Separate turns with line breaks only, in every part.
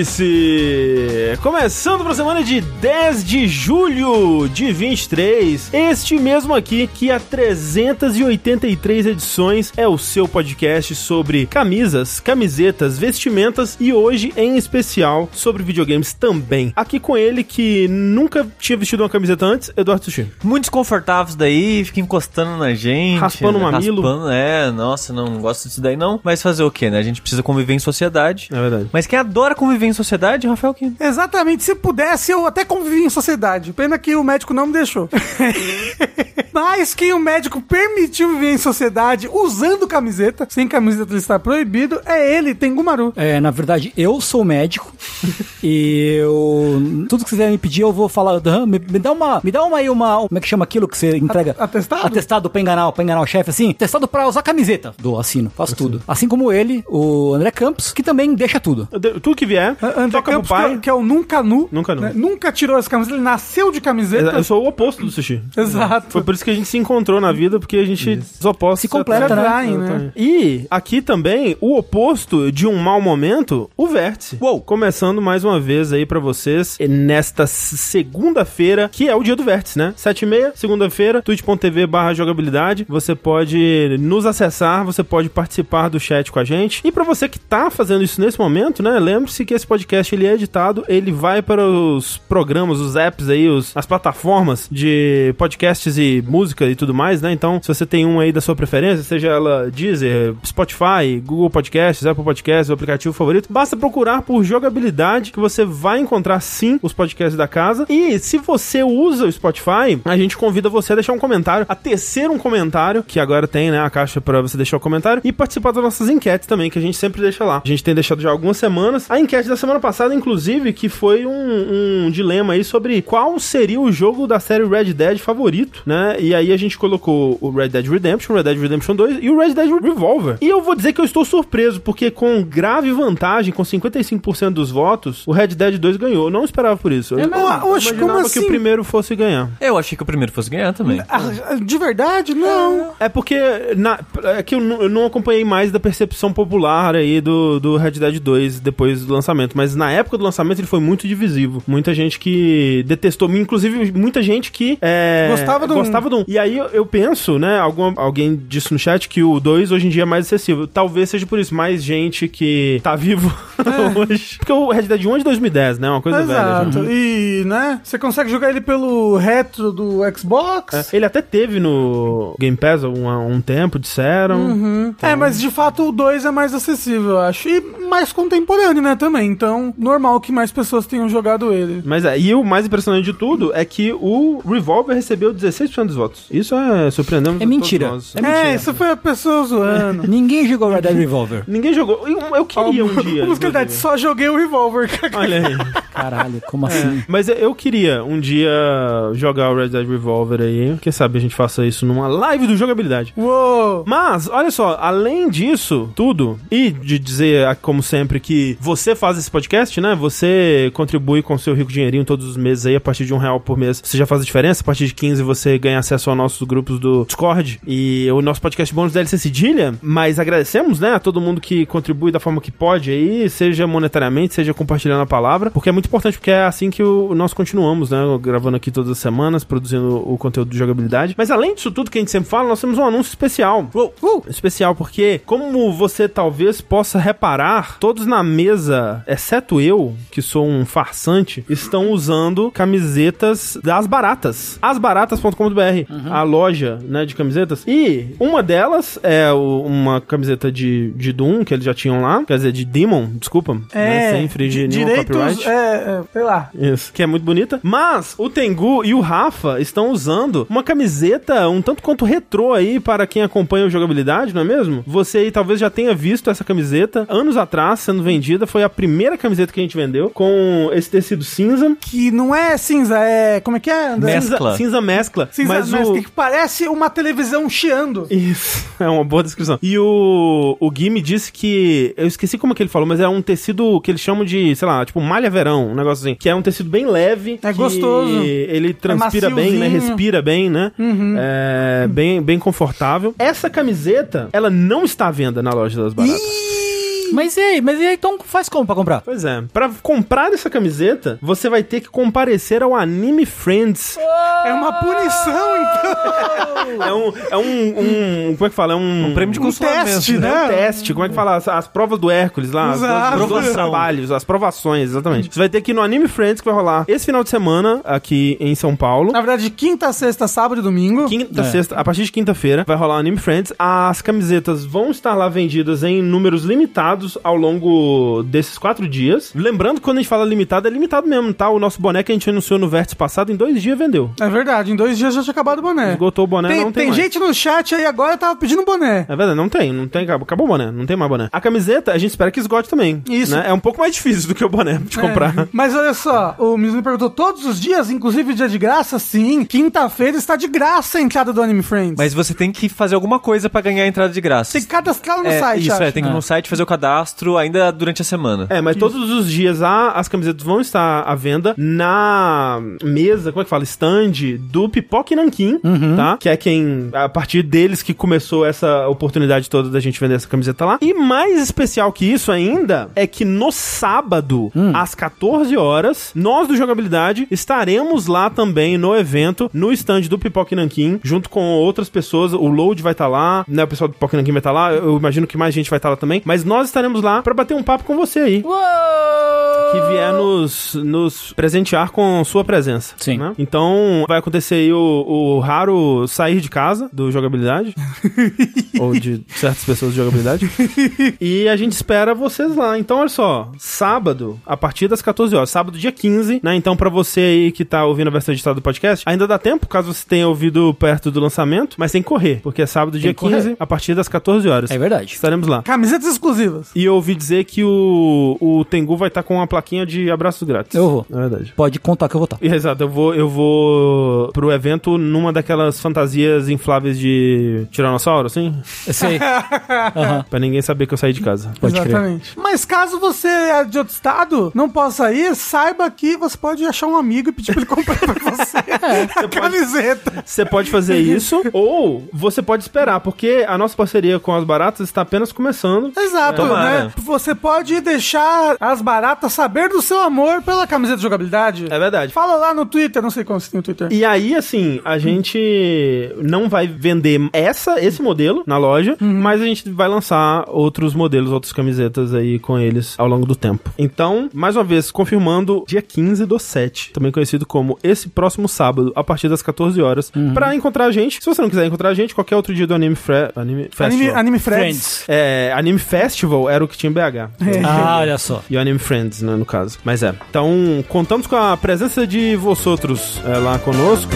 Vértice! Começando para a semana de 10 de julho de 23, este mesmo aqui que há 383 edições é o seu podcast sobre camisas, camisetas, vestimentas e hoje em especial sobre videogames também. Aqui com ele que nunca tinha vestido uma camiseta antes, Eduardo Sushi.
Muito desconfortável isso daí, fica encostando na gente.
Raspando
um
o mamilo.
Raspando, é, nossa, não gosto disso daí não. Mas fazer o quê, né? A gente precisa conviver em sociedade.
É verdade.
Mas quem adora conviver em sociedade, é Rafael Kim.
Exatamente, se pudesse eu até convivi em sociedade. Pena que o médico não me deixou. Mas que o médico permitiu viver em sociedade usando camiseta, sem camiseta estar proibido, é ele, Tengumaru.
É, na verdade, eu sou médico e eu. Tudo que quiser me pedir, eu vou falar. "Ah, Me, me dá uma. Me dá uma aí uma. Como é que chama aquilo que você entrega?
Atestado?
Atestado pra enganar, pra enganar o chefe, assim. Atestado pra usar camiseta. Do assino. Faço tudo. Assim como ele, o André Campos, que também deixa tudo.
Tudo que vier,
André
toca pro
Campos, que, é-
pai.
que é o Nunca Nu.
Nunca Nu.
né? Nunca tirou as camisetas, ele nasceu de camiseta.
Eu sou o oposto do Sushi.
Exato.
Foi por isso que a gente se encontrou na vida, porque a gente os opostos
Se completa,
atraem.
né? Atraem, né?
Exatamente. E aqui também, o oposto de um mau momento, o vértice.
Uou.
Começando mais uma vez aí pra vocês, eh, nesta s- segunda-feira, que é o dia do vértice, né? 7 e meia, segunda-feira, twitch.tv barra jogabilidade. Você pode nos acessar, você pode participar do chat com a gente. E pra você que tá fazendo isso nesse momento, né? Lembre-se que esse podcast, ele é editado, ele vai para os programas, os apps aí, os, as plataformas de podcasts e música e tudo mais, né? Então, se você tem um aí da sua preferência, seja ela Deezer, Spotify, Google Podcasts, Apple Podcasts, o aplicativo favorito, basta procurar por jogabilidade que você vai encontrar sim os podcasts da casa. E se você usa o Spotify, a gente convida você a deixar um comentário, a tecer um comentário, que agora tem, né, a caixa pra você deixar o comentário e participar das nossas enquetes também, que a gente sempre deixa lá. A gente tem deixado já algumas semanas. A enquete da semana passada, inclusive, que foi um, um dilema aí sobre qual seria o jogo da série Red Dead favorito, né? E aí a gente colocou o Red Dead Redemption, Red Dead Redemption 2 e o Red Dead Revolver. E eu vou dizer que eu estou surpreso, porque com grave vantagem, com 55% dos votos, o Red Dead 2 ganhou. Eu não esperava por isso. Eu,
mesmo?
eu
Oxe, É, como
imaginava que
assim?
o primeiro fosse ganhar.
Eu achei que o primeiro fosse ganhar também.
Ah, de verdade? Não.
É porque na, é que eu, nu- eu não acompanhei mais da percepção popular aí do, do Red Dead 2 depois do lançamento, mas na época do lançamento ele foi muito divisivo. Muita gente que detestou, inclusive muita gente que é,
Gostava do um.
gostava do um. E aí eu, eu penso, né, alguma, alguém disse no chat que o 2 hoje em dia é mais acessível. Talvez seja por isso, mais gente que tá vivo hoje. Porque o Red Dead 1 é de 2010, né, uma coisa velha. já.
É. Exato. E, né? Você consegue jogar ele pelo retro do Xbox?
É, Ele até teve no Game Pass há um, há um tempo, disseram. Então-
É, mas de fato o 2 é mais acessível, eu acho. E mais contemporâneo, né, também. Então, normal que mais pessoas tenham jogado ele.
Mas é, e o mais impressionante de tudo é que o Revolver recebeu 16% dos votos. Isso é surpreendente.
É mentira.
É,
né?
isso foi a pessoa zoando.
Ninguém jogou Red Dead Revolver.
Ninguém jogou. Eu, eu queria um dia.
tá
Musicalidade,
inclusive.
só joguei o Revolver.
Olha aí.
Caralho, como assim?
Mas eu queria um dia jogar o Red Dead Revolver aí. Quem sabe a gente faça isso numa live do jogabilidade.
Uou!
Mas, olha só, além disso tudo, e de dizer, ah, como sempre, que você faz esse podcast, né? Você contribui com seu rico dinheirinho todos os meses aí, a partir de um real por mês. Você já faz a diferença. A partir de 15 você ganha acesso aos nossos grupos do Discord e o nosso podcast bônus DLC Cedilha. Mas agradecemos, né, a todo mundo que contribui da forma que pode aí, seja monetariamente, seja compartilhando a palavra, porque é muito importante, porque é assim que o, nós continuamos, né? Gravando aqui todas as semanas, produzindo o conteúdo de jogabilidade. Mas além disso tudo que a gente sempre fala, nós temos um anúncio especial
Uou,
especial, porque, como você talvez possa reparar, todos na mesa, exceto eu, que sou um farsante, estão usando camisetas das baratas. Asbaratas.com.br, a loja né, de camisetas. E uma delas é o- uma camiseta de, de Doom, que eles já tinham lá, quer dizer, de Demon, desculpa.
É,
né, sem infringir
di-
nenhum copyright.
É, é, sei lá.
Isso. Que é muito bonita. Mas o Tengu e o Rafa estão usando uma camiseta um tanto quanto retrô aí para quem acompanha o jogabilidade, não é mesmo? Você aí talvez já tenha visto essa camiseta anos atrás sendo vendida. Foi a primeira camiseta que a gente vendeu com esse tecido cinza.
Que não é cinza, é. Como é que é? André?
Mescla.
Cinza, cinza mescla.
Cinza,
Né, mas
mas,
o...
que parece uma televisão chiando.
Isso, é uma boa descrição. E o, o Gui me disse que. Eu esqueci como é que ele falou, mas é um tecido que eles chamam de, sei lá, tipo malha verão, um negócio assim. Que é um tecido bem leve.
É
que
gostoso. É
Ele transpira bem, né?
maciozinho. Uhum.
Respira bem, né? É bem, bem confortável. Essa camiseta, ela não está à venda na loja das baratas.
Mas e aí? Mas e aí, então faz como pra comprar?
Pois é, pra comprar essa camiseta, você vai ter que comparecer ao Anime Friends.
É uma punição, então.
É um. É um, um- como é que fala? É um. um
prêmio de consulamento,
teste,
É
né?
um teste, como é que fala? As, as provas do Hércules lá, as-
Exato.
os dois
Provação.
trabalhos, as provações, exatamente. Você vai ter que ir no Anime Friends que vai rolar esse final de semana aqui em São Paulo.
Na verdade, quinta, sexta, sábado e domingo.
Quinta,
É.
sexta, a partir de quinta-feira vai rolar o Anime Friends. As camisetas vão estar lá vendidas em números limitados ao longo desses quatro dias. Lembrando que quando a gente fala limitado, é limitado mesmo, tá? O nosso boné que a gente anunciou no vértice passado, em dois dias vendeu.
É verdade, em dois dias já tinha acabado o boné.
Esgotou o boné,
tem
não tem,
tem
mais.
gente no chat aí agora tava pedindo boné.
É verdade, não tem, não tem, acabou, acabou o boné, não tem mais boné. A camiseta, a gente espera que esgote também.
Isso. É.
né? É um pouco mais difícil do que o boné de comprar.
Mas olha só, o menino perguntou todos os dias, inclusive dia de graça, sim. Quinta-feira está de graça a entrada do Anime Friends.
Mas você tem que fazer alguma coisa pra ganhar a entrada de graça.
tem que cadastrar no
é,
site.
Isso,
acho.
é, tem que ir no site fazer o cadastro ainda durante a semana.
É, mas todos os dias a- as camisetas vão estar à venda na mesa, como é que fala? Stand do Pipoca e Nanquim, tá? Que é quem, a partir deles que começou essa oportunidade toda da gente vender essa camiseta lá. E mais especial que isso ainda é que no sábado, às 14 horas, nós do Jogabilidade estaremos lá também no evento, no stand do Pipoca e Nanquim, junto com outras pessoas. O Load vai estar lá, né? O pessoal do Pipoca e Nanquim vai estar lá. Eu imagino que mais gente vai estar lá também. Mas nós estaremos lá pra bater um papo com você aí que vier nos, nos presentear com sua presença.
Sim.
né? Então, vai acontecer aí o, o raro sair de casa do jogabilidade. ou de certas pessoas de jogabilidade. e a gente espera vocês lá. Então, olha só, sábado, a partir das 14 horas, sábado, dia 15, né? Então, pra você aí que tá ouvindo a versão editada do podcast, ainda dá tempo, caso você tenha ouvido perto do lançamento, mas tem que correr, porque é sábado, dia
que correr.
15, a partir das 14 horas.
É verdade.
Estaremos lá.
Camisetas exclusivas.
E eu ouvi dizer que o, o Tengu vai estar com uma plaquinha de abraços grátis.
Eu vou.
Na verdade.
Pode contar que eu vou estar.
E, Exato, eu vou, eu vou pro evento numa daquelas fantasias infláveis de Tiranossauro, assim?
Eu sei. Aham.
Pra ninguém saber que eu saí de casa.
Ah. Pode crer.
Exatamente. Mas caso você é de outro estado, não possa ir, saiba que você pode achar um amigo e pedir pra ele comprar pra você
É,
a camiseta.
Você pode fazer isso, ou você pode esperar, porque a nossa parceria com as baratas está apenas começando.
Exato,
Tomara.
né? Você pode deixar as baratas saber do seu amor pela camiseta de jogabilidade.
É verdade.
Fala lá no Twitter, não sei como você tem o Twitter.
E aí, assim, a gente não vai vender essa, esse modelo na loja, mas a gente vai lançar outros modelos, outras camisetas aí com eles ao longo do tempo. Então, mais uma vez, confirmando, dia 15 do 7, também conhecido como esse próximo sábado, a partir das 14 horas, pra encontrar a gente. Se você não quiser encontrar a gente, qualquer outro dia do Anime, Fre anime Festival.
Anime,
Anime,
anime Friends.
Friends.
É, anime Festival era o que tinha em BH.
Ah, olha só.
E o Anime Friends, né, no caso. Mas é. Então, contamos com a presença de vosotros é, lá conosco.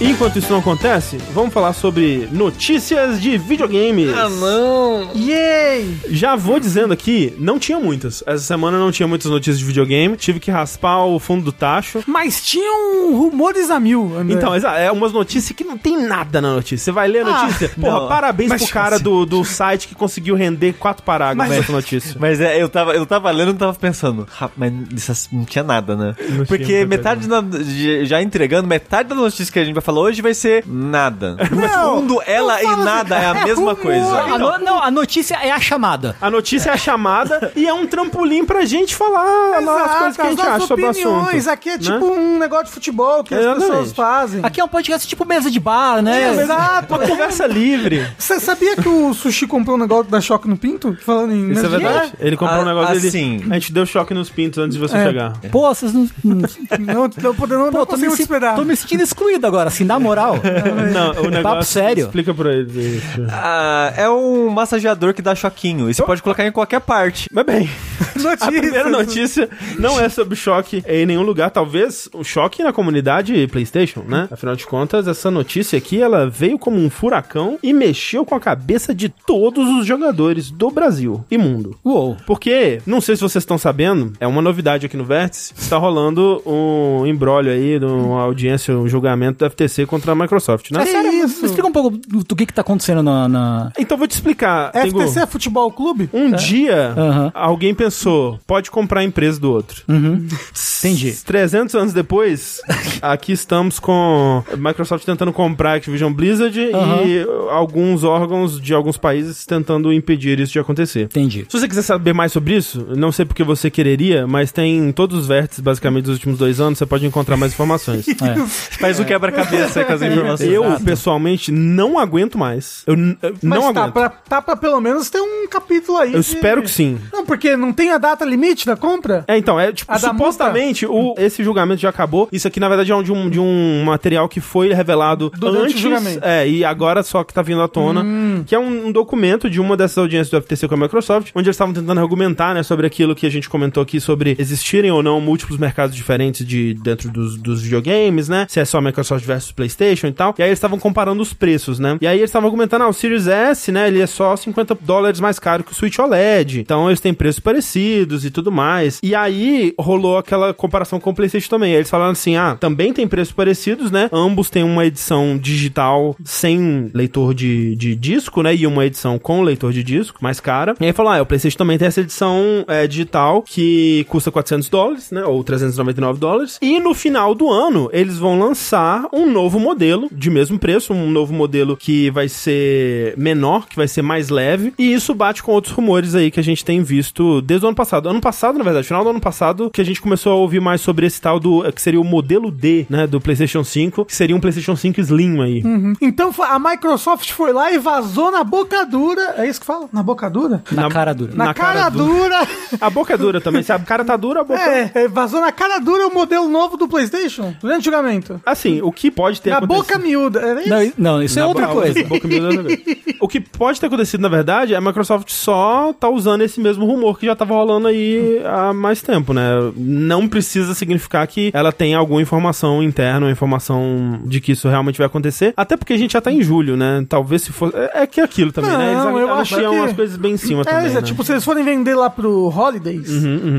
E Enquanto isso não acontece, vamos falar sobre notícias de videogames.
Ah, não!
Yay!
Já vou dizendo aqui, não tinha muitas. Essa semana não tinha muitas notícias de videogame. Tive que raspar o fundo do tacho.
Mas tinham rumores a mil, André.
Então, exa- é umas notícias que não tem nada na notícia. Você vai ler a
Ah,
notícia? Porra,
não.
parabéns
Mas,
pro cara do, do site que conseguiu render quatro parágrafos
Mas-
nessa notícia.
Mas é, eu tava, eu tava lendo e tava pensando, "Rap- mas isso não tinha nada, né?
tinha muita
Porque metade da- de- já entregando, metade da notícia que a gente vai falar hoje vai ser nada.
Não,
no fundo, ela
fala
e
assim.
nada é
É
a mesma
rumor.
coisa. Então,
A no- não, a notícia é a chamada.
A notícia é a chamada e é um trampolim pra gente falar lá as é coisas que a gente
nossas
acha sobre o
opiniões.
assunto. né?
Aqui é tipo um negócio de futebol que as
Exatamente. é
pessoas fazem. É,
Aqui é um podcast tipo mesa de bar, né?
Exato.
Uma conversa livre.
Você sabia que o Sushi comprou um negócio da Choque no Pinto? Falando em...
Isso é verdade. Ele comprou
Ah,
um negócio dele.
assim.
A gente deu choque nos pintos antes de você
É.
chegar.
Pô, vocês não. não-
Não, não, podemos- não
Pô, tô me,
conseguimos
se-
esperar.
tô me sentindo excluído agora, assim, na moral.
É.
Não, o negócio.
sério.
Explica pra ele.
Ah, é um massageador que dá choquinho. Isso pode colocar em qualquer parte.
Mas bem,
Notícias.
a primeira notícia não é sobre choque em nenhum lugar. Talvez o choque na comunidade PlayStation, né? Afinal de contas, essa notícia aqui, ela veio como um furacão e mexeu com a cabeça de todos os jogadores do Brasil e mundo.
Uou.
Porque, não sei se vocês estão sabendo, é uma novidade aqui no Vértice, está rolando um embrólio aí, de uma audiência, um julgamento da FTC contra a Microsoft, né?
É sério
isso.
Me explica um pouco do, do que que tá acontecendo na... na-
Então vou te explicar. Tengu.
FTC é Futebol Clube?
Um dia,
É. Aham. Uhum.
alguém pensou, pode comprar a empresa do outro.
Entendi.
300 anos depois, aqui estamos com a Microsoft tentando comprar a Activision Blizzard e alguns órgãos de alguns países tentando impedir isso de acontecer.
Entendi.
Se você quiser saber mais sobre isso, não sei porque você quereria, mas tem em todos os vértices, basicamente, dos últimos dois anos, você pode encontrar mais informações. É.
Faz um quebra-cabeça com as informações.
Eu, pessoalmente, não aguento mais. Eu, n- eu
Mas
não
tá
aguento.
pra, tá pra pelo menos ter um capítulo aí.
Eu
de-
espero que sim.
Não, porque não tem a data limite da compra?
É, então, é tipo,
A da
supostamente o, esse julgamento já acabou. Isso aqui, na verdade, é um de um, de um material que foi revelado
Durante o
antes.
julgamento.
É, e agora só que tá vindo à tona. Que é um, um documento de uma dessas audiências do FTC com a Microsoft, onde eles estavam tentando argumentar, né, sobre aquilo que a gente comentou aqui, sobre existirem ou não múltiplos mercados diferentes de, dentro dos, dos videogames, né? Se é só Microsoft versus Playstation e tal. E aí eles estavam comparando os preços, né? E aí eles estavam argumentando, ah, o Series S, né, ele é só 50 dólares mais caro que o Switch OLED. Então eles têm preços parecidos e tudo mais. E aí rolou aquela comparação com o PlayStation também. Eles falaram assim: ah, também tem preços parecidos, né? Ambos têm uma edição digital sem leitor de, de disco, né? E uma edição com leitor de disco, mais cara. E aí falou: ah, o PlayStation também tem essa edição é, digital que custa 400 dólares, né? Ou 399 dólares. E no final do ano, eles vão lançar um novo modelo de mesmo preço, um novo modelo que vai ser menor, que vai ser mais leve. E isso bate com outros rumores aí que a gente tem visto desde o ano passado. Ano passado, na verdade, final do ano passado, que a gente começou a ouvir mais sobre esse tal do que seria o modelo D, né, do PlayStation 5, que seria um PlayStation 5 Slim aí.
Então foi- a Microsoft foi lá e vazou na boca dura. É isso que fala? Na boca dura?
Na, cara dura.
Na, cara, dura.
A boca é dura também, se a cara tá dura, a boca
É, é, vazou na cara dura o modelo novo do PlayStation durante o julgamento.
Assim, o que pode ter
Na
acontecido-
boca miúda. Era isso?
Não, i- não, isso é
Na
outra
boca-
coisa.
boca miúda outra vez. o que pode ter acontecido, na verdade, é a Microsoft só tá usando esse mesmo rumor que já tava rolando aí há mais tempo, né? Não precisa significar que ela tem alguma informação interna, uma informação de que isso realmente vai acontecer. Até porque a gente já tá em julho, né? Talvez se fosse. É é que é aquilo também, né? Eles
Não, eu acho
anunciam
que-
as coisas bem em cima
É,
também.
isso,
né? Uhum,
é tipo, se eles forem vender lá pro Holidays,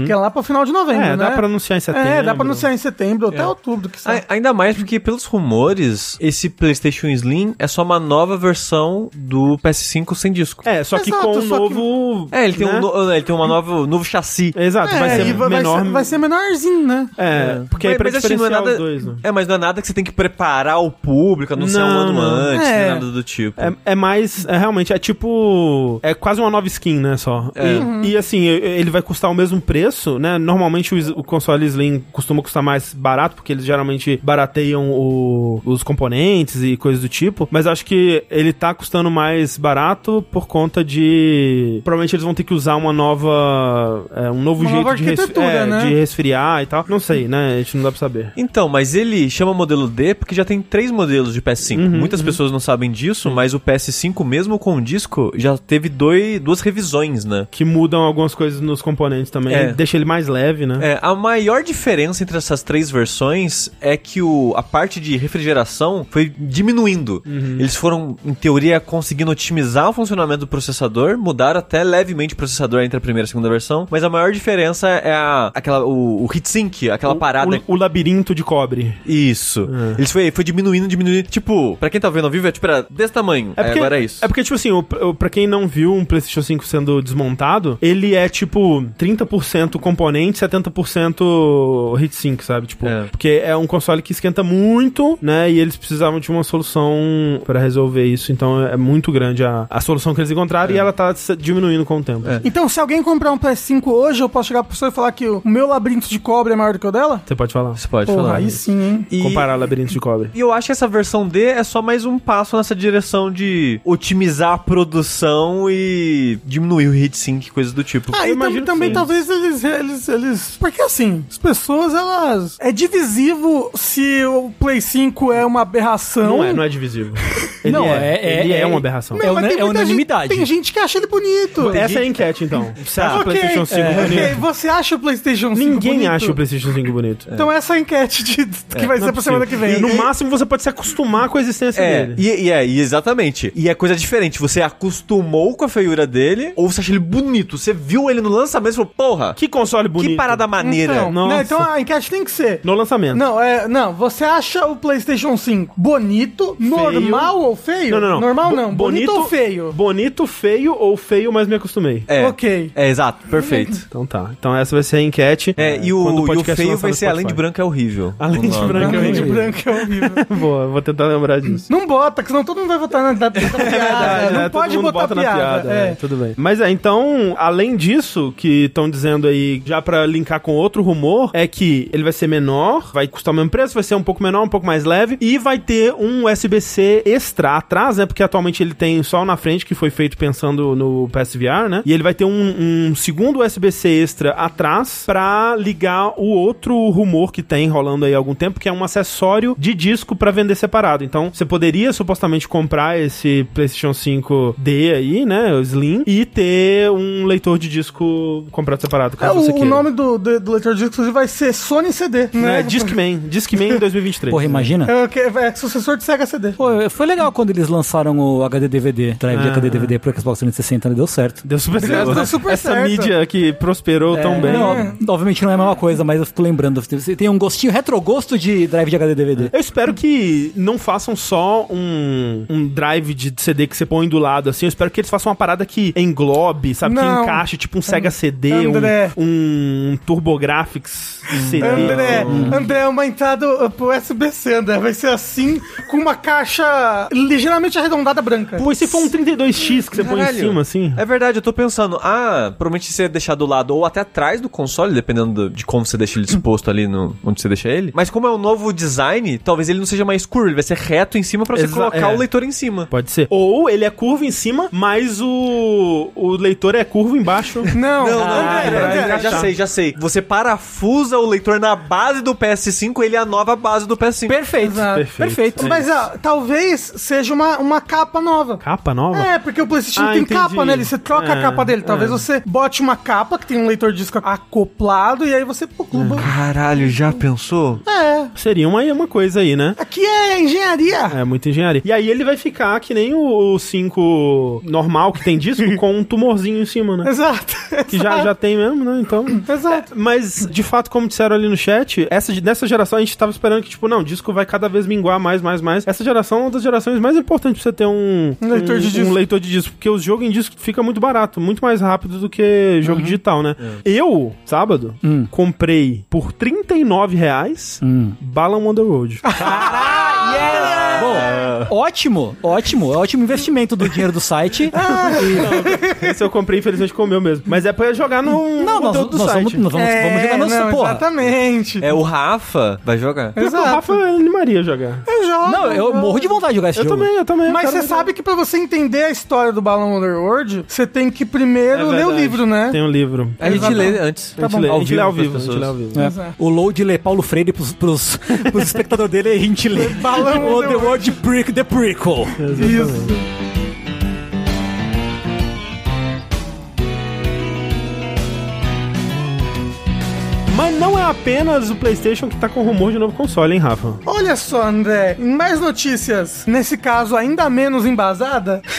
que é lá pro final de novembro,
É,
né?
dá pra anunciar em setembro. É.
É, dá pra anunciar em setembro, até outubro, que sabe.
A- Ainda mais porque, pelos rumores, esse PlayStation Slim é só uma nova versão do PS5 sem disco.
É, só que
Exato,
com um
só que-
novo.
É, ele tem,
né?
um, no- ele tem uma nova, novo chassi.
Exato,
É,
Ah, vai
e
ser
vai- vai
menor.
ser- vai ser menorzinho, né?
É, porque aí pra diferenciar
não é nada,
os dois, né?
É, mas não é nada que você tem que preparar o público, anunciar um
Não,
ano
não.
antes,
É.
nem nada do tipo.
É, é mais, é realmente, é tipo. É quase uma nova skin, né? Só.
É.
E,
Uhum.
e, assim, e- ele vai custar o mesmo preço, né? Normalmente o, is- o console Slim costuma custar mais barato, porque eles geralmente barateiam o- os componentes e coisas do tipo. Mas acho que ele tá custando mais barato por conta de. Provavelmente eles vão ter que usar uma nova. é, um novo
Uma
jeito
nova
de, res-
arquitetura,
é,
né?
de resfriar e tal. Não sei, né? A gente não dá pra saber.
Então, mas ele chama modelo D porque já tem três modelos de PS5.
Uhum,
Muitas pessoas não sabem disso, mas o PS5, mesmo com o disco, já teve dois, duas revisões, né?
Que mudam algumas coisas nos componentes também.
É.
Deixa ele mais leve, né?
É, a maior diferença entre essas três versões é que o, a parte de refrigeração foi diminuindo.
Uhum.
Eles foram, em teoria, conseguindo otimizar o funcionamento do processador, mudaram até levemente o processador entre a primeira e a segunda versão, mas a maior diferença é a, aquela, o, o heatsink, aquela parada
O, É. o labirinto de cobre.
Isso. Eles foi, foi diminuindo, diminuindo. Tipo, pra quem tá vendo ao vivo, é tipo, era desse tamanho. É agora é isso.
É porque, tipo assim, o, o- pra quem não viu um PlayStation 5 sendo desmontado, ele é tipo 30% componente, 70% heatsink, sabe? Tipo,
É.
porque é um console que esquenta muito, né? E eles precisavam de uma solução pra resolver isso. Então é muito grande a, a solução que eles encontraram e ela tá se- diminuindo com o tempo.
É.
Então, se alguém comprar um PS5 hoje, eu posso chegar pro senhor e falar que o meu labirinto de cobre é maior do que o dela?
Você pode falar.
Você pode
Porra,
falar.
aí sim, hein?
E-
Comparar labirinto de cobre.
E eu acho que essa versão D é só mais um passo nessa direção de otimizar a produção e diminuir o heatsink, coisa do tipo.
Ah,
Eu
e tam-
imagino que
também
sim.
talvez eles, eles, eles. Porque assim, as pessoas, elas. É divisivo se o Play 5 é uma aberração.
Não é, não é divisível. Ele
Não,
é,
é- é-
ele é,
é-
uma aberração.
Mas
É una-
tem
é
muita
unanimidade.
Gente, tem gente que acha ele bonito.
Essa é a enquete, então. Você acha o
Ok,
PlayStation 5
é.
bonito?
Ok, Você acha o PlayStation 5
Ninguém
bonito?
acha o PlayStation 5 bonito.
Então essa é a enquete de- que vai
Não
ser
é
pra semana que
possível.
vem.
E no máximo você pode se acostumar com a existência
É,
dele.
e, e é, e exatamente. E é coisa diferente. Você acostumou com a feiura dele, ou você acha ele bonito. Você viu ele no lançamento e falou, porra, que,
Que console bonito.
parada maneira.
Então,
Nossa.
né, então a enquete tem que ser.
No lançamento.
Não, é, não, você acha o PlayStation 5 bonito, normal ou feio?
Não, não, não.
Normal
Bo-
não. Bonito, ou feio?
Bonito, feio ou feio, mas me acostumei.
É.
Ok.
É, exato, perfeito.
Então tá. Então essa vai ser a enquete.
É, e o,
quando
e o
podcast
feio
lançar
vai
no
ser Além de
Spotify.
Branco é horrível.
Além
O
de
nome.
Branco.
Branco,
horrível.
branco é horrível.
Boa, eu vou tentar lembrar disso.
Não bota, que senão todo mundo vai votar na, na, na piada. não
é, todo
pode
mundo
botar
bota na
piada.
é,
é.
tudo bem. Mas é, então, além disso, que estão dizendo aí, já pra linkar com outro rumor, é que ele vai ser menor, vai custar o mesmo preço, vai ser um pouco menor, um pouco mais leve, e vai ter um USB-C extra atrás, né? Porque atualmente ele tem só o na frente, que foi feito pensando no PSVR, né? E ele vai ter um, um segundo USB-C extra atrás pra ligar o outro rumor que tem rolando aí há algum tempo, que é um acessório de disco pra vender separado. Então, você poderia supostamente comprar esse PlayStation 5D aí, né? O Slim, e ter um leitor de disco comprado separado,
É,
caso você
o,
queira.
o nome do, do, do leitor de disco inclusive, vai ser Sony CD.
né?
Né?
Discman, Discman 2023.
Porra, imagina.
É, o que- é sucessor de Sega CD.
Pô, foi legal quando eles lançaram o HD DVD, drive de
Ah.
HD DVD pro Xbox 360, né? deu certo.
Deu super
Deu-
certo.
deu
né?
super
Essa
certo.
mídia que prosperou tão bem.
É. Não, obviamente não é a mesma coisa, mas eu fico lembrando. Você Tem um gostinho, retrogosto de drive de HD DVD.
Eu espero que não façam só um, um drive de CD que você põe do lado, assim. Eu espero que eles façam uma parada que englobe, sabe? Que
Não.
encaixe, tipo um Sega CD, um-
André.
um, TurboGrafx CD.
André, André, uma entrada uh, pro SBC, André. Vai ser assim, com uma caixa ligeiramente arredondada branca.
Pô, e se for um 32X que você põe em
Caralho.
cima, assim?
É verdade, eu tô pensando, ah, provavelmente você ia deixar do lado ou até atrás do console, dependendo do- de como você deixa ele disposto ali no, onde você deixa ele. Mas como é um novo design, talvez ele não seja mais curvo, ele vai ser reto em cima pra você
Exa-
colocar
é.
o leitor em cima.
Pode ser. Ou ele é curvo em cima, mas o, o leitor é curvo embaixo.
Não,
Não, não,
André,
não,
André,
não, Ah, é, já sei, já sei. Você parafusa o leitor na base do PS5, ele é a nova base do PS5.
Perfeito.
Perfeito.
Perfeito.
É.
Mas ó, talvez seja uma, uma capa nova.
Capa nova?
É, porque o PlayStation
Ah,
tem
entendi.
capa nele, você troca
É,
a capa dele. Talvez
é.
você bote uma capa que tem um leitor de disco acoplado e aí você pluga.
Caralho, já pensou?
É.
Seria uma, uma coisa aí, né?
Aqui é engenharia.
É, muita engenharia. E aí ele vai ficar que nem o 5 normal que tem disco, com um tumorzinho em cima, né?
Exato.
Que já, já tem mesmo, né? Então.
Exato.
Mas, de fato, como disseram ali no chat, essa, dessa geração a gente tava esperando que, tipo, não, o disco vai cada vez minguar mais, mais, mais. Essa geração é uma das gerações mais importantes pra você ter um,
Um leitor de disco.
um leitor de disco. Porque o jogo em disco fica muito barato, muito mais rápido do que
Uhum.
jogo digital, né?
É.
Eu, sábado, comprei por R$ 39 reais
Hum.
Balan on the Road.
Bom, ótimo, ótimo. É ótimo investimento do dinheiro do site.
É, Esse eu comprei, infelizmente, com o meu mesmo. Mas é pra jogar no
Não, nós,
conteúdo
nós vamos, nós vamos,
É,
vamos jogar nossa
não,
porra.
Exatamente.
É, o Rafa vai jogar.
Pior que O
Exato.
Rafa é né? animaria jogar.
Eu jogo.
Não, eu morro de vontade de jogar esse
Eu
jogo.
também, eu também.
Mas
cara,
você sabe que pra você entender a história do Balão Underworld, você tem que primeiro
É
ler o
verdade.
livro, né?
Tem um livro.
A gente lê antes.
Tá a gente lê, a gente lê ao vivo. A
pras
gente lê ao vivo.
É.
Exato.
O load lê Paulo Freire pros, pros, pros espectadores dele e a gente lê.
é
Balão
o
The
The World Brick, The Prequel.
Isso.
Mas não é apenas o PlayStation que tá com rumor de novo console, hein, Rafa?
Olha só, André, em mais notícias, nesse caso ainda menos embasada,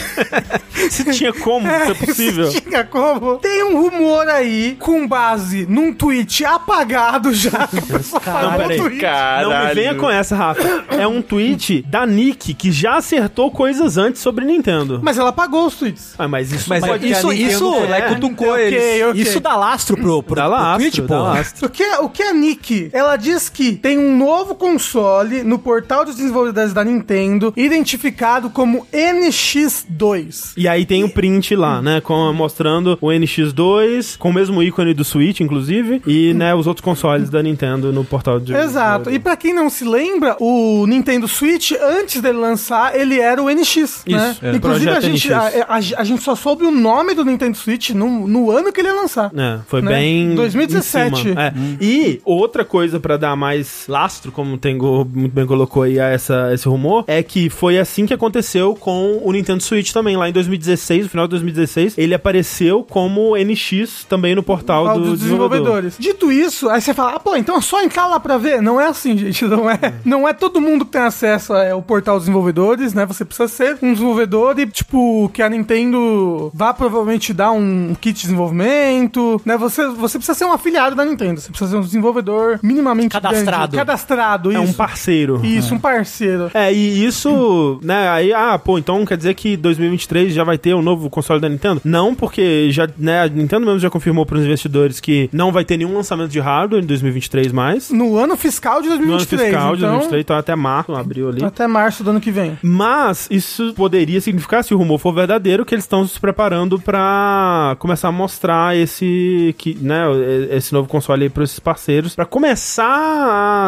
Se tinha como ser é possível.
Chega É como? Tem um rumor aí com base num tweet apagado já. que a pessoa apagou
peraí,
o tweet.
Não me venha com essa, Rafa. É um tweet da Nick que já acertou coisas antes sobre Nintendo.
Mas ela apagou os tweets.
Ah, mas isso
Mas
pode-
é que a
isso-
Nintendo
isso-
foi lá e
é,
cutucou
ok,
eles.
ok.
Isso dá lastro pro, pro,
dá
pro
lá,
Twitch,
dá
porra.
lastro.
O que, o que a Nick? Ela diz que tem um novo console no portal dos desenvolvedores da Nintendo, identificado como NX2.
E aí tem o print lá, né? Com, mostrando o NX2, com o mesmo ícone do Switch, inclusive, e né, os outros consoles da Nintendo no portal de.
Exato. E pra quem não se lembra, o Nintendo Switch, antes dele lançar, ele era o NX, né?
é.
Inclusive, a
Projeto
gente, a,
NX.
a- a gente só soube o nome do Nintendo Switch no, no ano que ele ia lançar.
É, foi
Né?
bem.
2017.
em cima, é.
Uhum.
E outra coisa pra dar mais lastro, como o Tengo muito bem colocou aí a essa, esse rumor, é que foi assim que aconteceu com o Nintendo Switch também, lá em 2016, no final de 2016, ele apareceu como NX também no portal
Ao
do
dos
desenvolvedor.
desenvolvedores. Dito isso, aí você fala, ah, pô, então é só entrar lá pra ver. Não é assim, gente, não é. Não é todo mundo que tem acesso é, ao portal dos desenvolvedores, né? Você precisa ser um desenvolvedor e, tipo, que a Nintendo vá provavelmente dar um kit de desenvolvimento, né? Você, você precisa ser um afiliado da Nintendo, você Você precisa ser um desenvolvedor minimamente
Cadastrado.
grande. Cadastrado,
É
isso.
um parceiro.
Isso, um parceiro.
É, e isso, né, aí, ah, pô, então quer dizer que 2023 já vai ter um novo console da Nintendo? Não, porque já, né, a Nintendo mesmo já confirmou para os investidores que não vai ter nenhum lançamento de hardware em 2023 mais.
No ano fiscal de
No ano
2023.
fiscal de
então, Tá.
2023, então até março, abril ali.
Até março do ano que vem.
Mas isso poderia significar, se o rumor for verdadeiro, que eles estão se preparando pra começar a mostrar esse, que, né, esse novo console aí para esses parceiros, pra começar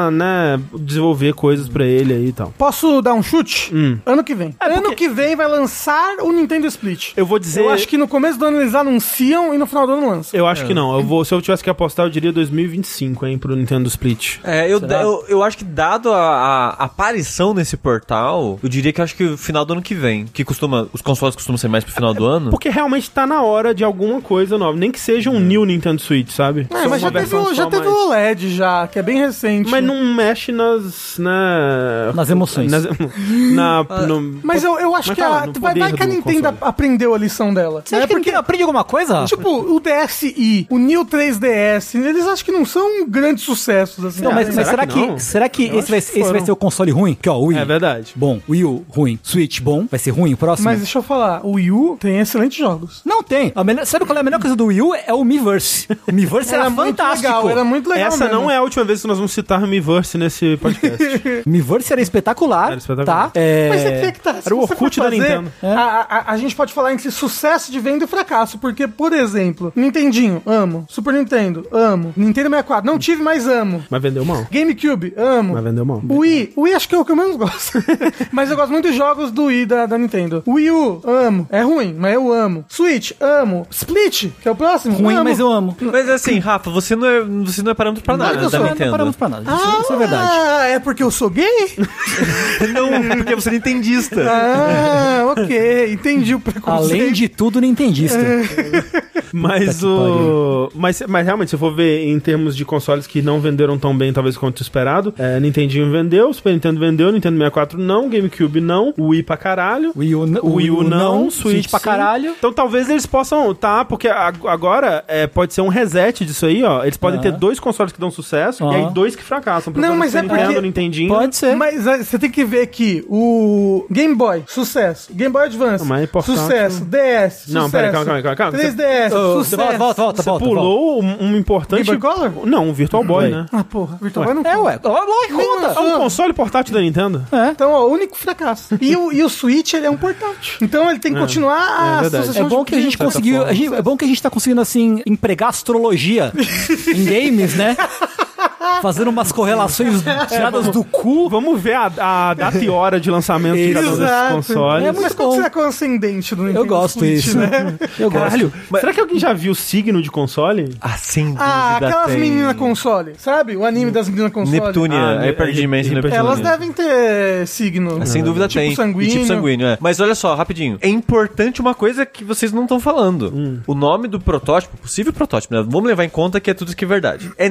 a né, desenvolver coisas pra ele aí e tal.
Posso dar um chute?
Hum.
Ano que vem. ano que vem vai lançar o Nintendo Split.
Eu vou dizer.
Eu acho que É. no começo do ano eles anunciam e no final do ano lançam.
Eu acho que não. Eu vou, se eu tivesse que apostar, eu diria 2025, hein, pro Nintendo Split.
É, eu, eu, eu acho que dado a, a aparição nesse portal, eu diria que acho que o final do ano que vem, que costuma, os consoles costumam ser mais pro final do ano.
Porque realmente tá na hora de alguma coisa nova. Nem que seja um new Nintendo Switch, sabe?
É,
Só uma
mas já teve,
versão
o, já
só,
teve
mas-
o OLED já, que é bem recente.
Mas não mexe nas. Na...
Nas emoções.
Nas- na, no-
Ah, Mas eu, eu acho
Mas tá
que
fala,
a,
no
vai,
poder
vai que a
do
Nintendo
console.
aprendeu a lição dela.
é
É
Você acha que ele aprende alguma coisa? Rafa?
Tipo,
né?
o DSi, o New 3DS, eles acham que não são grandes sucessos, assim.
Não, mas,
Ah,
mas será,
será que
que,
não?
será que
Eu
esse vai,
acho que
esse vai
foram.
ser o console ruim? Que ó, Wii.
É verdade.
Bom, Wii U, ruim. Switch, bom. Vai ser ruim o próximo?
Mas deixa eu falar, o Wii U tem excelentes jogos.
Não tem. A melhor- sabe qual é a melhor coisa do Wii U? É o Miiverse. O Miiverse era, fantástico.
Muito legal, era muito legal
Essa não é a última vez que nós vamos citar o Miiverse nesse podcast.
O Miiverse era espetacular,
Era espetacular.
tá? É...
Mas é que é que tá. se
Era o
você for
Orkut da Nintendo.
A, a- a gente pode falar entre sucesso de venda e fracasso, porque, por exemplo, Nintendinho, amo. Super Nintendo, amo. Nintendo 64, não tive, mas amo.
mas vendeu mal.
GameCube, amo.
Mas vendeu mal.
Wii, Wii acho que é o que eu menos gosto. mas eu gosto muito dos jogos do Wii da, da Nintendo. Wii U, amo. É ruim, mas eu amo. Switch, amo. Split, que é o próximo,
Ruim,
amo.
mas eu amo.
Mas assim, Rafa, você não é, você não é parâmetro pra nada
Mas eu
da
sou-
Nintendo.
Não paramos pra nada. Isso, isso é verdade.
Ah, é porque eu sou gay?
Não, porque você é nintendista.
Ah, ok. Entendi o preconceito.
Além de tudo, nintendista.
É.
Mas
que
o. Mas, mas realmente, se for ver em termos de consoles que não venderam tão bem, talvez quanto esperado, é, Nintendinho vendeu, Super Nintendo vendeu, Nintendo 64 não, GameCube não, Wii pra caralho.
Wii U, n-
O Wii U não,
Switch, pra
sim.
caralho.
Então talvez eles possam, tá? Porque a- agora é, pode ser um reset disso aí, ó. Eles podem ter dois consoles que dão sucesso e
Aham.
aí dois que fracassam.
Não, mas é
Nintendo,
porque-
Nintendinho.
Pode ser.
Mas ah, você tem que ver que o Game Boy, sucesso. Game Boy Advance,
Não, mas é portátil.
sucesso. DS,
Não,
sucesso.
pera, calma, calma, calma, calma.
3DS,
Ô,
sucesso.
volta, volta, volta,
Você
volta. Uhum.
pulou um, um importante.
Game Boy Color?
Não, um Virtual Boy,
Ué.
né?
Ah, porra. Virtual Boy não
É, ué. Ó, Lógico,
Nem
conta.
É
lançou.
um console portátil da Nintendo?
Então, ó, único fracasso. E o, e o Switch, ele é um portátil. Então, ele tem que
é
continuar a
verdade.
É
sucessão
bom
de
que a gente
clientes.
conseguiu. a gente- é bom que a gente tá conseguindo, assim, empregar astrologia em games, né? Fazendo umas correlações tiradas do cu.
Vamos ver a, a data e hora de lançamento de cada um desses
Exato.
consoles.
É
Mas
muito
qual
bom.
que será que é o ascendente do Nintendo
Eu gosto
Switch,
isso.
né?
Eu gosto.
Caralho, será que alguém já viu o signo de console?
Ah, sem dúvida
Ah, aquelas
tem.
meninas console, sabe? O anime das meninas console.
Neptúnia,
Ah,
a hiperdimensão
hi-
Neptúnia.
Elas devem ter signo.
Ah, Sem dúvida
tipo
tem. E
Sanguíneo.
Tipo sanguíneo, é. Mas olha só, rapidinho. É importante uma coisa que vocês não estão falando. O nome do protótipo, possível protótipo, né? Vamos levar em conta que é tudo isso que é verdade. É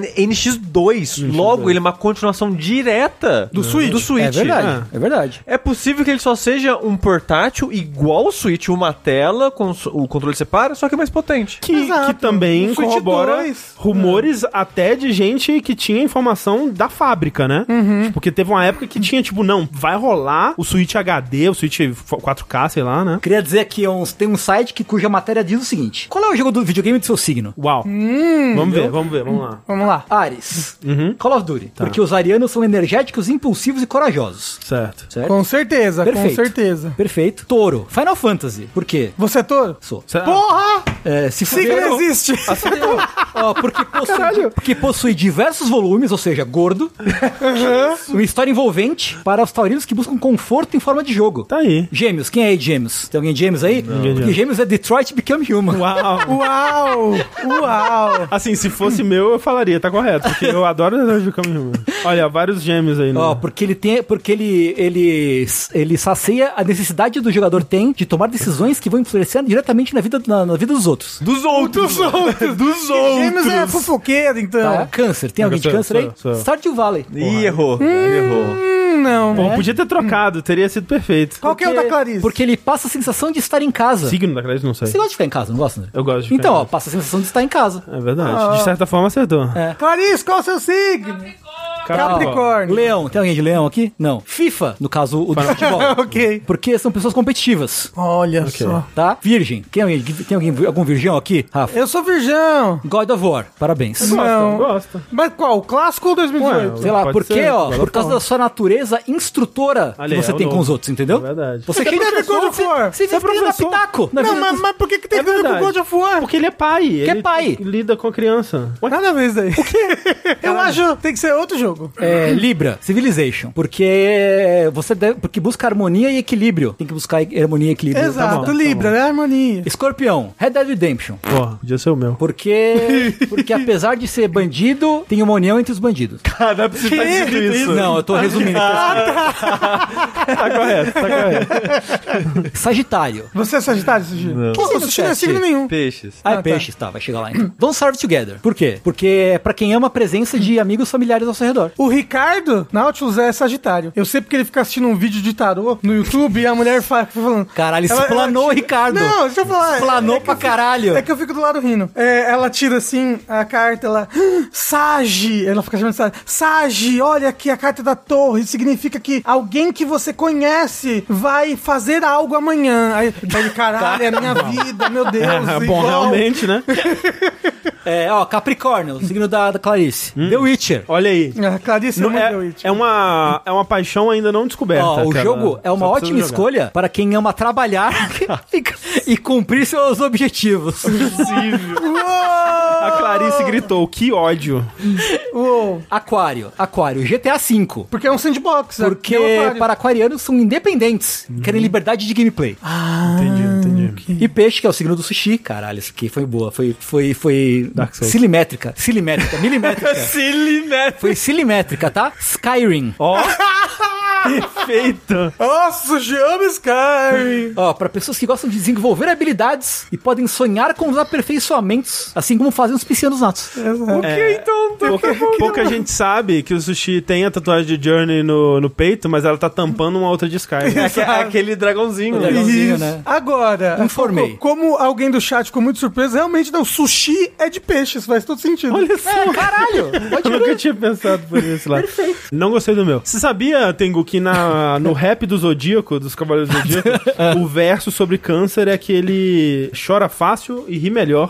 NX2. Logo, ele é uma continuação direta do Switch. Do Switch.
É verdade,
ah.
é verdade.
É possível que ele só seja um portátil igual o Switch, uma tela com o controle separa, só que mais potente.
Que,
Exato.
que também
Um Switch
corrobora
dois. É.
rumores até de gente que tinha informação da fábrica, né?
Uhum.
Porque teve uma época que tinha, tipo, não, vai rolar o Switch HD, o Switch 4K, sei lá, né?
Queria dizer que uns- tem um site que, cuja matéria diz o seguinte: Qual é o jogo do videogame do seu signo?
Uau.
Hum.
vamos ver, vamos ver, vamos lá.
Vamos lá.
Ares.
Uhum.
Call of Duty.
Tá.
Porque os arianos são energéticos, impulsivos e corajosos.
Certo.
Certo?
É Com certeza, Tá, com
Perfeito.
certeza.
Perfeito. Touro. Final Fantasy. Por quê?
Você é touro?
Sou.
Será-
Porra!
É, se
Ah. Signo
fuder-
existe.
Acertou. Ó, porque, possui, porque possui diversos volumes, ou seja, gordo. uma história envolvente para os taurinos que buscam conforto em forma de jogo.
Tá aí.
Gêmeos, quem é aí de gêmeos? Tem alguém de gêmeos aí?
de
Porque
gêmeos.
gêmeos é Detroit Become Human.
Uau.
Uau! Uau!
Assim, se fosse meu, eu falaria, tá correto. Porque eu adoro o de Caminho. Olha, vários gêmeos aí, né?
Ó, porque ele tem, porque ele, ele, ele sacia a necessidade do jogador tem de tomar decisões que vão influenciar diretamente na vida, na, na vida dos outros.
Dos outros! Dos outros! Dos
Gêmeos é fofoqueiro, então.
Tá? Câncer, tem alguém de
sou eu,
câncer
sou
aí?
eu, sou eu.
Stardew Valley.
Ih, errou. Errou.
não.
Bom, podia ter trocado, teria sido perfeito.
É? Qual que é o da Clarice?
Porque ele passa a sensação de estar em casa.
Signo da Clarice, não sei.
Você gosta de ficar em casa, não gosta, André?
Eu gosto de ficar
Então,
em
ó, passa a sensação de estar em casa.
É verdade. De certa forma, acertou.
Clarice, qual Ah. é o seu signo? Capricórnio.
Leão, tem alguém de leão aqui? Não. FIFA, no caso, o do futebol.
ok.
Porque são pessoas competitivas,
Olha só.
tá? Virgem. Tem alguém, tem alguém algum virgão aqui? Rafa.
Eu sou virgão.
God of War,
É
parabéns.
Gosta,
Não.
gosta.
Mas qual? O clássico ou 2018?
Ué,
Sei lá,
Pode
porque,
ser,
ó,
pode
por causa da sua natureza instrutora
Ali,
que você
é o
tem com
novo.
os outros, entendeu?
É verdade.
Você
Porque
chega
tem a ver com
pessoa,
God of War.
Você, você
Você é
vive querendo dar
professor.
pitaco. na
Não,
vida
mas, mas por que, que tem
É
a ver com
verdade.
God of War?
Porque ele é pai. ele
é pai.
Lida com a criança. Ué,
Nada a ver isso daí. O quê? Eu acho que tem que ser outro jogo.
É, Libra, Civilization. Porque você deve, porque busca harmonia e equilíbrio. Tem que buscar harmonia e equilíbrio.
Exato.
bom, tá
Libra, né? Harmonia.
Escorpião, Red Dead Redemption.
porra, podia ser o meu.
Porque, porque apesar de ser bandido, tem uma união entre os bandidos.
Ah, não é possível
Que
estar dizendo isso.
Não, eu tô resumindo.
Tá correto, tá correto.
Sagitário.
Você é Sagitário, Sugiro? Não. Pô,
Que signo
Sugiro não é
você é,
signo
Ti?
nenhum.
Peixes.
Ah,
tá.
é peixes, tá, vai chegar lá então. Don't Starve Together. Por quê? Porque é pra quem ama a presença de amigos familiares ao seu redor.
O Ricardo, Nautilus, é Sagitário. Eu sei porque ele fica assistindo um vídeo de tarô no YouTube e a mulher fala, fica falando.
Caralho,
Ela-
explanou
ela-
o Ricardo.
É, Não, deixa eu falar.
Explanou pra caralho.
É que eu fico do lado rindo. É, ela tira assim a carta, ela. "Ah, Sage! Ela fica chamando de Sage. Sage, olha aqui a carta da torre. Significa que alguém que você conhece vai fazer algo amanhã. Aí, aí ele, caralho, é a minha vida, meu Deus.
É, bom,
igual."
realmente, né?
É, ó, Capricórnio, o signo da, da Clarice. The Witcher.
Olha aí.
É, Clarice
Não,
não,
é, é uma, é uma paixão ainda não descoberta.
Ó, o
cara.
jogo é uma
Só
ótima
precisa jogar.
escolha para quem ama trabalhar e, e cumprir seus objetivos.
A Clarice gritou, que ódio.
Uou.
Aquário, Aquário, GTA V.
Porque é um sandbox, né?
Porque
Meu aquário.
para aquarianos são independentes,
Uhum.
querem liberdade de gameplay.
Ah, Entendi,
Ah,
entendi.
E peixe, que é o signo do sushi, caralho, isso aqui foi boa, foi foi foi
Dark Souls.
silimétrica, silimétrica,
É.
milimétrica.
Silimétrica.
foi silimétrica, tá? Skyrim.
Ó. Perfeito.
Nossa, Jean Sky!
Ó, pra pessoas que gostam de desenvolver habilidades e podem sonhar com os aperfeiçoamentos, assim como fazem os piscianos natos.
O que então?
Pouca, pouca gente sabe que o Sushi tem a tatuagem de Journey no, no peito, mas ela tá tampando uma outra de Sky.
É, aque- é aquele dragãozinho.
O dragão.
né?
Legalzinho,
Isso.
né?
Agora,
Informei.
co- como alguém do chat ficou muito surpreso, realmente não, sushi é de peixe, isso faz todo sentido.
Olha só.
Caralho! Pode
Eu nunca tinha pensado por esse lado. Perfeito. Não gostei do meu. Você sabia, Tengu, que na, no rap do Zodíaco, dos Cavaleiros do Zodíaco, o verso sobre câncer é que ele chora fácil e ri melhor.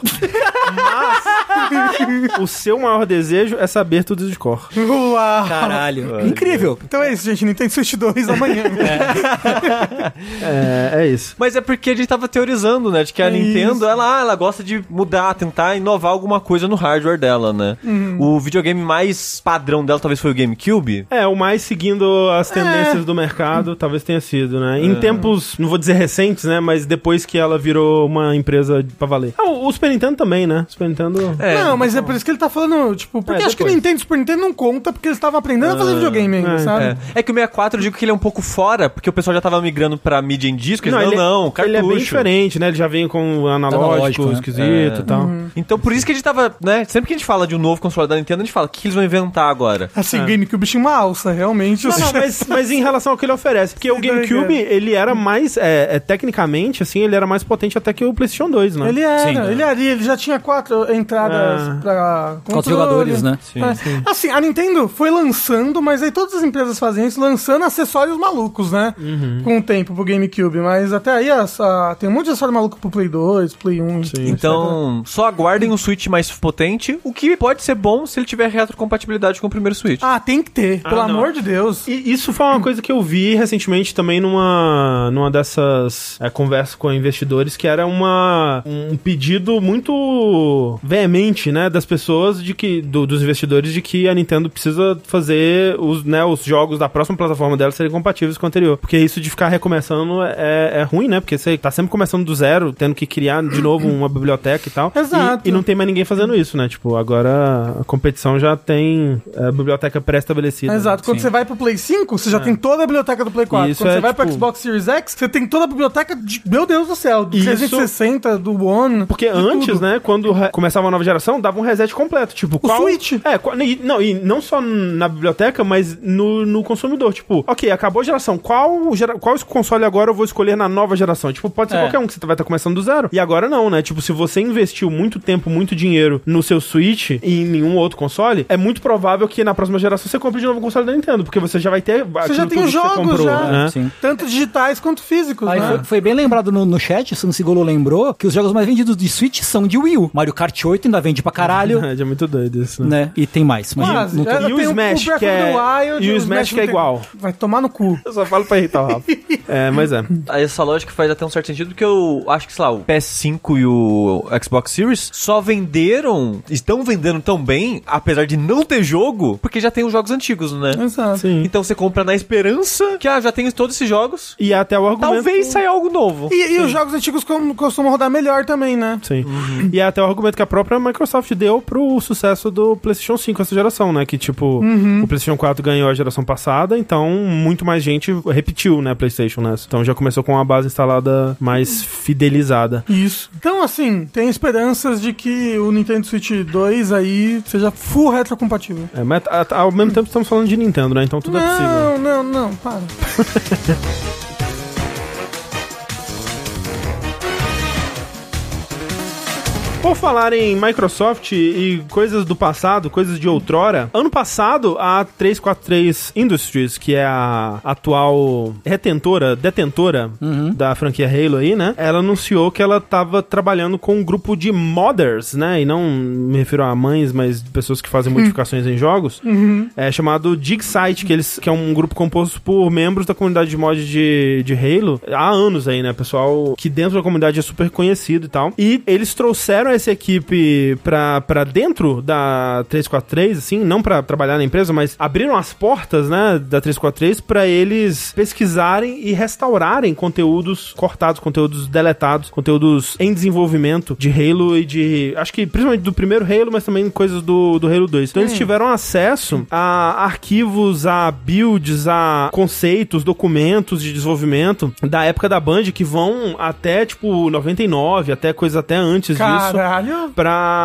Mas o seu maior desejo é saber tudo de cor.
Uau!
Caralho. Incrível.
Então é isso, gente, não tem sushi 2 amanhã.
É, é isso.
Mas é porque a gente tava teorizando, né? De
É
que a Nintendo, ela, ah, ela gosta de mudar, tentar inovar alguma coisa no hardware dela, né?
Uhum.
O videogame mais padrão dela talvez foi o GameCube.
É, o mais seguindo as tendências do mercado, talvez tenha sido, né? Em tempos, não vou dizer recentes, né? Mas depois que ela virou uma empresa pra valer. Ah, o o Super Nintendo também, né? Super Nintendo.
É.
não, mas é por isso que ele tá falando, tipo, porque
É,
acho que
depois.
Nintendo e Super Nintendo não conta, porque eles estavam aprendendo a fazer videogame ainda,
é,
sabe?
É. É que o 64 eu digo que ele é um pouco fora, porque o pessoal já tava migrando pra mídia em disco. Eles,
Não,
não,
ele,
não,
ele
cartucho.
é bem diferente, né? Ele já vem com analógico,
Analógico, né?
esquisito e tal.
Então por isso que a gente tava, né? Sempre que a gente fala de um novo console da Nintendo, a gente fala, o que que eles vão inventar agora?
Assim, o GameCube tinha uma alça, realmente. assim.
Não, não, mas, mas em relação ao que ele oferece. Porque o
Sim, tá
GameCube,
ligado.
ele era mais, é, é, tecnicamente, assim, ele era mais potente até que o PlayStation 2, né?
Ele era,
Sim, né?
ele era, ele já tinha quatro entradas
Ah.
pra controle.
jogadores, né?
Sim,
É. Assim, a Nintendo foi lançando, mas aí todas as empresas fazem isso, lançando acessórios malucos, né?
Uhum.
Com o tempo pro GameCube, mas até aí as- a- tem um monte de acessório maluco pro Play 2, Play 1.
Sim.
Então, só aguardem um Switch mais potente, o que pode ser bom se ele tiver retrocompatibilidade com o primeiro Switch.
Ah, tem que ter, pelo
não.
amor de Deus.
E isso foi uma coisa que eu vi recentemente também numa, numa dessas é, conversas com investidores, que era uma, um pedido muito veemente, né, das pessoas, de que do- dos investidores, de que a Nintendo precisa fazer os, né, os jogos da próxima plataforma dela serem compatíveis com a anterior. Porque isso de ficar recomeçando é, é ruim, né, porque você tá sempre começando do zero, tendo que criar de novo uma biblioteca e tal.
Exato.
E, e não tem mais ninguém fazendo isso, né, tipo, agora a competição já tem é, biblioteca pré-estabelecida. né?
Exato, quando
Sim.
você vai pro Play 5, você já tem toda a biblioteca do Play 4.
É. Isso
quando
é,
você vai pro
tipo-
Xbox Series X, você tem toda a biblioteca de, meu Deus do céu, do
Isso-
360, do One.
Porque antes, né, quando re- começava a nova geração, dava um reset completo. Tipo,
O Switch.
É, qual- e- não, e não só na biblioteca, mas no, no consumidor. Tipo, ok, acabou a geração. Qual, gera- qual console agora eu vou escolher na nova geração? Tipo, pode ser
É.
qualquer um que você vai estar começando do zero. E agora não, né? Tipo, se você investiu muito tempo, muito dinheiro no seu Switch e em nenhum outro console, é muito provável que na próxima geração você compre de novo o console da Nintendo, porque você já vai ter. aquilo
já tem
Ah, tudo que
os
você
jogos, já.
né?
Sim.
Tanto digitais quanto físicos,
Aí
né?
foi, foi bem lembrado no, no chat, se não se Golo lembrou, que os jogos mais vendidos de Switch são de Wii U. Mario Kart 8 ainda vende pra caralho,
Verdade, é muito doido isso, né?
né? E tem mais. Mas
Quase.
não tô-
Ela
E o
tem
Smash,
Breath
que
of the
é-
Wild,
e o Smash que é
não tem-
igual.
Vai tomar no cu.
Eu só falo pra irritar o Rafa. É, mas é.
Aí Essa lógica faz até um certo sentido, porque eu acho que, sei lá, o PS5 e o Xbox Series só venderam, estão vendendo tão bem, apesar de não ter jogo, porque já tem os jogos antigos, né?
Uhum.
Exato.
Sim.
Então você compra na esperança que, ah, já tem todos esses jogos,
E é até o argumento.
talvez saia algo novo.
E, e os jogos antigos com- costumam rodar melhor também, né?
Sim. E é até o argumento que a própria Microsoft deu pro sucesso do PlayStation 5 essa geração, né? Que, tipo, o PlayStation 4 ganhou a geração passada, então muito mais gente repetiu, né, PlayStation nessa. Então já começou com uma base instalada mais fidelizada.
Isso. Então, assim, tem esperanças de que o Nintendo Switch 2 aí seja full retrocompatível.
É, mas a- a- ao mesmo tempo estamos falando de Nintendo, né? Então tudo é possível.
Não, não, não, para.
Por falar em Microsoft e coisas do passado, coisas de outrora, ano passado a 343 Industries, que é a atual retentora, detentora da franquia Halo aí, né? Ela anunciou que ela tava trabalhando com um grupo de modders, né? E não me refiro a mães, mas pessoas que fazem modificações em jogos. É chamado Dig Site, que eles que é um grupo composto por membros da comunidade de mod de, de Halo há anos aí, né? Pessoal que dentro da comunidade é super conhecido e tal. E eles trouxeram essa equipe pra, pra dentro da 343, assim, não pra trabalhar na empresa, mas abriram as portas, né, da 343 pra eles pesquisarem e restaurarem conteúdos cortados, conteúdos deletados, conteúdos em desenvolvimento de Halo e de. Acho que principalmente do primeiro Halo, mas também coisas do, do Halo 2. Então eles tiveram acesso a arquivos, a builds, a conceitos, documentos de desenvolvimento da época da Band que vão até tipo 99, até coisas até antes disso
Caralho.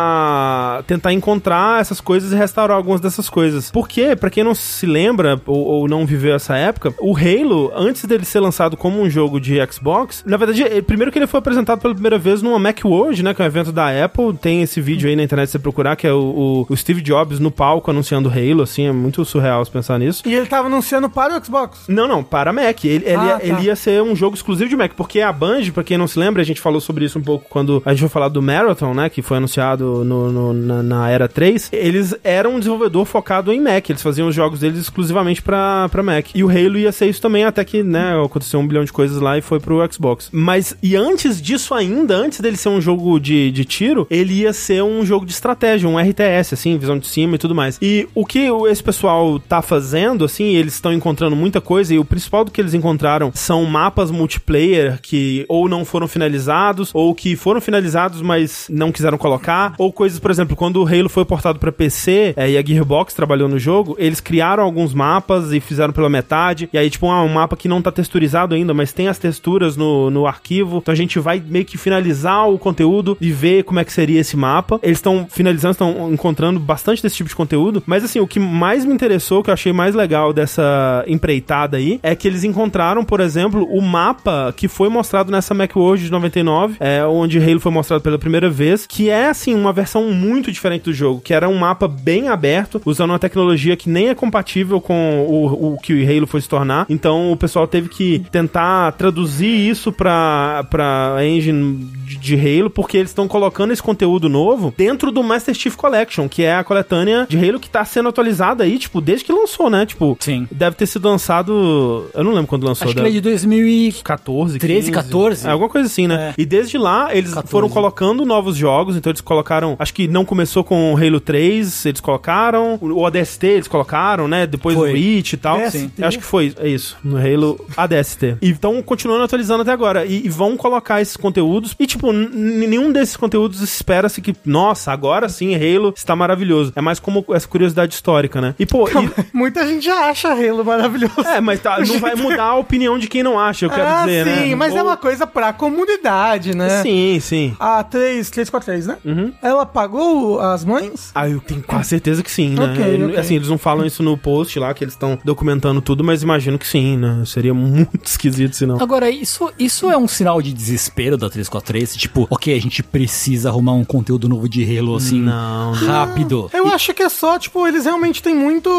pra tentar encontrar essas coisas e restaurar algumas dessas coisas. Porque, pra quem não se lembra ou, ou não viveu essa época, o Halo, antes dele ser lançado como um jogo de Xbox, na verdade, eh, primeiro que ele foi apresentado pela primeira vez numa Macworld, né, que é um evento da Apple, tem esse vídeo aí na internet se você procurar, que é o, o- o Steve Jobs no palco anunciando Halo, assim, é muito surreal se pensar nisso.
E ele tava anunciando para o Xbox.
Não, não, para Mac. Ele, ele-
Ah, tá.
ele ia ser um jogo exclusivo de Mac, porque a Band, pra quem não se lembra, a gente falou sobre isso um pouco quando a gente foi falar do Marathon, né, que foi anunciado no- no- na, na Era 3. Eles eram um desenvolvedor focado em Mac, eles faziam os jogos deles exclusivamente pra, pra Mac. E o Halo ia ser isso também, até que, né, aconteceu um bilhão de coisas lá e foi pro Xbox. Mas, e antes disso ainda, antes dele ser um jogo de, de tiro, ele ia ser um jogo de estratégia, um RTS, assim, visão de cima e tudo mais. E o que o- esse pessoal tá fazendo, assim, eles estão encontrando muita coisa, e o principal do que eles encontraram são mapas multiplayer que ou não foram finalizados, ou que foram finalizados, mas não quiseram colocar, ou coisas, por exemplo, quando o Halo foi portado pra PC é, e a Gearbox trabalhou no jogo, eles criaram alguns mapas e fizeram pela metade, e aí, tipo, ah, um mapa que não tá texturizado ainda, mas tem as texturas no, no arquivo, então a gente vai meio que finalizar o conteúdo e ver como é que seria esse mapa. Eles estão finalizando, estão encontrando bastante desse tipo de conteúdo, mas assim, o que mais me interessou, o que eu achei mais legal dessa empreitada aí, é que eles encontraram, por exemplo, o mapa que foi mostrado nessa Macworld de 99, é, onde Halo foi mostrado pela primeira vez, que é, assim, uma versão muito diferente do jogo, que era um mapa bem aberto, usando uma tecnologia que nem é compatível com o, o que o Halo foi se tornar, então o pessoal teve que tentar traduzir isso pra, pra engine de, de Halo, porque eles estão colocando esse conteúdo novo dentro do Master Chief Collection, que é a coletânea de Halo que tá sendo atualizada aí, tipo, desde que lançou, né? Tipo,
Sim.
deve ter sido lançado. Eu não lembro quando lançou,
Acho que ele
deve-
é de 2000 e...
14,
13, 14?
É, alguma coisa assim, né? E desde lá, eles
14.
foram colocando novos jogos, então eles colocaram, acho que não começou com Halo 3, eles colocaram, o ADST eles colocaram, né? Depois
Foi.
o Reach e tal.
DST?
Eu Acho que foi, é isso, no Halo ADST. E estão continuando atualizando até agora, e, e vão colocar esses conteúdos, e tipo, n- n- nenhum desses conteúdos espera-se que, nossa, agora sim, Halo está maravilhoso. É mais como essa curiosidade histórica, né? E pô, e-
Muita gente já acha Halo maravilhoso.
é, mas tá, não vai mudar a opinião de quem não acha, eu quero
ah,
dizer, né?
sim, mas é
Ou-
uma coisa pra comunidade, né?
Sim, sim.
A 3, 643, né? Ela pagou as mães?
Ah, eu tenho quase certeza que sim, né?
Ok, ok.
Assim, eles não falam isso no post lá, que eles estão documentando tudo, mas imagino que sim, né? Seria muito esquisito se não.
Agora, isso, isso é um sinal de desespero da 343? Tipo, ok, a gente precisa arrumar um conteúdo novo de Halo, assim,
Não,
rápido.
Eu acho que é só, tipo, eles realmente têm muito.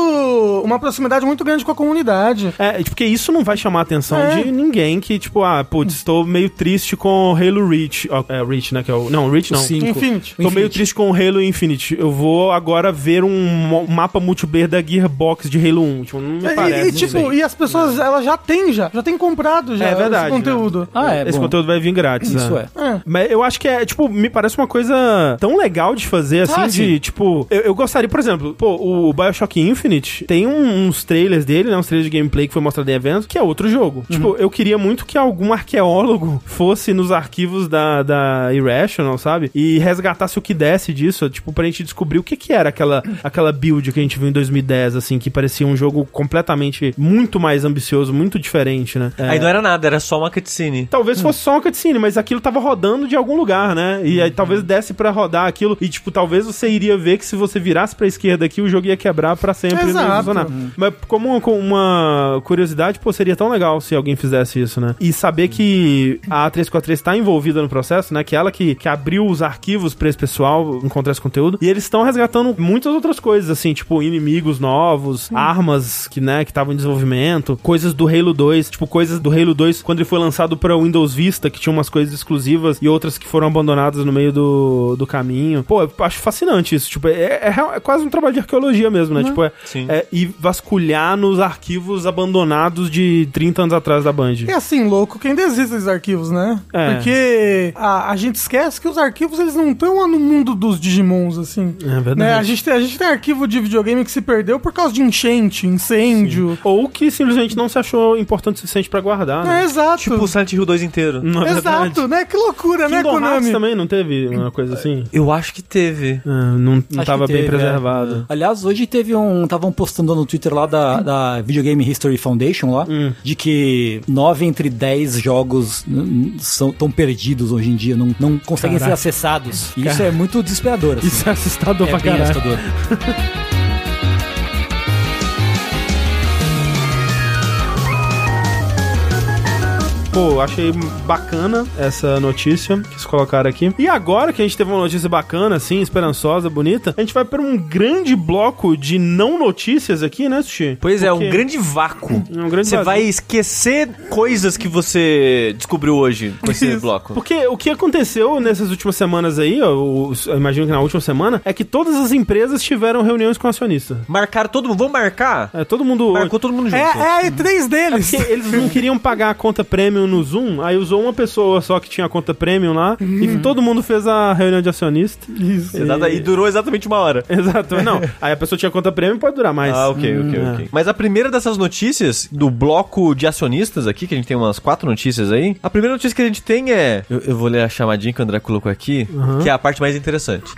uma proximidade muito grande com a comunidade.
É, porque isso não vai chamar a atenção
É.
de ninguém que, tipo, ah, putz, estou meio triste com Halo Reach. Ó, é, Reach, né? Que é o... Não, Reach não.
Cinco.
Infinity.
Tô meio triste com o Halo Infinite. Eu vou agora ver um mo- mapa multiplayer da Gearbox de Halo 1. Tipo, não me
E,
parece.
e, tipo,
não sei.
e as pessoas, elas já têm já, já têm comprado já
É verdade,
esse conteúdo.
Ah, é,
Esse
bom.
conteúdo vai vir grátis,
Isso
né?
é.
É.
Mas eu acho que é, tipo, me parece uma coisa tão legal de fazer, assim,
Ah,
de, tipo... Eu, eu gostaria, por exemplo, pô, o Bioshock Infinite tem um- uns trailers dele, né, uns trailers de gameplay que foi mostrado em evento, que é outro jogo. Tipo, eu queria muito que algum arqueólogo fosse nos arquivos da, da Irrational, sabe? E resgatasse o que desse disso, tipo, pra gente descobrir o que que era aquela, aquela build que a gente viu em 2010, assim, que parecia um jogo completamente muito mais ambicioso, muito diferente, né? É.
Aí não era nada, era só uma cutscene.
Talvez fosse só uma cutscene, mas aquilo tava rodando de algum lugar, né? E aí talvez desse pra rodar aquilo e, tipo, talvez você iria ver que se você virasse pra esquerda aqui, o jogo ia quebrar pra sempre e não ia
Exato.
funcionar. Uhum. Mas como uma- como uma curiosidade, pô, seria tão legal se alguém fizesse isso, né? E saber que a A343 tá envolvida no processo, né? Que ela que, que abriu os arquivos pra esse pessoal encontrar esse conteúdo. E eles estão resgatando muitas outras coisas, assim, tipo inimigos novos, armas que, né, que estavam em desenvolvimento, coisas do Halo 2, tipo, coisas do Halo 2 quando ele foi lançado pra Windows Vista, que tinha umas coisas exclusivas e outras que foram abandonadas no meio do, do caminho. Pô, eu acho fascinante isso. Tipo, é, é real- é quase um trabalho de arqueologia mesmo, né? Tipo, é,
Sim.
é, e vasculhar nos arquivos abandonados de 30 anos atrás da Band.
É assim, louco, quem desiste dos arquivos, né?
É.
Porque a, a gente esquece que os arquivos, eles não estão no mundo dos Digimons, assim.
É verdade.
Né? A, gente tem, a gente tem arquivo de videogame que se perdeu por causa de enchente, incêndio.
Ou que simplesmente não se achou importante o suficiente pra guardar,
É,
né?
exato.
Tipo o Silent Hill 2 inteiro.
Não é verdade?
exato, né? Que loucura, né,
Kingdom Hearts
Konami?
também não teve uma coisa assim?
Eu acho que teve.
Ah, não não
Acho
tava
que
bem
teve,
preservado.
é. Aliás, hoje teve um. Estavam postando no Twitter lá
Hum.
da, da Video Game History Foundation lá, de que 9 entre 10 jogos estão perdidos hoje em dia, não, não conseguem
Caraca.
ser acessados. E isso é muito desesperador. Assim.
Isso é assustador
é
pra
bem
caralho.
assustador.
Pô, eu achei bacana essa notícia que eles colocaram aqui. E agora que a gente teve uma notícia bacana, assim, esperançosa, bonita, a gente vai para um grande bloco de não notícias aqui, né, Sushi?
Pois é,
Porque-
um grande vácuo.
É um grande
Você
vazio.
vai esquecer coisas que você descobriu hoje com esse bloco.
Porque o que aconteceu nessas últimas semanas aí, ó, o- eu imagino que na última semana, é que todas as empresas tiveram reuniões com acionista.
Marcaram todo mundo. Vamos marcar?
É, todo mundo.
Marcou todo mundo junto.
É, é a E3 deles.
Porque eles não queriam pagar a conta premium no Zoom, aí usou uma pessoa só que tinha a conta premium lá, e todo mundo fez a reunião de acionista.
Uhum. Isso.
Exato, E durou exatamente uma hora.
Exato, não. Aí a pessoa tinha conta premium pode durar mais.
Ah, ok, ok,
Hum,
é.
ok. Mas a primeira dessas notícias, do bloco de acionistas aqui, que a gente tem umas quatro notícias aí, a primeira notícia que a gente tem é. Eu, eu vou ler a chamadinha que o André colocou aqui, que é a parte mais interessante.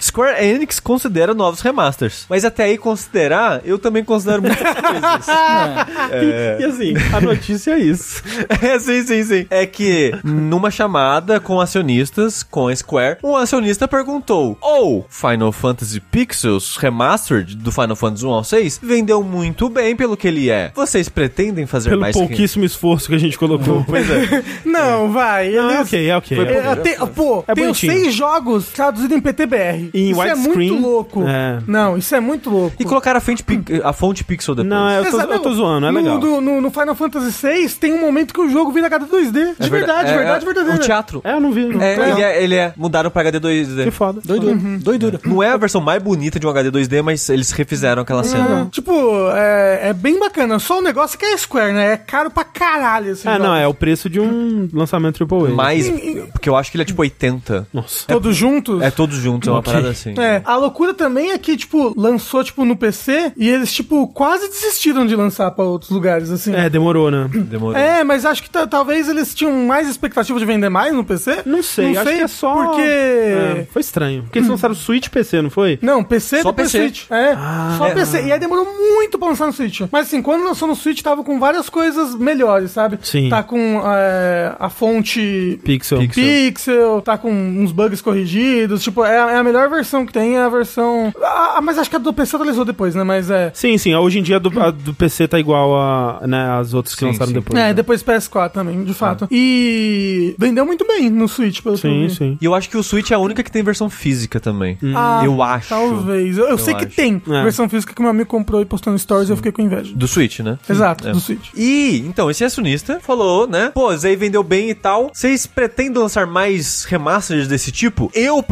Square Enix considera novos remasters. Mas até aí considerar, eu também considero muitas coisas.
Ah,
é. E assim, a notícia é isso.
É, sim, sim, sim. É que numa chamada com acionistas, com a Square, um acionista perguntou: ou Final Fantasy Pixels Remastered do Final Fantasy 1 ao 6 vendeu muito bem pelo que ele é. Vocês pretendem fazer
Pelo
É mais que
pouquíssimo esforço que a gente colocou. Pois é.
Não, vai.
Não, é
eles-
ok, é ok.
Foi
é ok.
É, até- pô,
É
tem
bonitinho.
seis jogos traduzidos em PTBR.
E em
isso é
widescreen,
muito louco.
é.
Não, isso é muito louco.
E colocar a, frente pi- a fonte Pixel depois.
Não, eu tô,
Exato,
eu tô
não,
zoando, é
no,
legal.
do- no, no Final Fantasy VI tem um momento que o jogo vira HD 2D. De
É
verdade,
é-
verdade,
é-
verdadeira.
O teatro.
É, eu não vi. Não.
É,
É.
ele é, ele é- Mudaram pra HD
Que
2D.
foda.
Doidura.
Uhum.
Doidura.
Não é a versão mais bonita de um HD 2D, mas eles refizeram aquela cena.
É, Tipo, é, é bem bacana. Só o negócio é que é Square, né? É caro pra caralho esse
É,
jogo.
não, é o preço de um lançamento AAA.
Mas, porque eu acho que ele é tipo 80.
Nossa.
Todos juntos?
É todos juntos, é uma
Ok.
parada assim.
É, a loucura também é que, tipo, lançou, tipo, no PC e eles, tipo, quase desistiram de lançar pra outros lugares, assim.
É, demorou, né?
Demorou.
É, mas acho que tá, é, talvez eles tinham mais expectativa de vender mais no PC.
Não sei,
não
acho
sei
que é só.
Porque.
É, foi estranho. Porque eles lançaram Switch e PC, não foi?
Não, PC
Só
depois
PC.
Switch. É,
Ah.
só PC. E aí demorou muito pra lançar no Switch. Mas assim, quando lançou no Switch, tava com várias coisas melhores, sabe?
Sim.
Tá com é, a fonte
Pixel.
Pixel.
Pixel, tá com uns bugs corrigidos. Tipo, é, a- é a melhor versão que tem, é a versão. Ah, ah, mas acho que a do PC atualizou depois, né? Mas é.
Sim, sim. Hoje em dia a do, a do PC tá igual a, né, as outras que
Sim,
lançaram
sim.
depois.
é,
né?
depois PS4 também,
Ah.
de fato. E vendeu muito bem no Switch, pelo que eu
Sim,
vi.
sim.
E eu acho que o Switch é a única que tem versão física também.
Ah,
eu acho.
Talvez. Eu, eu sei que
acho.
tem
É.
versão física que meu amigo comprou e postou no Stories e eu fiquei com inveja.
Do Switch, né?
Exato,
É.
do Switch.
E, então, esse acionista falou, né? Pô, Zay vendeu bem e tal. Vocês pretendem lançar mais remasters desse tipo? Eu,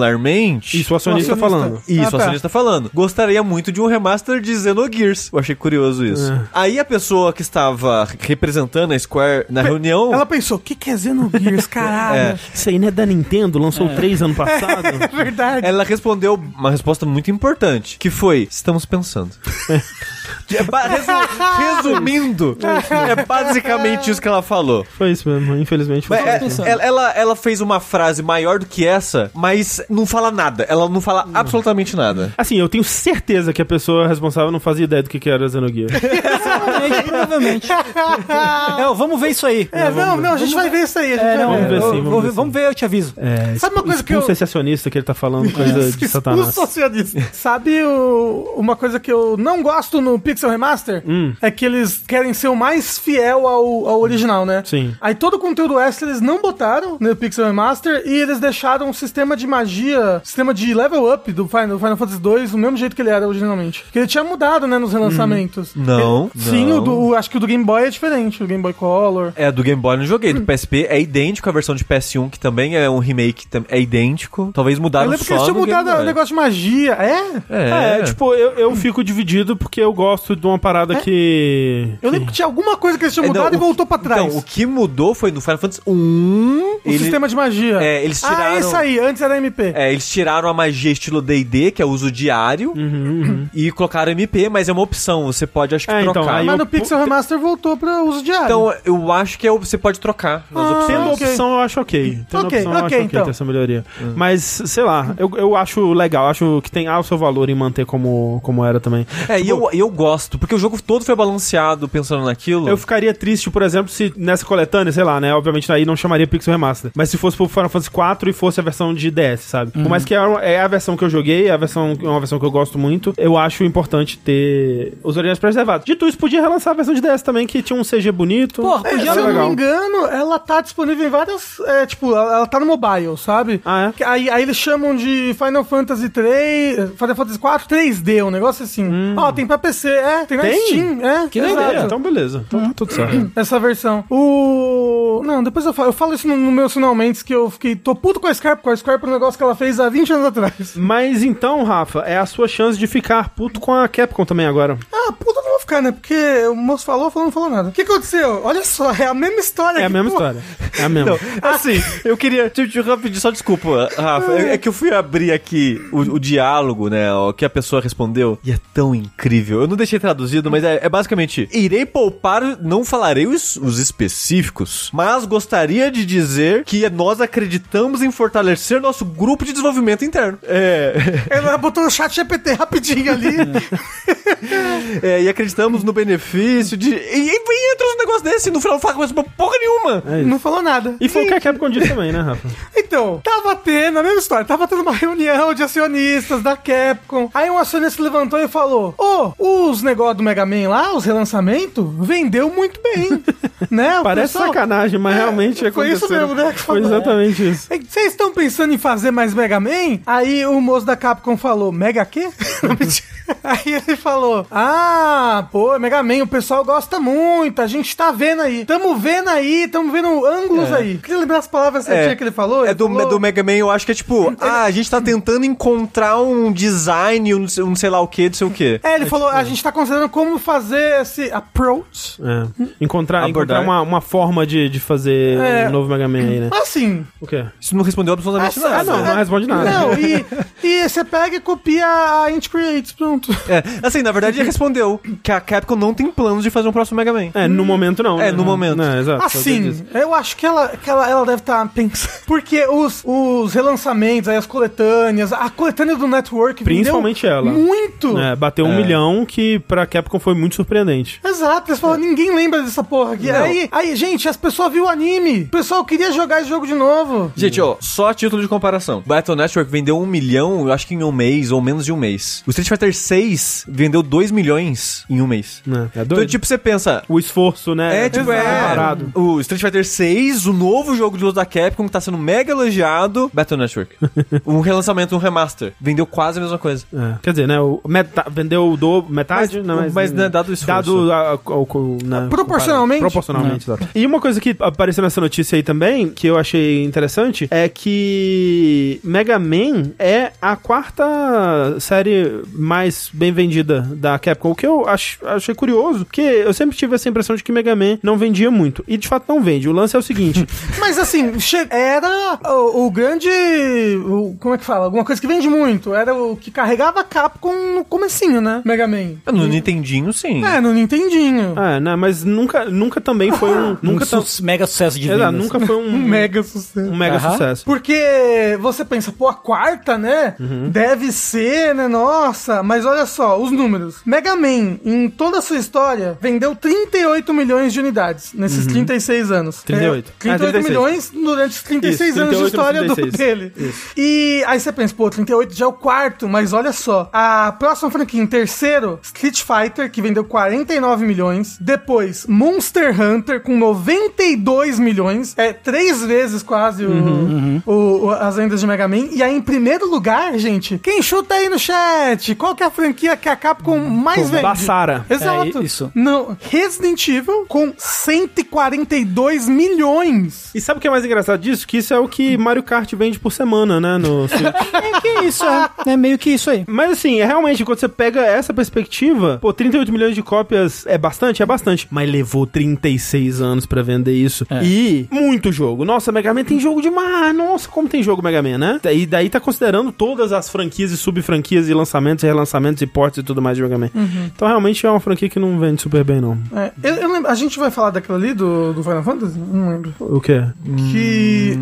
particularmente.
Isso o acionista,
acionista.
falando.
Isso,
Ah, tá.
o acionista falando. Gostaria muito de um remaster de Xenogears. Eu achei curioso isso.
É.
Aí a pessoa que estava representando a Square na reunião.
Ela pensou, o que, que é Xenogears, caralho?
Isso aí não é da Nintendo, lançou três anos passado.
tá- É, verdade.
Ela respondeu uma resposta muito importante, que foi: estamos pensando. É ba- resu- resumindo, é basicamente isso que ela falou.
Foi isso mesmo, infelizmente. Foi
Mas é-
isso.
pensando.
ela, ela- ela fez uma frase maior do que essa, mas não fala nada. Ela não fala absolutamente nada.
Assim, eu tenho certeza que a pessoa responsável não fazia ideia do que que era Xenogears.
Provavelmente, provavelmente. É, ó, vamos ver isso aí.
É, não, não, a gente vai ver isso aí. A gente
É,
vai
não,
Vamos
vamos,
ver sim,
ver eu,
vamos
vou
ver
ver-
sim.
vamos ver, eu te aviso.
É,
Sabe uma coisa que
expulsa
eu-
esse acionista que ele tá falando coisa de satanás.
Expulsa o acionista. Sabe o- uma coisa que eu não gosto no Pixel Remaster? É que eles querem ser o mais fiel ao, ao original, né?
Sim.
Aí todo o conteúdo extra eles não botaram no Pixel Remaster e eles deixaram o sistema de magia, sistema de level up do Final, Final Fantasy II do mesmo jeito que ele era originalmente. Que ele tinha mudado, né, nos
Uhum.
relançamentos.
Não,
Ele- sim,
não.
o do- o- acho que o do Game Boy é diferente, o Game Boy Color.
É, do Game Boy eu não joguei. Do PSP é idêntico à versão de PS1, que também é um remake, tam- é idêntico. Talvez
Eu
mudaram
lembro que
só
eles tinham
no Game
mudado o
Boy.
negócio de magia. É?
É, tipo, eu, eu fico dividido porque eu gosto de uma parada
É?
que.
Eu lembro que tinha alguma coisa que eles tinham
É, não,
mudado
o
e voltou pra
que-
trás.
Então, o que mudou foi no Final Fantasy 1.
O sistema de magia.
É, eles
Ah,
tiraram-
isso aí, antes era MP.
É, eles tiraram a magia estilo D&D, que é uso diário, e colocaram MP, mas é uma opção, você pode, acho que,
Uhum, É, então,
trocar.
aí
Então,
Mas
eu-
no Pixel Remaster voltou pra uso diário.
eu acho que é o- você pode trocar nas
Ah,
opções.
Tendo
ok.
opção, eu acho ok. Tendo
Ok,
opção, eu
ok,
acho ok
então.
ter essa melhoria. Mas, sei lá, eu, eu acho legal, acho que tem ah, o seu valor em manter como, como era também.
É, e eu, eu gosto, porque o jogo todo foi balanceado pensando naquilo.
Eu ficaria triste, por exemplo, se nessa coletânea, sei lá, né? Obviamente aí não chamaria Pixel Remaster. Mas se fosse pro Final Fantasy IV e fosse a versão de DS, sabe?
Uhum.
Por mais que é uma- é a versão que eu joguei, é a versão, é uma versão que eu gosto muito, eu acho importante ter os originais preservados. Dito isso, podia relançar a versão de DS também, que tinha um CG bonito.
Porra,
É, se
podia
era
eu não
legal.
me engano, ela tá disponível em várias. é, tipo, ela, ela tá no mobile, sabe?
Ah, é?
Que Aí, aí eles chamam de Final Fantasy 3. Final Fantasy 4 3D, um negócio assim.
Hum.
Ó, tem pra PC, é, tem na
Tem?
Steam, é.
Que
exato.
doideira.
É, então beleza. Então
Uhum.
tá tudo certo.
Essa versão. O. Não, depois eu falo. Eu falo isso no, no meus finalmente, que eu fiquei. Tô puto com a Scarpa, com a Scarpa, um negócio que ela fez há 20 anos atrás.
Mas então, Rafa, é a sua chance de ficar puto com a Capcom também agora.
Ah, puta, não vou ficar, né? Porque o moço falou, falou, não falou nada. O que aconteceu? Olha só, é a mesma história.
É a
que,
mesma
pô,
história. É a mesma.
Não, assim, eu queria te, te pedir só desculpa, Rafa. É é que eu fui abrir aqui o, o diálogo, né? O que a pessoa respondeu. E é tão incrível. Eu não deixei traduzido, mas é, é basicamente: irei poupar, não falarei os, os específicos, mas gostaria de dizer que nós acreditamos em fortalecer nosso grupo de desenvolvimento interno. É.
Ela botou o chat GPT rapidinho ali.
é, e acreditamos no benefício de. E, e entra um negócio desse, no final não fala mais uma porra nenhuma.
É isso.
não falou nada.
E foi o que a Capcom disse também, né, Rafa?
Então, tava tendo a mesma história. Tava tendo uma reunião de acionistas da Capcom. Aí um acionista levantou e falou: Ô, os negócios do Mega Man lá, os relançamentos, vendeu muito bem. né? o
Parece
pessoal- é,
sacanagem, mas realmente
foi isso
aconteceu.
mesmo, né, que
Foi
falou.
exatamente isso.
Vocês estão pensando em fazer mais Mega Man? Aí o moço da Capcom falou, Mega quê? Não, mentira. aí ele falou, ah, pô, Mega Man, o pessoal gosta muito, a gente tá vendo aí. Tamo vendo aí, tamo vendo ângulos aí. Queria lembrar as palavras certinhas que ele falou.
É
ele
do,
falou-
é do Mega Man, eu acho que é tipo, ah, a gente tá tentando encontrar um design, um, um sei lá o que, não sei o que.
É, ele falou, a gente tá considerando como fazer esse approach.
É. Encontrar, encontrar
Abordar.
uma, uma forma de, de fazer
É.
um novo Mega Man aí, né?
Assim,
O quê?
Isso não respondeu absolutamente
Essa-
nada.
não, não responde nada.
Não, e E você pega e copia a Int Creates, pronto.
É, assim, na verdade ele respondeu que a Capcom não tem planos de fazer um próximo Mega Man.
É, no momento não.
É, no momento.
É, exato. É o que eu
Assim,
disse.
eu acho que ela, que ela, ela deve estar pensando. Porque os, os relançamentos, aí as coletâneas, a coletânea do Network vendeu
Principalmente ela.
Muito!
É, bateu um
É.
milhão, que pra Capcom foi muito surpreendente.
Exato, eles falaram, ninguém lembra dessa porra aqui.
Não.
Aí, aí, gente, as pessoas viram o anime. O pessoal queria jogar esse jogo de novo.
Gente, ó, só a título de comparação. Battle Network vendeu um milhão, eu acho que em um mês, ou menos de um mês. O Street Fighter 6 vendeu 2 milhões em um mês.
É, é doido.
Então, tipo, você pensa,
o esforço, né?
É, tipo, é.
Comparado.
O Street Fighter 6, o novo jogo de luta da Capcom que tá sendo mega elogiado, Battle Network. um relançamento, um remaster. Vendeu quase a mesma coisa.
É. Quer dizer, né? O meta- vendeu o dobro, metade,
Mas-
não, mas,
mas, né, dado o esforço.
Dado a- né? ao- ao- na-
Proporcionalmente?
Proporcionalmente, exato. E uma coisa que apareceu nessa notícia aí também, que eu achei interessante, é que Mega Man é a quarta série mais bem vendida da Capcom, o que eu ach- achei curioso, porque eu sempre tive essa impressão de que Mega Man não vendia muito. E de fato não vende. O lance é o seguinte:
Mas assim, che- era o, o grande. o- como é que fala? Alguma coisa que vende muito. Era o que carregava a Capcom no comecinho, né? Mega Man.
Ah, No Nintendinho, sim.
É, no Nintendinho.
Ah, né, mas nunca, nunca também foi um. Nunca,
um
tam-
su- mega sucesso de vendas.
Exato, nunca foi um,
Um mega sucesso.
um mega
Aham.
sucesso.
Porque você pensa, pô, a quarta, né?
Uhum.
Deve ser, né? Nossa, mas olha só, os números. Mega Man, em toda a sua história, vendeu 38 milhões de unidades nesses
Uhum.
36 anos.
38.
É, 38
Ah, 36.
milhões durante os 36
Isso,
anos de
38
história do-
36.
dele. E aí você pensa, pô, 38 já é o quarto, mas olha só. A próxima franquia, em terceiro, Street Fighter, que vendeu 49 milhões. Depois, Monster Hunter, com 92 milhões. É três vezes quase o-
Uhum,
o- o- as vendas de Mega Man. E aí, em primeiro lugar, gente, quem chuta aí no chat? Qual que é a franquia que a Capcom mais vende?
Bassara.
Exato.
Uhum. É, isso.
Não, Resident Evil com 142 milhões.
E sabe o que é mais engraçado disso? Que isso é o que Mario Kart vende por semana, né? No Switch.
É que isso, é. É meio que isso aí.
Mas assim, é realmente, quando você pega essa perspectiva, pô, 38 milhões de cópias é bastante? É bastante. Mas levou 36 anos pra vender isso. E muito jogo. Nossa, Mega Man tem jogo demais. Nossa, como tem jogo Mega Man, né? E daí tá considerando todas as franquias e sub-franquias e lançamentos e relançamentos e portes e tudo mais de Mega Man. Então realmente é uma franquia que não vende super bem, não.
É, eu, eu lembro- a gente vai falar daquilo ali do, do Final Fantasy? Não lembro.
O quê?
Que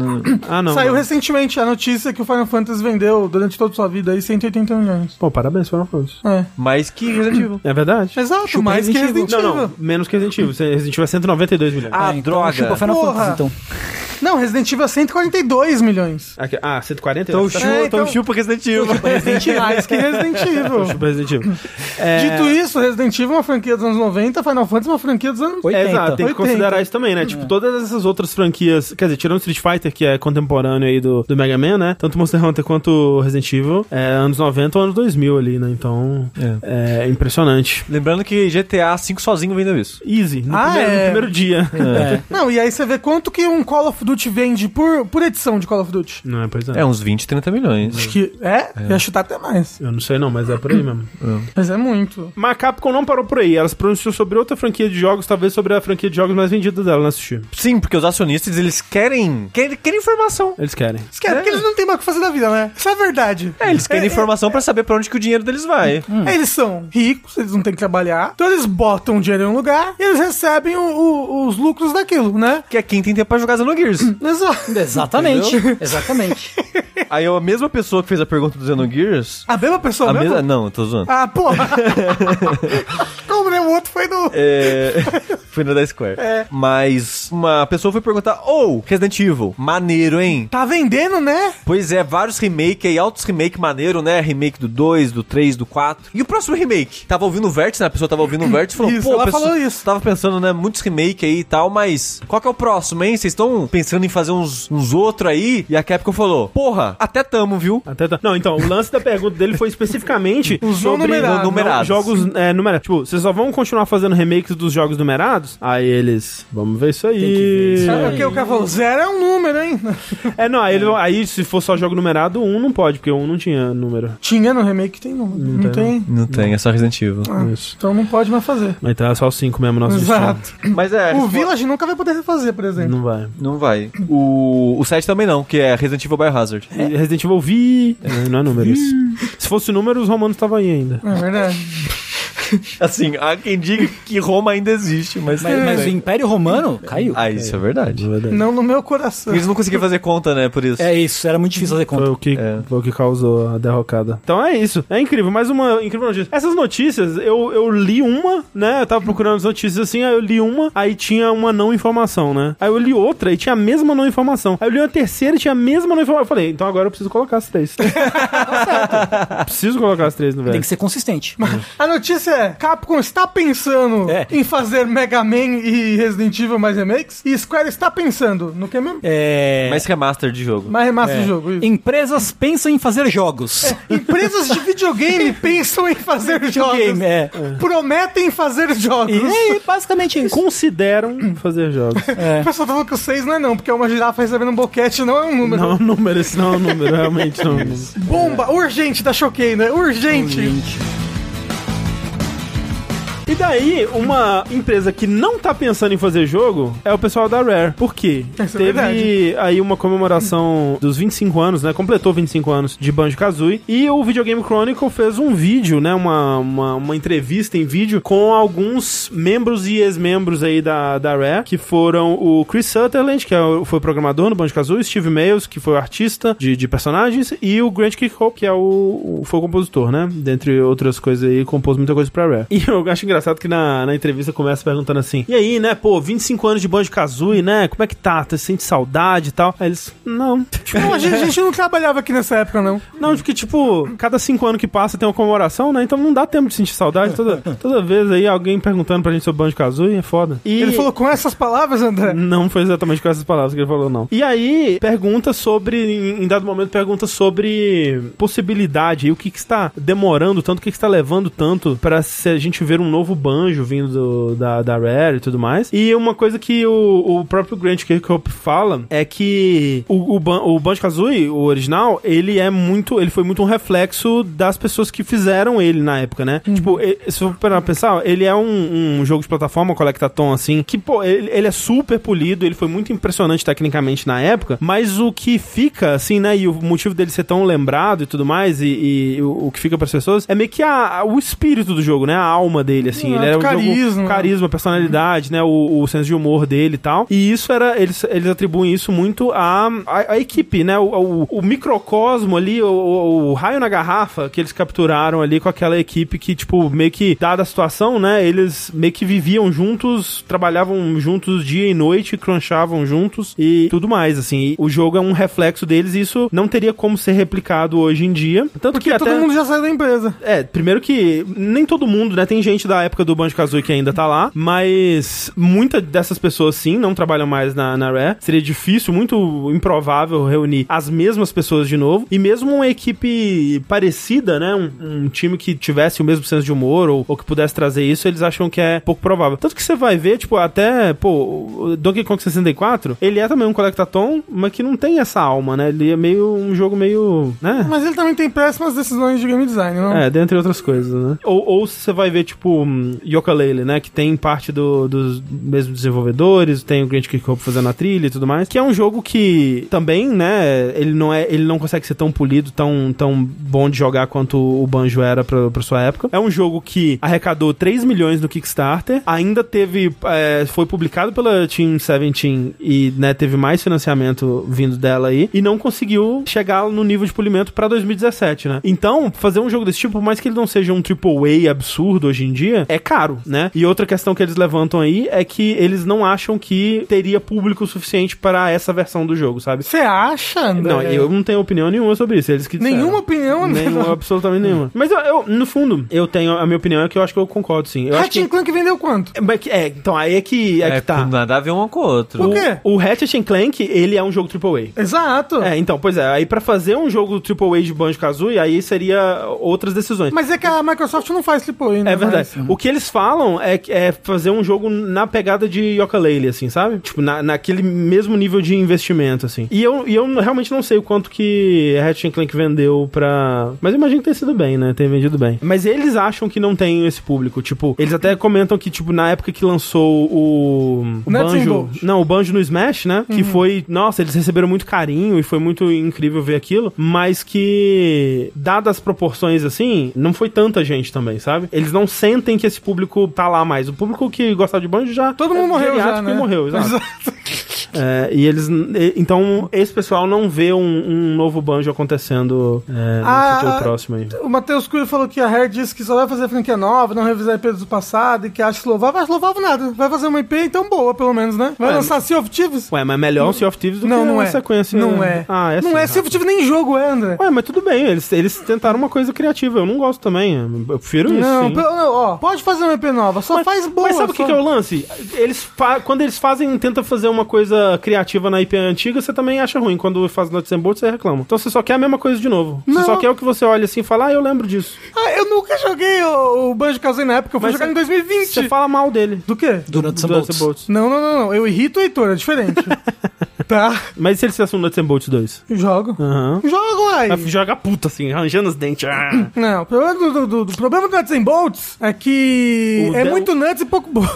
Ah, não.
saiu
não.
recentemente a notícia que o Final Fantasy vendeu durante toda a sua vida aí 180 milhões.
Pô, parabéns, Final Fantasy.
É.
Mas que Resident Evil.
É verdade?
Exato,
Chupa
mais que
Resident Evil.
Resident Evil.
Não, não, menos que Resident Evil. Resident Evil é 192 milhões.
Ah,
então
droga.
Chupa Final
Porra.
Fantasy, então.
Não, Resident Evil é 142 milhões.
Aqui, ah, 140?
Então
Então chupa
É, então-
chupa Resident Evil.
Resident Evil. Mais que Resident Evil.
tá Resident Evil. É,
Dito isso, Resident Evil é uma franquia dos anos 90, Final Fantasy é uma franquia dos anos...
80.
Exato, tem que
80.
considerar isso também, né? Tipo, todas essas outras franquias, quer dizer, tirando Street Fighter, que é contemporâneo aí do, do Mega Man, né? Tanto Monster Hunter quanto Resident Evil, é anos 90 ou anos 2000 ali, né? Então, é, impressionante.
Lembrando que GTA V sozinho vendeu isso.
Easy, no,
Ah,
primeiro,
é.
no primeiro dia.
É.
Não, e aí você vê quanto que um Call of Duty vende por, por edição de Call of Duty.
Não é, pois é.
É uns 20, 30 milhões.
Acho que é, ia chutar até mais.
Eu não sei não, mas é por aí mesmo.
Mas é muito.
Mas a Capcom não parou por aí. Ela se pronunciou sobre outra franquia de jogos, talvez sobre a franquia de jogos mais vendida dela, né, Sushi?
Sim, porque os acionistas, eles querem, querem, querem informação.
Eles querem.
Isso que é, porque eles não têm mais o que fazer da vida, né? Isso é a verdade.
É, Uhum. eles querem informação pra saber pra onde que o dinheiro deles vai.
Eles são ricos, eles não têm que trabalhar. Então eles botam o dinheiro em um lugar e eles recebem o- o- os lucros daquilo, né? é
Que é quem tem tempo pra jogar Xenogears.
Exato.
Exatamente, exatamente.
Aí a mesma pessoa que fez a pergunta do Xenogears...
A mesma pessoa
A
mesmo?
mesma... Não, tô zoando.
Ah, porra. Como né? O outro foi do...
É... Foi na da Square. Mas uma pessoa foi perguntar: Ô, Resident Evil, maneiro, hein?
Tá vendendo, né?
Pois é, vários remake aí, altos remake maneiro, né? Remake do 2, do 3, do 4. E o próximo remake? Tava ouvindo o Vértice, né? A pessoa tava ouvindo o Vértice e falou:
Isso,
Pô, a
ela
pessoa
falou isso.
Tava pensando, né? Muitos remake aí e tal, mas qual que é o próximo, hein? Vocês estão pensando em fazer uns, uns outros aí? E a Capcom falou: Porra, até tamo, viu?
Até tá- Não, então, o lance da pergunta dele foi especificamente
Os
sobre
não numerados.
não-
Numerados.
jogos é, numerados. Tipo, vocês só vão continuar fazendo remakes dos jogos numerados? Aí eles, vamos ver isso aí.
que ver isso
Sabe o que o cara falou? Zero é um número, hein?
É, não, aí, ele- aí se for só jogo numerado, um não pode, porque um não tinha número.
Tinha no remake, tem número. Não, tem.
Não tem, é só Resident Evil.
Ah,
Isso.
Então não pode mais fazer.
Mas Então é só o 5 mesmo, nosso
Exato. né?
Mas é.
O Village nunca vai poder refazer, por exemplo.
destino. Não vai.
Não vai. O, o 7 também não, que é Resident Evil Biohazard.
E Resident Evil vi. É, não é número isso. Se fosse número, os romanos estavam aí ainda.
É verdade.
Assim, há quem diga que Roma ainda existe, mas.
Mas, mas o Império Romano caiu.
Ah, isso é verdade.
Não no meu coração.
Eles não conseguiam fazer conta, né? Por isso.
É isso, era muito difícil fazer
Foi
conta.
o, que,
É.
foi o que causou a derrocada. Então é isso. É incrível. Mais uma incrível notícia. Essas notícias, eu, eu li uma, né? Eu tava procurando as notícias assim, aí eu li uma, aí tinha uma não informação, né? Aí eu li outra e tinha a mesma não informação. Aí eu li uma terceira e tinha a mesma não informação. Eu falei, então agora eu preciso colocar as três. Tá Preciso colocar as três no
Tem
velho.
que ser consistente.
A notícia é: Capcom está pensando
É.
em fazer Mega Man e Resident Evil mais remakes. E Square está pensando no que mesmo?
É,
Mas remaster de jogo.
Mais remaster
é,
do jogo. isso.
Empresas pensam em fazer jogos.
Empresas de videogame pensam em fazer jogos.
Game, é.
Prometem fazer jogos.
É, basicamente isso.
Consideram fazer jogos.
É.
O pessoal tá falando que o 6 não é não, porque é uma girafa recebendo um boquete, não é um número.
Não é um número, esse não é um número, realmente não é um número.
Bomba, urgente, da Choquei, né? Urgente.
E daí, uma empresa que não tá pensando em fazer jogo é o pessoal da Rare. Por quê?
Isso é
Teve
verdade.
aí uma comemoração dos 25 anos, né? Completou 25 anos de Banjo-Kazooie. E o Video Game Chronicle fez um vídeo, né? Uma, uma, uma entrevista em vídeo com alguns membros e ex-membros aí da, da Rare, que foram o Chris Sutherland, que é o- foi programador no Banjo-Kazooie, Steve Mails, que foi o artista de, de personagens, e o Grant Kirkhope, que é o, o- foi o compositor, né? Dentre outras coisas aí, compôs muita coisa pra Rare. E eu acho engraçado que na, na entrevista começa perguntando assim: E aí, né, pô, 25 anos de Banjo-Kazooie, né? Como é que tá? Você sente saudade e tal? Aí eles, não. Tipo,
Não, a gente, a gente não trabalhava aqui nessa época, não.
Não, porque, tipo, cada cinco anos que passa tem uma comemoração, né? Então não dá tempo de sentir saudade. Toda, toda vez aí alguém perguntando pra gente sobre Banjo-Kazooie é foda. E
Ele falou com essas palavras, André.
Hum,
não foi exatamente com essas palavras que ele falou, não. É. E aí, pergunta sobre. Em em dado momento, pergunta sobre possibilidade e o que, que está demorando tanto, o que, que está levando tanto pra se a gente ver um novo banjo vindo do- da, da Rare e tudo mais. E uma coisa que o, o próprio Grant Kirkhope fala é que o, o, Ban- o Banjo Kazooie, o original, ele é muito. Ele foi muito um reflexo das pessoas que fizeram ele na época, né? Tipo, e- se for parar pra pensar, ele é um, um jogo de plataforma, Collectathon, assim, que, pô, ele, ele é super polido, ele foi muito impressionante tecnicamente na época, mas o que fica, assim, né, e o motivo dele ser tão lembrado e tudo mais, e, e o, o que fica pras pessoas, é meio que a- a- o espírito do jogo, né, a alma dele, assim,
Ah,
ele era um
do
jogo...
carisma.
Carisma, personalidade, né, o, o senso de humor dele e tal, e isso era, eles, eles atribuem isso muito à, à, à equipe, né, o, o- o microcosmo ali, o, o- o raio na garrafa que eles capturaram ali com aquela equipe que, tipo, meio que, dada a situação, né, eles meio que viviam juntos, trabalhavam juntos dia e noite, crunchavam juntos e tudo mais, assim, E o jogo é um reflexo deles e isso não teria como ser replicado hoje em dia, tanto
Porque
que até...
todo mundo já saiu da empresa.
É, primeiro que nem todo mundo, né? Tem gente da época do Banjo-Kazooie que ainda tá lá, mas muitas dessas pessoas, sim, não trabalham mais na, na Rare. Seria difícil, muito improvável reunir as mesmas pessoas de novo. E mesmo uma equipe parecida, né? Um, um time que tivesse o mesmo senso de humor ou, ou que pudesse trazer isso, eles acham que é pouco provável. Tanto que você vai ver, tipo, até, pô, o Donkey Kong 64, ele é também um Collectathon, mas que não tem essa alma, né? Ele é meio um jogo meio, né?
Mas ele também tem péssimas decisões de game design, não?
É, dentre outras coisas, né? Ou, ou você vai ver, tipo, um, Yooka-Laylee, né? Que tem parte do- dos mesmos desenvolvedores, tem o Grant Kirkhope fazendo a trilha e tudo mais. Que é um jogo que também, né? Ele não, é, ele não consegue ser tão polido, tão, tão bom de jogar quanto o Banjo era pra, pra sua época. É um jogo que arrecadou 3 milhões no Kickstarter, ainda teve... é, foi publicado pela Team 17 e, né, teve mais financiamento vindo dela aí. E não conseguiu chegar no nível de polimento pra 2017, né? Então, fazer um jogo desse tipo, por mais que ele não seja um AAA absurdo hoje em dia, é caro, né? E outra questão que eles levantam aí é que eles não acham que teria público suficiente para essa versão do jogo, sabe?
Você acha, André?
Não, eu não tenho opinião nenhuma sobre isso. Eles que disseram.
É. Nenhuma opinião, né? André?
Nenhuma, absolutamente nenhuma. Mas eu, eu, no fundo, eu tenho. A minha opinião é que eu acho que eu concordo, sim. Eu acho
Ratchet
que.
Clank vendeu quanto?
É, mas que- É, então aí é que, é que tá.
Nada a ver um com o outro.
Por quê?
O Ratchet and Clank, ele é um jogo AAA.
Exato.
É, então, pois é. Aí pra fazer um jogo AAA de Banjo-Kazooie, aí seria outras decisões.
Mas é que a Microsoft não faz AAA, né?
é verdade.
Mas-
O que eles falam é, que- é fazer um jogo na pegada de Yooka-Laylee, assim, sabe? Tipo, na, naquele mesmo nível de investimento, assim. E eu, e eu realmente não sei o quanto que a Ratchet Clank vendeu pra... Mas eu imagino que tenha sido bem, né? Tem vendido bem. Mas eles acham que não tem esse público. Tipo, eles até comentam que, tipo, na época que lançou o...
O Nuts and
Banjo...
Bolts.
Não, o Banjo no Smash, né? Que
Uhum.
foi... Nossa, eles receberam muito carinho e foi muito incrível ver aquilo. Mas que, dadas as proporções, assim, não foi tanta gente também, sabe? Eles não sentem que esse público tá lá mais. O público que gostava de Banjo já...
Todo mundo
é
morreu já,
geriátrico
né?
e morreu, exato.
Exato.
É, e eles... e- Então, esse pessoal não vê um, um novo Banjo acontecendo é, no
Ah,
futuro próximo aí.
O Matheus Cunha falou que a Rare disse que só vai fazer franquia nova, não revisar IP do passado e que acha louvável. Acho louvável nada. Vai fazer uma IP então boa, pelo menos, né? Vai
É.
lançar Sea of Thieves?
Ué, mas melhor um Sea of Thieves do
Não,
que
não
uma
é.
sequência...
Não é.
Ah, é
não
sim,
é Sea of Thieves nem jogo, é, André?
Ué, mas tudo bem, eles, eles tentaram uma coisa criativa. Eu não gosto também. Eu prefiro isso.
Não,
sim.
pelo- não, ó, pode fazer uma IP nova, só faz boa.
Mas sabe o que,
só-
que é o lance? Eles fa- Quando eles fazem, tenta fazer uma coisa criativa na IP antiga, você também acha ruim. Quando faz Nuts and Bolts, você reclama. Então você só quer a mesma coisa de novo.
Não.
Você só quer o que você olha assim e fala, ah, eu lembro disso.
Ah, eu nunca joguei o, o Banjo Kazooie na época, eu fui
Mas
jogar
cê-
em 2020.
Você fala mal dele.
Do quê?
Do Nuts and
do Nuts
Bolts.
and Bolts.
Não, não, não, não. Eu irrito o Heitor, é diferente. tá?
Mas e se eles fizessem um Nuts and Bolts 2?
Eu jogo.
Aham.
Jogo, uai.
Aí Joga a puta assim, arranjando os dentes. Ah.
Não, o problema do, do- do- do problema do Nuts and Bolts é que
O
é
Del-
muito nuts e pouco bom.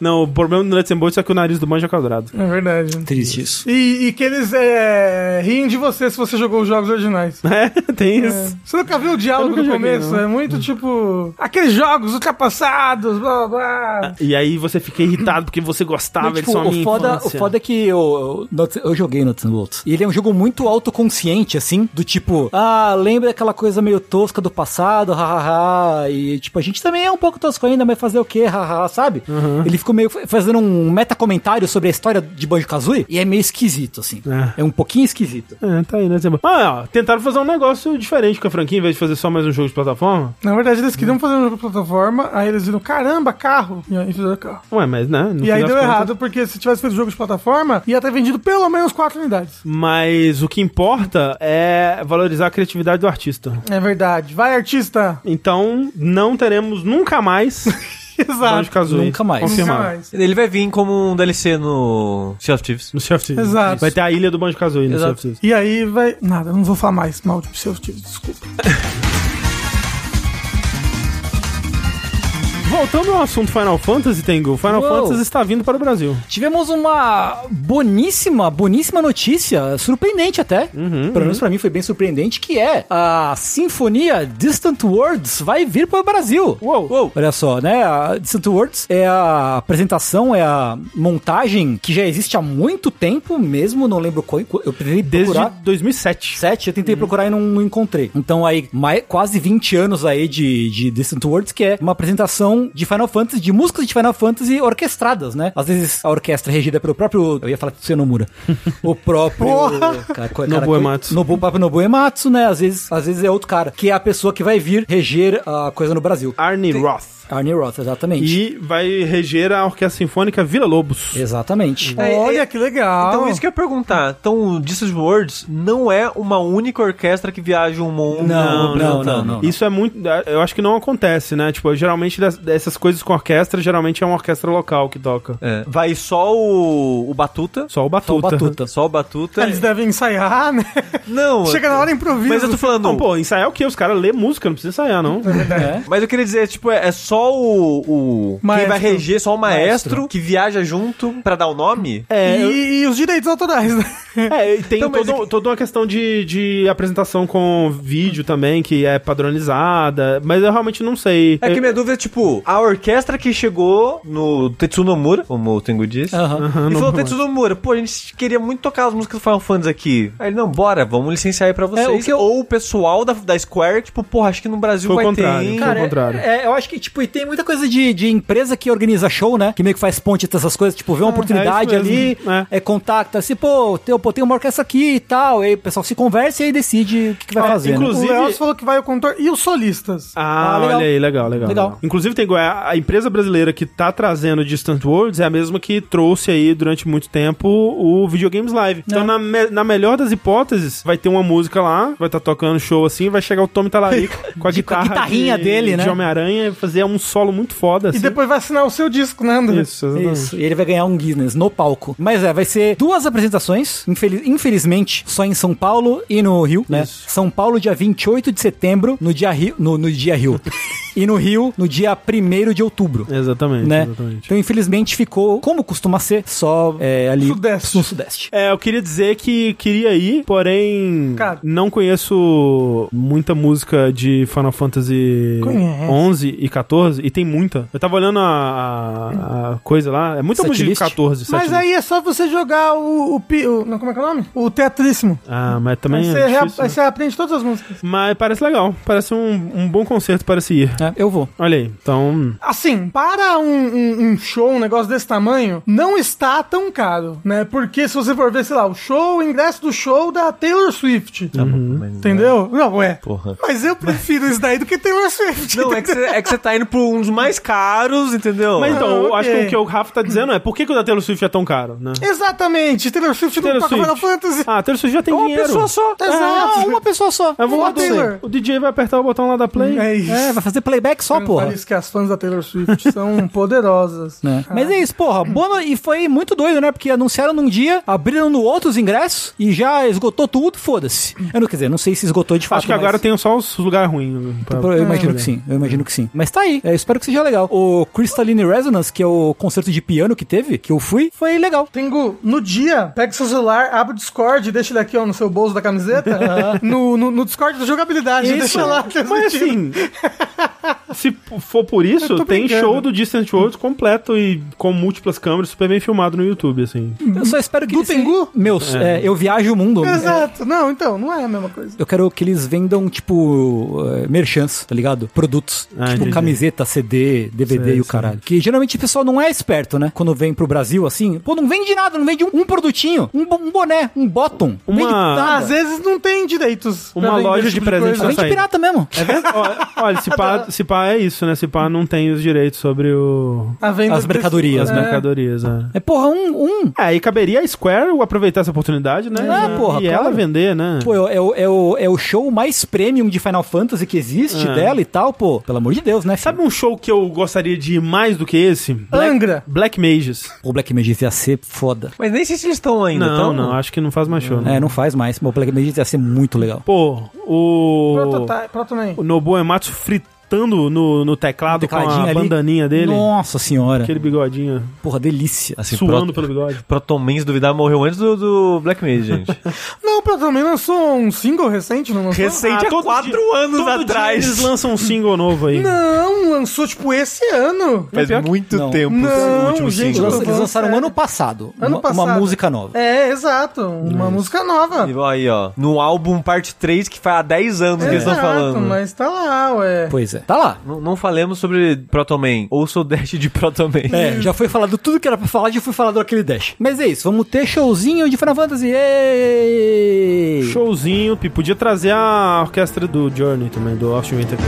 Não, o problema do Nuts and Bolts é que o nariz do banjo é quadrado.
É verdade.
Triste isso.
E, e que eles é, riem de você se você jogou os jogos originais.
É, tem isso.
Você nunca viu o
Eu
diálogo
nunca
no
joguei,
começo?
não.
É muito tipo. Aqueles jogos ultrapassados, blá blá blá.
E aí você fica irritado porque você gostava,
Mas,
eles
tipo,
são a minha
o, foda, o
infância.
foda é que eu, eu, eu joguei Nuts and Bolts. E ele é um jogo muito autoconsciente, assim, do tipo, ah, lembra aquela coisa meio tosca do passado, hahaha. E, tipo, a gente também é um pouco tosco ainda, mas fazer o quê, hahaha, sabe?
Uhum.
Ele ficou meio f- fazendo um metacomentário sobre a história de Banjo Kazooie e é meio esquisito, assim.
É.
É, um pouquinho esquisito.
É, tá aí, né? Zé? Ah, ó, tentaram fazer um negócio diferente com a franquia, em vez de fazer só mais um jogo de plataforma.
Na verdade, eles queriam fazer um jogo de plataforma, aí eles viram, caramba, carro. E aí fizeram carro.
Ué, mas né? no
e
fim
aí
das
deu
contas-
errado, porque se tivesse feito jogo de plataforma, ia ter vendido pelo menos quatro unidades.
Mas o que importa é valorizar a criatividade do artista.
É verdade. Vai, artista!
Então, não teremos nunca mais Banjo
Exato.
Kazooie.
Nunca mais.
Confirmado.
Nunca mais.
Ele vai vir como um DLC no Sea of Thieves.
No Sea of Thieves.
Exato.
Vai ter a ilha do Banjo Kazooie no
Exato.
Sea of Thieves.
E aí vai. Nada, eu não vou falar mais mal de seus tios, desculpa.
Voltando ao assunto Final Fantasy, Tengu. Final
Uou.
Fantasy está vindo para o Brasil.
Tivemos uma boníssima, boníssima notícia, surpreendente até.
Uhum,
Pelo menos pra mim foi bem surpreendente, que é a Sinfonia Distant Worlds vai vir para o Brasil.
Uou.
Olha só, né? A Distant Worlds é a apresentação, é a montagem que já existe há muito tempo mesmo, não lembro qual. Eu tentei
Desde
procurar.
2007.
7, eu tentei procurar e não, não encontrei. Então aí, mai- quase 20 anos aí de, de Distant Worlds, que é uma apresentação de Final Fantasy, de músicas de Final Fantasy orquestradas, né? Às vezes a orquestra é regida pelo próprio... Eu ia falar Tsuya Mura. o próprio... cara, é co-
Nobu
co-
Ematsu.
Nobu, próprio Nobu Ematsu, né? Às vezes, às vezes é outro cara, que é a pessoa que vai vir reger a coisa no Brasil.
Arnie Roth.
Arnie Roth, exatamente.
E vai reger a Orquestra Sinfônica Vila Lobos.
Exatamente.
É,
Olha
é-
que legal.
Ah.
Então, isso que eu ia perguntar. Então, o Distant Worlds não é uma única orquestra que viaja um mundo.
Não, não, não, não.
Isso é muito. Eu acho que não acontece, né? Tipo, geralmente das- dessas coisas com orquestra, geralmente é uma orquestra local que toca.
É. Vai só o, o Batuta.
Só o Batuta.
Só o Batuta.
Só o Batuta.
Eles devem ensaiar, né?
Não.
Chega na hora improvisa.
Mas eu tô falando.
Não, pô, ensaiar o quê? Os caras lê música, não precisa ensaiar, não.
É.
Mas eu queria dizer, tipo, é é só o. o quem
Maestro.
vai reger, só o maestro, que viaja junto pra dar o nome.
É,
e,
eu-
e os direitos autorais, né?
é, e tem
Então, mas
todo- toda uma questão de, de apresentação com vídeo também, que é padronizada, mas eu realmente não sei.
É que
Eu-
minha dúvida é, tipo, a orquestra que chegou no Tetsunomura, como o Tengu disse,
Aham.
Aham,
e
não-
falou, Ah, Tetsunomura, pô, a gente queria muito tocar as músicas do Final Fantasy aqui. Aí ele, não, bora, vamos licenciar aí pra vocês.
o que eu-
Ou É, o pessoal da, da Square, tipo, porra, acho que no Brasil
Foi o
vai
contrário,
ter...
foi o
Cara,
Cara,
Ao contrário.
é- é, eu acho que, tipo, e tem muita coisa de, de empresa que organiza show, né? Que meio que faz ponte entre essas coisas, tipo, vê uma oportunidade
é isso
ali,
mesmo, é.
é. contacta, assim, pô, tem, pô, tem uma orquestra aqui e tal, aí o pessoal se conversa e aí decide o que, que vai
Ó,
fazer. né?
Ah, inclusive-
O Léo falou que vai o contor e os solistas.
Ah,
Ah, legal.
olha aí, legal, legal,
Legal.
legal. Inclusive tem igual é, a a empresa brasileira que tá trazendo Distant Worlds é a mesma que trouxe aí durante muito tempo o Videogames Live.
É.
Então, na, me- na melhor das hipóteses, vai ter uma música lá, vai estar tocando show assim, vai chegar o Tommy Talarico com a
De- com a
guitarra
guitarrinha
de-
dele, né?
de Homem-Aranha e fazer um solo muito foda assim.
E depois vai assinar o seu disco, né, André?
Isso, exatamente.
Isso, e ele vai ganhar um Guinness no palco. Mas é, vai ser duas apresentações, infeliz- infelizmente, só em São Paulo e no Rio, né?
Isso.
São Paulo, dia 28 de setembro, no dia Rio. No, no dia Rio. e no Rio, no dia 1 de outubro.
Exatamente,
Né?
exatamente.
Então, infelizmente, ficou, como costuma ser, só é, ali
Sudeste.
no Sudeste.
É, eu queria dizer que queria ir, porém
Cara.
não conheço muita música de Final Fantasy
Conhece.
11 e 14 e tem muita. Eu tava olhando a, a- a coisa lá, é muita música de
Setlist?
14,
Mas
setlist.
aí é só você jogar o. o, pi- o- não, como é que é o nome? O Tetríssimo.
Ah, mas também
Aí, você,
é
rea-
difícil,
aí
né?
você aprende todas as músicas.
Mas parece legal, parece um, um bom concerto para se ir.
É, eu vou.
Olha aí, então
Assim, para um, um- um show, um negócio desse tamanho, não está tão caro, né? Porque se você for ver, sei lá, o show, o ingresso do show da Taylor Swift.
Hum.
Uhum. Mas,
Entendeu? Não, é.
Porra.
Mas eu prefiro isso daí do que Taylor Swift.
Não, é que, você, é que você tá indo por uns mais caros, entendeu?
Mas então, eu
Ah, ok.
acho que o que o Rafa tá dizendo é por que, que o da Taylor Swift é tão caro, né?
Exatamente, Taylor Swift
Taylor
não toca Final
Swift.
Fantasy.
Ah, a Taylor Swift já tem
Uma
dinheiro.
pessoa só.
Ah,
É,
Exato.
uma pessoa só. É
Uma
voador.
Taylor.
O DJ vai apertar o botão lá da Play.
É isso.
É, vai fazer playback
Ah,
só,
Não
porra.
fale isso que as fãs da Taylor Swift são poderosas.
né? Mas é isso, porra. Bono, e foi muito doido, né? Porque anunciaram num dia, abriram no outro os ingressos e já esgotou tudo, foda-se. Eu não quer dizer, não sei se esgotou de fato.
Acho que agora
mas-
tem só os lugares ruins. né? pra-
Eu imagino
pra-
que sim, eu imagino que sim. Mas tá aí, eu espero que seja legal. O Crystalline Resonance, que é o concerto de piano que teve, que eu fui, foi legal.
Tengu, no dia, pega seu celular, abre o Discord, deixa ele aqui ó, no seu bolso da camiseta, no, no, no Discord da jogabilidade,
Isso.
deixa lá.
Mas
transmitindo.
assim, se p- for por
Eu
isso,
tô
tem
brincando.
show do Distant Worlds completo e com múltiplas câmeras, super bem filmado no YouTube, assim.
Eu só espero que.
Do
eles-
Tengu?
Meus, é, eu viajo o mundo. É,
Exato. Não, então, não é a mesma coisa.
Eu quero que eles vendam, tipo, eh, merchants, tá ligado? Produtos.
Ah,
tipo,
entendi.
camiseta, CD, DVD
Sei,
e o
sei.
caralho. Que geralmente o pessoal não é esperto, né? Quando vem pro Brasil, assim, pô, não vende nada, não vende um, um produtinho, um, bo- um boné, um bottom.
Uma-
Vende nada.
Às vezes não tem direitos. pra
Uma
vender
loja
esse tipo
de presente
coisa.
tá
Vende
saindo.
pirata mesmo.
Ó, Olha, se pá, se pá é isso, né? Se pá não tem os direitos sobre o...
A venda
As
desse-
mercadorias,
as
É.
né?
mercadorias, né?
É, porra, um, um.
É, e caberia a Square aproveitar essa oportunidade, né?
Ah, porra,
e ela
claro.
vender, né?
Pô, é, o- é o- é o, é o show mais premium de Final Fantasy que existe
É.
dela e tal, pô. Pelo amor de Deus, né?
Sabe um show que eu gostaria de ir mais do que esse? Black,
Angra.
Black Mages.
O Black Mages ia ser foda.
Mas nem sei se eles estão ainda,
não,
tão?
não, acho que não faz mais show. né?
É, não faz mais. mas O Black Mages ia ser muito legal.
Pô, o...
Prototype, Protoman.
O Nobu Ematsu fritando no, no teclado com é
Tecladinho
a
ali.
bandaninha dele.
Nossa senhora.
Aquele bigodinho
Porra, delícia.
Assim,
suando
Proto,
pelo bigode.
Proton Man, se duvidar, morreu antes do, do Black Mage, gente.
Não, o Protoman lançou um single recente, não lançou?
Recente
Ah,
há
todo
quatro
dia-
anos
todo dia
atrás.
eles lançam um single novo aí.
Não, lançou tipo esse ano.
Faz
Pior que-
muito
Não.
tempo
Não, gente,
Eles
eu
lançaram-
tô
eles
falando
lançaram um
sério.
ano passado,
É. Ano
uma,
passado.
uma música nova.
É, exato. Uma música
tá
nova.
E Aí, ó. No álbum parte 3, que faz há 10 anos que eles estão falando.
mas tá lá, ué.
Pois é. Tá lá.
Não, não falemos sobre Proton Man. Ouça o Dash de Proton Man.
É, já foi falado tudo que era pra falar, já foi falado aquele dash. Mas é isso, vamos ter showzinho de Final Fantasy. Ei!
Showzinho, e podia trazer a orquestra do Journey também, do Austin Winter.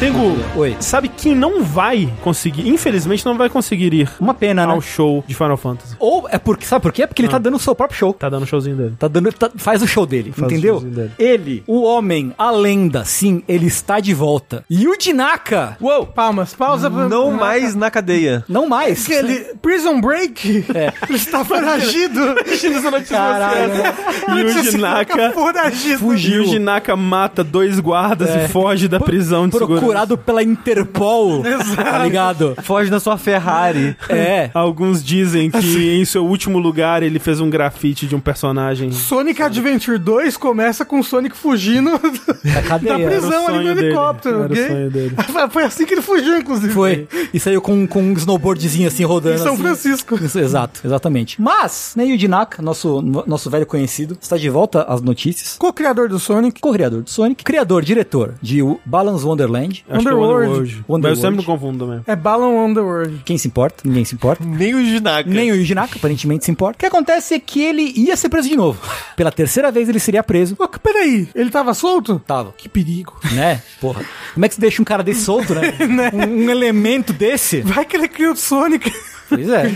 Tengu,
Oi.
sabe quem não vai conseguir, infelizmente não vai conseguir ir
Uma pena,
ao
né?
show de Final Fantasy.
Ou é porque, sabe por quê? É porque ele tá dando o seu próprio show.
Tá dando o showzinho dele.
Tá dando, tá- faz o show dele,
Faz o
entendeu?
showzinho dele.
Ele, o homem, a lenda, sim, ele está de volta. E o Dinaka,
Uou!
Palmas, pausa. pra-
Não
pra-
mais na cadeia.
não mais.
Aquele Prison Break? Ele estava foragido.
Caralho, né?
Yuji Naka
foragido.
fugiu. Yuji Naka mata dois guardas e foge da prisão de segurança.
É. procurado pela Interpol, tá ligado?
Foge na sua Ferrari.
É,
Alguns dizem
Assim.
que em seu último lugar ele fez um grafite de um personagem.
Sonic Adventure 2 começa com o Sonic fugindo
da cadeia.
da Tá prisão ali no
sonho dele.
helicóptero.
Era o
ok?
sonho dele.
Foi assim que ele fugiu, inclusive.
Foi. E saiu com, com um snowboardzinho assim rodando.
Em São
assim.
Francisco.
Isso, exato, exatamente. Mas, né, Yuji Naka, nosso, no- nosso velho conhecido, está de volta às notícias.
Co-criador do Sonic.
Co-criador do Sonic, criador, diretor de o Balance Wonderland,
Acho que é
Underworld.
Underworld. Mas eu
Underworld.
sempre me confundo também.
É Balan Underworld.
Quem se importa? Ninguém se importa.
Nem o Jinaka.
Nem o Yuji Naka, aparentemente, se importa. O que acontece é que ele ia ser preso de novo. Pela terceira vez ele seria preso.
Pô, peraí, ele tava solto?
Tava.
Que perigo.
Né? Porra. Como é que se deixa um cara desse solto, né? Um, um elemento desse?
Vai que ele cria o Sonic.
Pois é.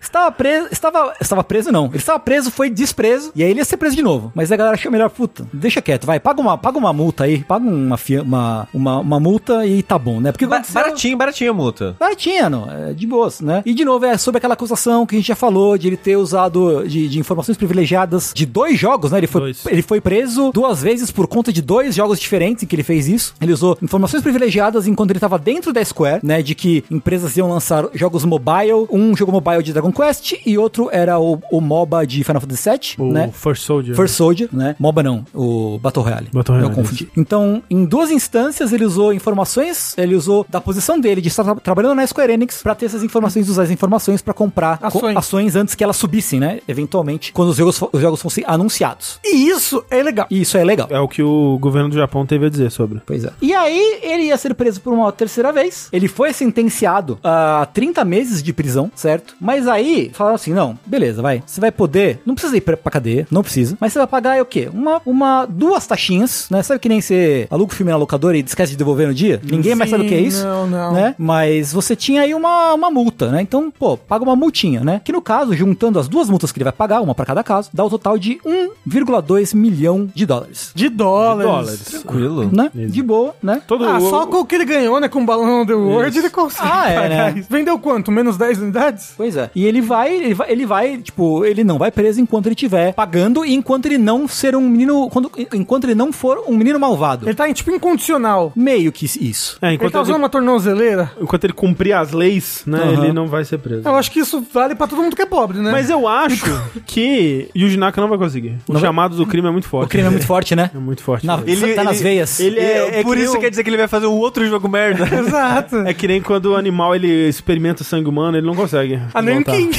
Estava preso. Estava, estava preso, não. Ele estava preso, foi despreso. E aí ele ia ser preso de novo. Mas a galera achou melhor, puta, deixa quieto, vai. Paga uma, paga uma multa aí. Paga uma, fia- uma, uma, uma multa e tá bom, né? Porque
Ba-
aconteceu-
baratinho, baratinho a multa.
Baratinha, não. É de boas, né? E de novo é sobre aquela acusação que a gente já falou de ele ter usado de, de informações privilegiadas de dois jogos, né? Ele foi,
Dois.
ele foi preso duas vezes por conta de dois jogos diferentes em que ele fez isso. Ele usou informações privilegiadas enquanto ele tava dentro da Square, né? De que empresas iam lançar jogos mobile, um jogo mobile de Dragon Quest e outro era o, o MOBA de Final Fantasy VII,
O
né?
First Soldier.
First Soldier, né? MOBA não, o Battle Royale.
Battle Royale,
Eu confundi. Então, em duas instâncias, ele usou informações, ele usou da posição dele de estar tra- trabalhando na Square Enix pra ter essas informações, usar as informações pra comprar co-
Ações.
ações antes que elas subissem, né? Eventualmente, quando os jogos, fo- os jogos fossem anunciados.
E isso é legal.
E isso é legal.
É o que o governo do Japão teve a dizer sobre.
Pois é. E aí, ele ia ser preso por uma terceira vez. Ele foi sentenciado a 30 meses de prisão, certo? Mas aí, falaram assim: não, beleza, vai. Você vai poder. Não precisa ir pra, pra cadeia, não precisa. Mas você vai pagar é o quê? Uma, uma, duas taxinhas, né? Sabe que nem você aluga o filme na locadora e esquece de devolver no dia? Ninguém mais
Sim,
sabe o que é isso.
não, não.
Né? Mas você tinha aí uma, uma multa, né? Então, pô, paga uma multinha, né? Que no caso, juntando as duas multas que ele vai pagar, uma pra cada caso, dá o total de 1,2 milhão de dólares.
De dólares.
Tranquilo.
Né?
Beleza.
De boa, né?
Todo
Ah,
o-
só com o que ele ganhou, né? Com o Balan Underworld, ele consegue.
Ah, é,
pagar
né?
isso. Vendeu quanto? Menos 10 unidades?
Pois é. E ele vai, ele vai, ele vai, tipo, ele não vai preso enquanto ele tiver pagando e enquanto ele não ser um menino, quando- enquanto ele não for um menino malvado.
Ele tá em tipo incondicional.
Meio que isso.
É,
Ele
enquanto
tá
ele,
usando uma tornozeleira.
enquanto ele cumprir as leis, né,
Aham.
ele não vai ser preso.
Eu acho que isso vale pra todo mundo que é pobre, né?
Mas eu acho que Yuji Naka não vai conseguir. O
Não vai-
chamado do crime é muito forte.
O crime é muito forte, né?
É muito forte.
Na-
velho.
Ele- tá nas veias.
ele é- é
por
que
isso
nem o-
quer dizer que ele vai fazer um outro jogo merda.
Exato.
É que nem quando o animal ele experimenta o sangue humano, ele não consegue.
Ah,
A Nan
voltar.
King.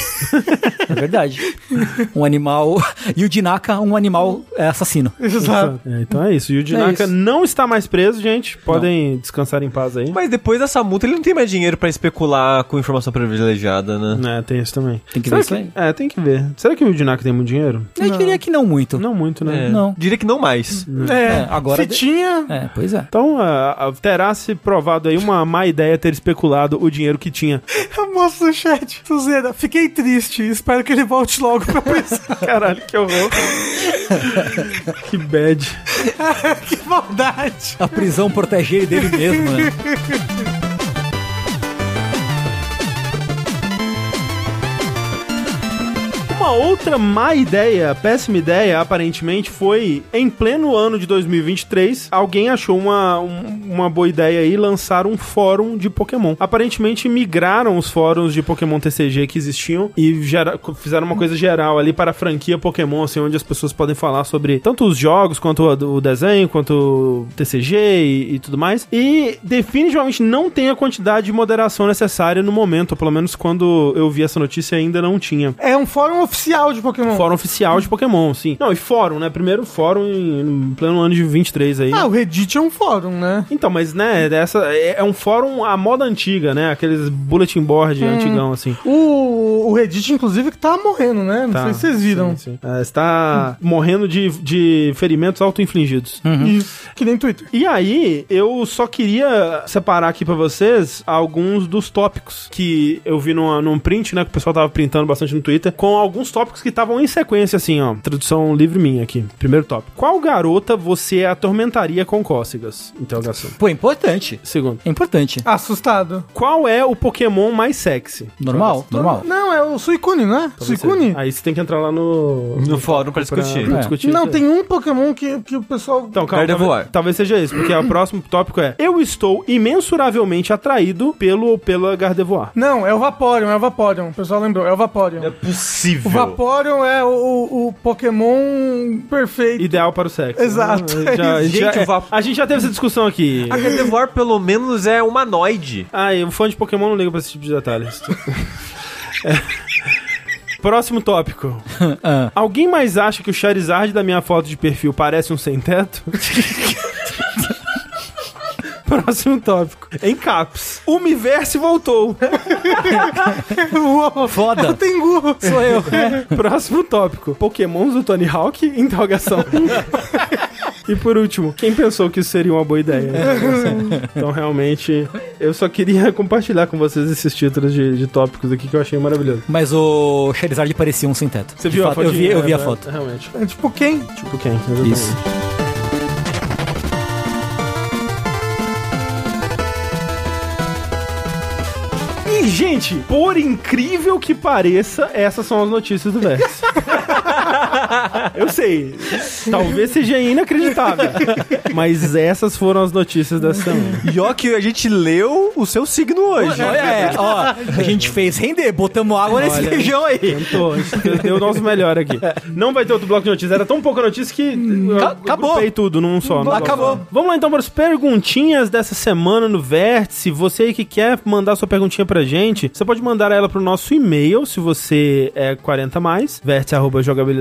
É verdade. Um animal. E o Dinaka, um animal é, assassino.
Exato.
É, então é isso. Yuji
É
Naka
isso.
não está mais preso, gente. Podem descansar em paz aí.
Mas depois dessa multa, ele não tem mais dinheiro pra especular com informação privilegiada, né?
É, tem isso também.
Tem que
Será
ver isso aí.
É, tem que ver. Será que o Yuji Naka tem muito dinheiro?
Eu diria que não muito.
Não muito, né?
É.
Não.
Diria que não mais.
É,
É, agora
se
de-
tinha...
É, pois é.
Então, a- a- terá se provado aí uma má ideia ter especulado o dinheiro que tinha.
Eu mostro no chat. Suzana, fiquei triste. Espero que ele volte logo pra pensar.
Caralho, que horror. que bad.
que maldade.
A prisão protege ele dele mesmo, né?
Uma outra má ideia, péssima ideia, aparentemente, foi em pleno ano de 2023, alguém achou uma, um- uma boa ideia aí lançar um fórum de Pokémon. Aparentemente migraram os fóruns de Pokémon TCG que existiam e gera- fizeram uma coisa geral ali para a franquia Pokémon, assim, onde as pessoas podem falar sobre tanto os jogos quanto o o desenho, quanto o TCG e, e tudo mais. E definitivamente não tem a quantidade de moderação necessária no momento, pelo menos quando eu vi essa notícia ainda não tinha.
É um fórum oficial de Pokémon.
Fórum oficial de Pokémon, sim. Não, e fórum, né? Primeiro fórum em, no pleno ano de 23 aí.
Ah, o Reddit é um fórum, né?
Então, mas né, essa é é um fórum à moda antiga, né? Aqueles bulletin
É.
board antigão, assim.
O, o Reddit, inclusive, que tá morrendo, né? Não
Tá,
sei se vocês viram.
Sim, sim. É, está morrendo de, de ferimentos
Hum.
auto-infligidos.
Isso. Que nem Twitter.
E aí, eu só queria separar aqui pra vocês alguns dos tópicos que eu vi numa, num print, né? Que o pessoal tava printando bastante no Twitter, com alguns tópicos que estavam em sequência, assim, ó. Tradução livre minha aqui. Primeiro tópico. Qual garota você atormentaria com cócegas? Interrogação.
Pô, é importante.
Segundo.
É importante.
Assustado.
Qual é o Pokémon mais sexy?
Normal? Normal.
Não, é o Suicune, não é?
Talvez
Suicune?
seja. Aí você tem que entrar lá no.
No fórum pra discutir.
pra
É.
discutir
Não,
isso aí.
tem um Pokémon que, que o pessoal...
Então, calma,
Gardevoir.
talvez, talvez seja isso, porque o próximo tópico é: Eu estou imensuravelmente atraído pelo ou pela Gardevoir.
Não, é o Vaporeon, é o Vaporeon. O pessoal lembrou, é o Vaporeon.
É
O
possível.
Vaporeon é o, o- o Pokémon perfeito.
Ideal para o sexo.
Exato.
né? Já- a, gente
Gente,
já,
o vapo-
a gente já teve essa discussão aqui.
A Gardevoir, pelo menos, é humanoide.
Ai, o fã de Pokémon não liga pra esse tipo de detalhes. É. Próximo tópico.
Ah.
Alguém mais acha que o Charizard da minha foto de perfil parece um sem-teto? Próximo tópico. Em caps. Umiverse voltou.
Uou,
Foda.
o Tengu.
Sou eu.
Próximo tópico. Pokémons do Tony Hawk? Interrogação. E por último, quem pensou que isso seria uma boa ideia? então, realmente, eu só queria compartilhar com vocês esses títulos de, de tópicos aqui que eu achei maravilhoso.
Mas o Charizard parecia um sem teto.
Você
De
viu a
fato,
foto?
Eu vi, eu vi a foto.
Realmente.
É tipo quem?
Tipo quem? Exatamente.
Isso.
E, gente, por incrível que pareça, essas são as notícias do Verso. Eu sei, talvez seja inacreditável, mas essas foram as notícias dessa semana.
E ó, que a gente leu o seu signo hoje.
É, ó, a gente fez render, botamos água nesse
Olha.
feijão aí.
Tentou, a gente deu o nosso melhor aqui. Não vai ter outro bloco de notícias, era tão pouca notícia que eu
acabou.
agrupei tudo num só. né? num bloco
Acabou.
só. Vamos lá então para as perguntinhas dessa semana no Vértice. Você aí que quer mandar sua perguntinha pra gente, você pode mandar ela pro nosso e-mail, se você é 40 mais, vértice.jogabilidade.de,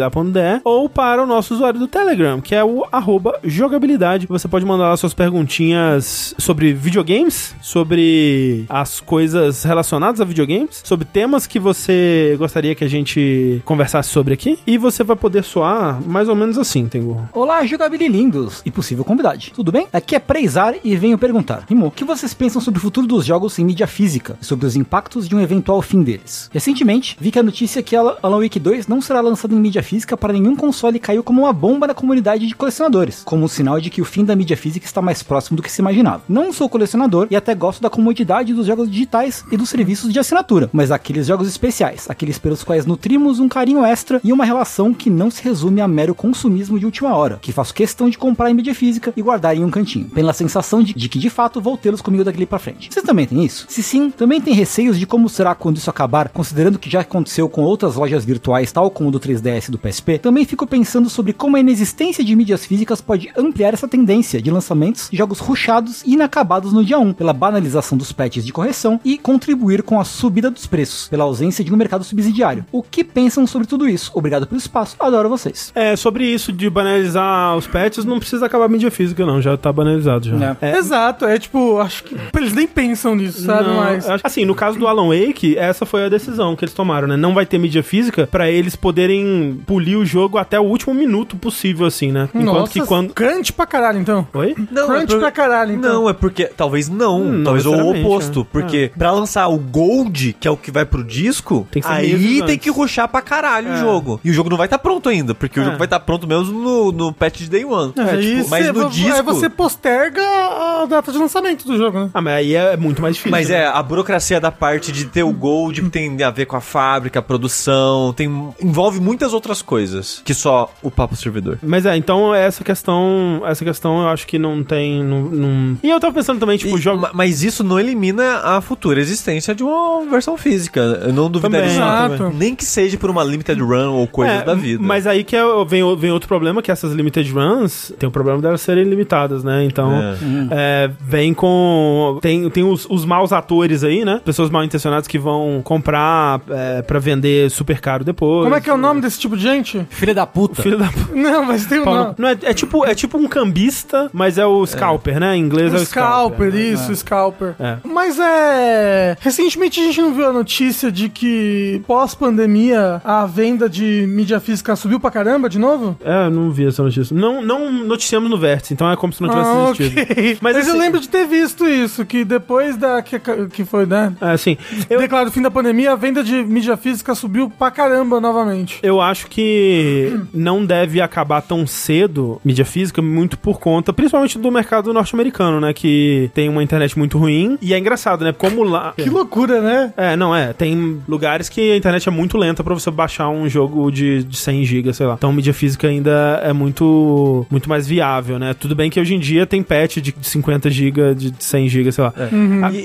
ou para o nosso usuário do Telegram, que é o arroba jogabilidade. Você pode mandar lá suas perguntinhas sobre videogames, sobre as coisas relacionadas a videogames, sobre temas que você gostaria que a gente conversasse sobre aqui. E você vai poder soar mais ou menos assim, Tengu.
Olá, jogabililindos e possível convidade. Tudo bem? Aqui é Preizar e venho perguntar. Rimou, o que vocês pensam sobre o futuro dos jogos em mídia física e sobre os impactos de um eventual fim deles? Recentemente, vi que a notícia que Alan Alan Wake 2 não será lançado em mídia física para nenhum console caiu como uma bomba na comunidade de colecionadores, como um sinal de que o fim da mídia física está mais próximo do que se imaginava. Não sou colecionador e até gosto da comodidade dos jogos digitais e dos serviços de assinatura, mas aqueles jogos especiais, aqueles pelos quais nutrimos um carinho extra e uma relação que não se resume a mero consumismo de última hora, que faço questão de comprar em mídia física e guardar em um cantinho, pela sensação de, de que de fato vou tê-los comigo daqui pra frente. Vocês também têm isso? Se sim, também tem receios de como será quando isso acabar, considerando que já aconteceu com outras lojas virtuais, tal como o do 3DS e do PSP, também fico pensando sobre como a inexistência de mídias físicas pode ampliar essa tendência de lançamentos de jogos ruchados e inacabados no dia 1, pela banalização dos patches de correção e contribuir com a subida dos preços, pela ausência de um mercado subsidiário. O que pensam sobre tudo isso? Obrigado pelo espaço, adoro vocês.
É, sobre isso de banalizar os pets, não precisa acabar a mídia física, não. Já tá banalizado já.
É.
Exato, é tipo, acho que eles nem pensam nisso, sabe?
Não,
Mas.
acho- Assim, no caso do Alan Wake, essa foi a decisão que eles tomaram, né? Não vai ter mídia física pra eles poderem polir o jogo até o último minuto possível, assim, né? Enquanto que quando.
Crunch pra caralho, então.
Oi?
é
Crunch pra caralho, então.
Não, é porque. Talvez não.
Hum, não
talvez o
necessariamente,
oposto.
é.
Porque pra lançar o Gold, que é o que vai pro disco,
Tem que ser
aí
meses
tem
antes.
que ruxar pra caralho o
É.
jogo. E o jogo não vai estar pronto ainda, porque o
É.
jogo vai estar pronto mesmo no, no patch de Day One.
É,
Aí
tipo,
cê-
mas no
vo- Aí
disco-
você posterga a data de lançamento do jogo, né?
Ah, mas aí é muito mais difícil.
Mas
né?
é, a burocracia da parte de ter o Gold tem a ver com a fábrica, a produção, tem, envolve muitas outras coisas que só o Papo Servidor.
Mas é, então essa questão. Essa questão eu acho que não tem. Não, não- E eu tava pensando também, tipo,
E-
o jogo.
ma- Mas isso não elimina a futura existência de uma versão física. Eu não duvidaria
Também,
disso, não.
exato.
Nem que seja por uma limited run ou coisas
É,
da vida.
Mas aí que é- vem, o- vem outro problema, que essas limited runs tem o problema delas serem limitadas, né? Então,
É.
Hum.
é, vem com... Tem, tem os, os maus atores aí, né? Pessoas mal intencionadas que vão comprar é, pra vender super caro depois.
Como é que é o nome desse tipo de gente?
Filha da puta.
Filho da p-
Não, mas tem um
pau no-
nome.
Não, é, é tipo, é tipo um cambista, mas é o scalper, né? Em inglês é o
O
scalper.
Um Scalper, isso, Scalper.
É.
Mas é. Recentemente a gente não viu a notícia de que pós-pandemia a venda de mídia física subiu pra caramba de novo?
É, não vi essa notícia. Não, não noticiamos no vértice, então é como se não tivesse existido.
Ah, ok. Mas,
Mas assim-
eu
esse-
lembro de ter visto isso, que depois da. que, que foi, né?
É, assim, eu,
Declarado o fim da pandemia, a venda de mídia física subiu pra caramba novamente.
Eu acho que não deve acabar tão cedo mídia física, muito por conta, principalmente do mercado norte-americano, né? Que tem uma internet muito ruim. E é engraçado, né? Como lá.
Que loucura, né?
É, não, é. Tem lugares que a internet é muito lenta pra você baixar um jogo de, de 100 GB, sei lá. Então, mídia física ainda é muito muito mais viável, né? Tudo bem que hoje em dia tem patch de 50 GB, de 100 GB, sei lá.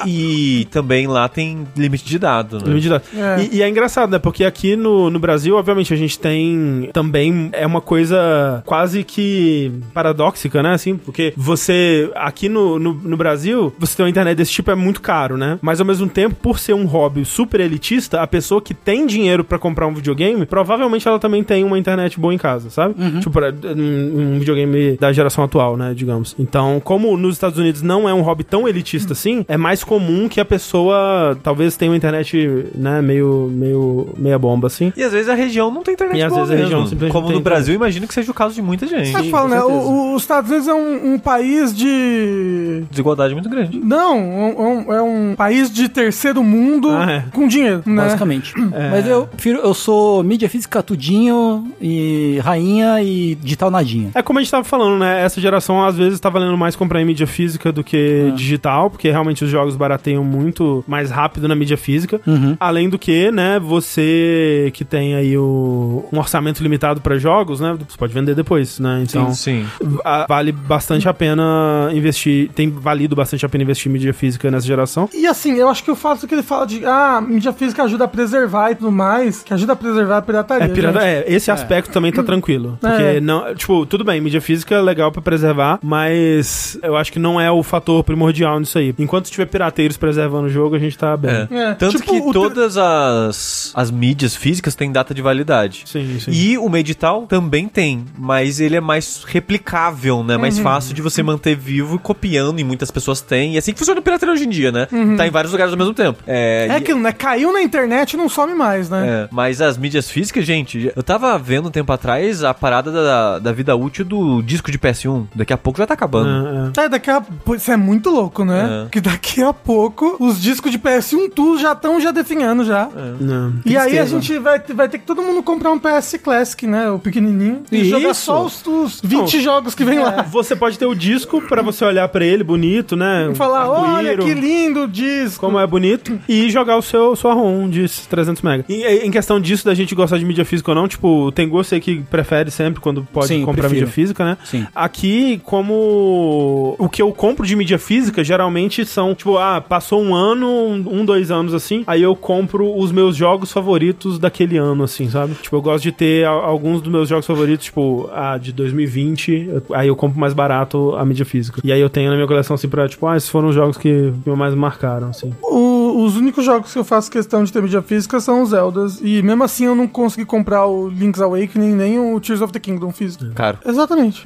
E, e também lá tem limite de dado, né?
Limite de dados.
É.
E, e é engraçado, né? Porque aqui no, no Brasil, obviamente, a gente tem assim, também é uma coisa quase que paradóxica, né? Assim, porque você, aqui no, no, no Brasil, você ter uma internet desse tipo é muito caro, né? Mas ao mesmo tempo, por ser um hobby super elitista, a pessoa que tem dinheiro pra comprar um videogame, provavelmente ela também tem uma internet boa em casa, sabe? Tipo, pra- um, um videogame da geração atual, né? Digamos. Então, como nos Estados Unidos não é um hobby tão elitista assim, é mais comum que a pessoa talvez tenha uma internet, né? Meio, meio, meia bomba assim.
E às vezes a região não tem internet
E às
boa
vezes a região
mesmo.
simplesmente
Como
não tem
no Brasil, imagino que seja o caso de muita gente.
Mas
Sim, com
fala, né? o-
certeza.
o- os Estados Unidos é um, um país de.
Desigualdade muito grande.
Não, um- um- é um país de terceiro mundo
Ah, é.
com dinheiro, né?
Basicamente. Mas eu prefiro, eu sou mídia física tudinho, e rainha e digital nadinha.
É como a gente tava falando, né? Essa geração às vezes tá valendo mais comprar em mídia física do
É.
que digital, porque realmente os jogos barateiam muito mais rápido na mídia física.
Uhum.
Além do que, né, você que tem aí o, um orçamento limitado pra jogos, né? Você pode vender depois, né? Então,
sim.
a- vale bastante a pena investir, tem valido bastante a pena investir em mídia física nessa geração.
E assim, eu acho que o fato que ele fala de ah, mídia física ajuda a preservar e tudo mais, que ajuda a preservar a pirataria.
É, pirata-
gente.
é, esse aspecto também tá tranquilo.
É.
Porque não, tipo, tudo bem, mídia física é legal pra preservar, mas eu acho que não é o fator primordial nisso aí. Enquanto tiver pirateiros preservando o jogo, a gente tá bem.
É.
É,
Tanto
tipo, o
que
te-
todas as, as mídias físicas têm data de validade.
Sim, sim.
E o meio digital também tem, mas ele é mais replicável, né?
Uhum.
Mais fácil de você manter vivo e copiando, e muitas pessoas têm. E é assim que funciona o pirataria hoje em dia, né? Tá em vários lugares ao mesmo tempo. É,
Uhum. É
e-
aquilo, né? Caiu na internet e não some mais, né?
É, mas as mídias físicas, gente, eu tava vendo um tempo atrás a parada da, da vida útil do disco de PS1. Daqui a pouco já tá acabando.
É, é.
É, daqui a pô, Isso é muito louco, né?
É.
Que daqui a pouco os discos de PS1 tudo já estão já definhando já.
ah, Não.
E aí a
Tristeza.
gente vai, vai ter que todo mundo comprar um PS Classic, né? O pequenininho. E
Isso.
jogar só os, os 20
Não.
jogos que vem lá.
É. Você pode ter o disco pra você olhar pra ele bonito, né?
E falar, olha
Arco-íro.
que lindo o disco.
como é bonito, e jogar o seu sua ROM de 300 mega. E em questão disso, da gente gostar de mídia física ou não, tipo, tem gosto aí que prefere sempre quando pode
Sim, eu
comprar
prefiro.
mídia física, né?
Sim.
Aqui, como o que eu compro de mídia física, geralmente são, tipo, ah, passou um ano, um, um, dois anos assim, aí eu compro os meus jogos favoritos daquele ano, assim, sabe? Tipo, eu gosto de ter a- alguns dos meus jogos favoritos, tipo, ah, de 2020, eu- aí eu compro mais barato a mídia física. E aí eu tenho na minha coleção, assim, pra, tipo, ah, esses foram os jogos que me mais marcaram, assim.
O- os únicos jogos que eu faço questão de ter mídia física são os Zeldas. E mesmo assim eu não consegui comprar o Link's Awakening nem o Tears of the Kingdom físico.
Cara.
Exatamente.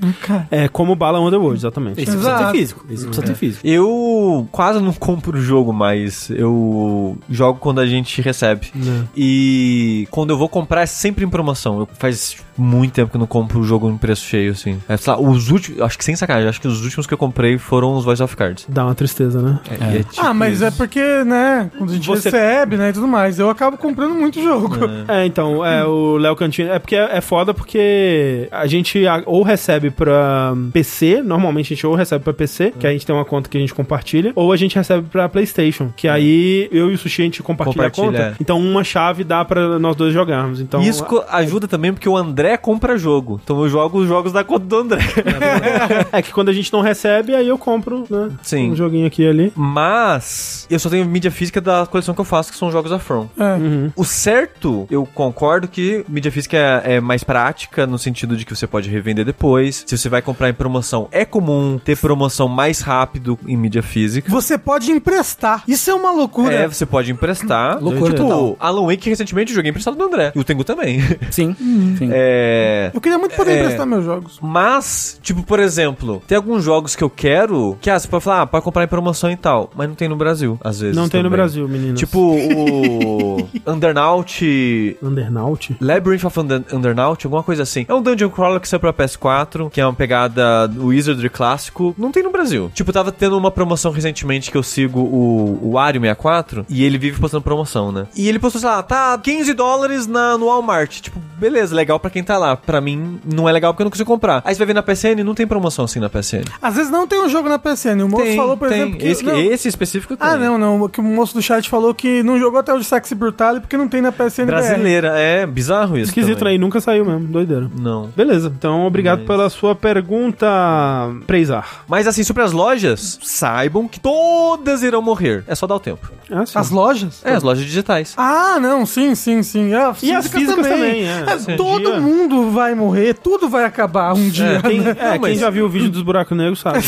É como Bala Underworld, exatamente.
Isso precisa
Exato.
ter físico. Isso precisa ter físico.
Eu quase não compro o jogo, mas eu jogo quando a gente recebe.
Né.
E quando eu vou comprar é sempre em promoção. Eu faz muito tempo que eu não compro o jogo em preço cheio, assim. É, sei lá, os últimos. Acho que sem sacanagem, acho que os últimos que eu comprei foram os Voice of Cards.
Dá uma tristeza, né?
É, e é tipo
ah, mas
isso.
é porque, né, quando a gente
Você-
recebe, né, e tudo mais, eu acabo comprando muito jogo.
É, então, é o Léo Cantinho. É porque é, é foda porque a gente a- ou recebe pra PC, normalmente a gente ou recebe pra
É.
PC, que a gente tem uma conta que a gente compartilha, ou a gente recebe pra PlayStation, que aí eu e o Sushi a gente compartilha,
É. Compartilha, é.
a conta. Então uma chave dá pra nós dois jogarmos. Então,
Isso co- ajuda também porque o André compra jogo. Então eu jogo os jogos da conta do André.
é que quando a gente não recebe, aí eu compro, né?
Sim.
Um joguinho aqui e ali.
Mas eu só tenho mídia física da coleção que eu faço, que são jogos da From.
É.
O certo, eu concordo que mídia física é, é mais prática, no sentido de que você pode revender depois. Se você vai comprar em promoção, é comum ter promoção mais rápido em mídia física.
Você pode emprestar. Isso é uma loucura.
É, você pode emprestar.
Loucura total.
Tipo, Alan Wake recentemente eu joguei emprestado do André. E o Tengu também.
Sim. Sim.
é.
Eu queria muito poder
É.
emprestar meus jogos.
Mas, tipo, por exemplo, tem alguns jogos que eu quero que, ah, você pode falar, ah, pode comprar em promoção e tal, mas não tem no Brasil, às vezes.
Não tem no
também.
Brasil, meninas.
Tipo, o Undernaut.
Undernaut?
Labyrinth of Under- Undernaut, alguma coisa assim. É um dungeon crawler que saiu pra PS4, que é uma pegada do Wizardry clássico. Não tem no Brasil. Tipo, tava tendo uma promoção recentemente que eu sigo o, o Ario64 e ele vive postando promoção, né? E ele postou, sei lá, tá 15 dólares na, no Walmart. Tipo, beleza, legal pra quem tá lá. Pra mim, não é legal porque eu não consigo comprar. Aí você vai ver na PSN, não tem promoção assim na PSN.
Às vezes não tem um jogo na PSN. O moço falou, por exemplo, que.
esse,
não.
esse específico tem.
Ah,
é.
não, não. O Que o moço do chat falou que não jogou até o de Sexy Brutale porque não tem na PSN. BR.
Brasileira, é bizarro isso.
Esquisito
também.
aí, nunca saiu mesmo. Doideira.
Não.
Beleza, então obrigado pela sua pergunta, Preizar.
Mas assim, sobre as lojas, saibam que todas irão morrer. É só dar o tempo.
É assim.
As lojas?
É, as lojas digitais.
Ah, não, sim, sim, sim. É,
E as físicas também, é.
Esse
Todo
dia-
mundo vai morrer, tudo vai acabar um dia.
Quem,
né?
é,
Não, mas-
quem já viu o vídeo dos buracos negros sabe.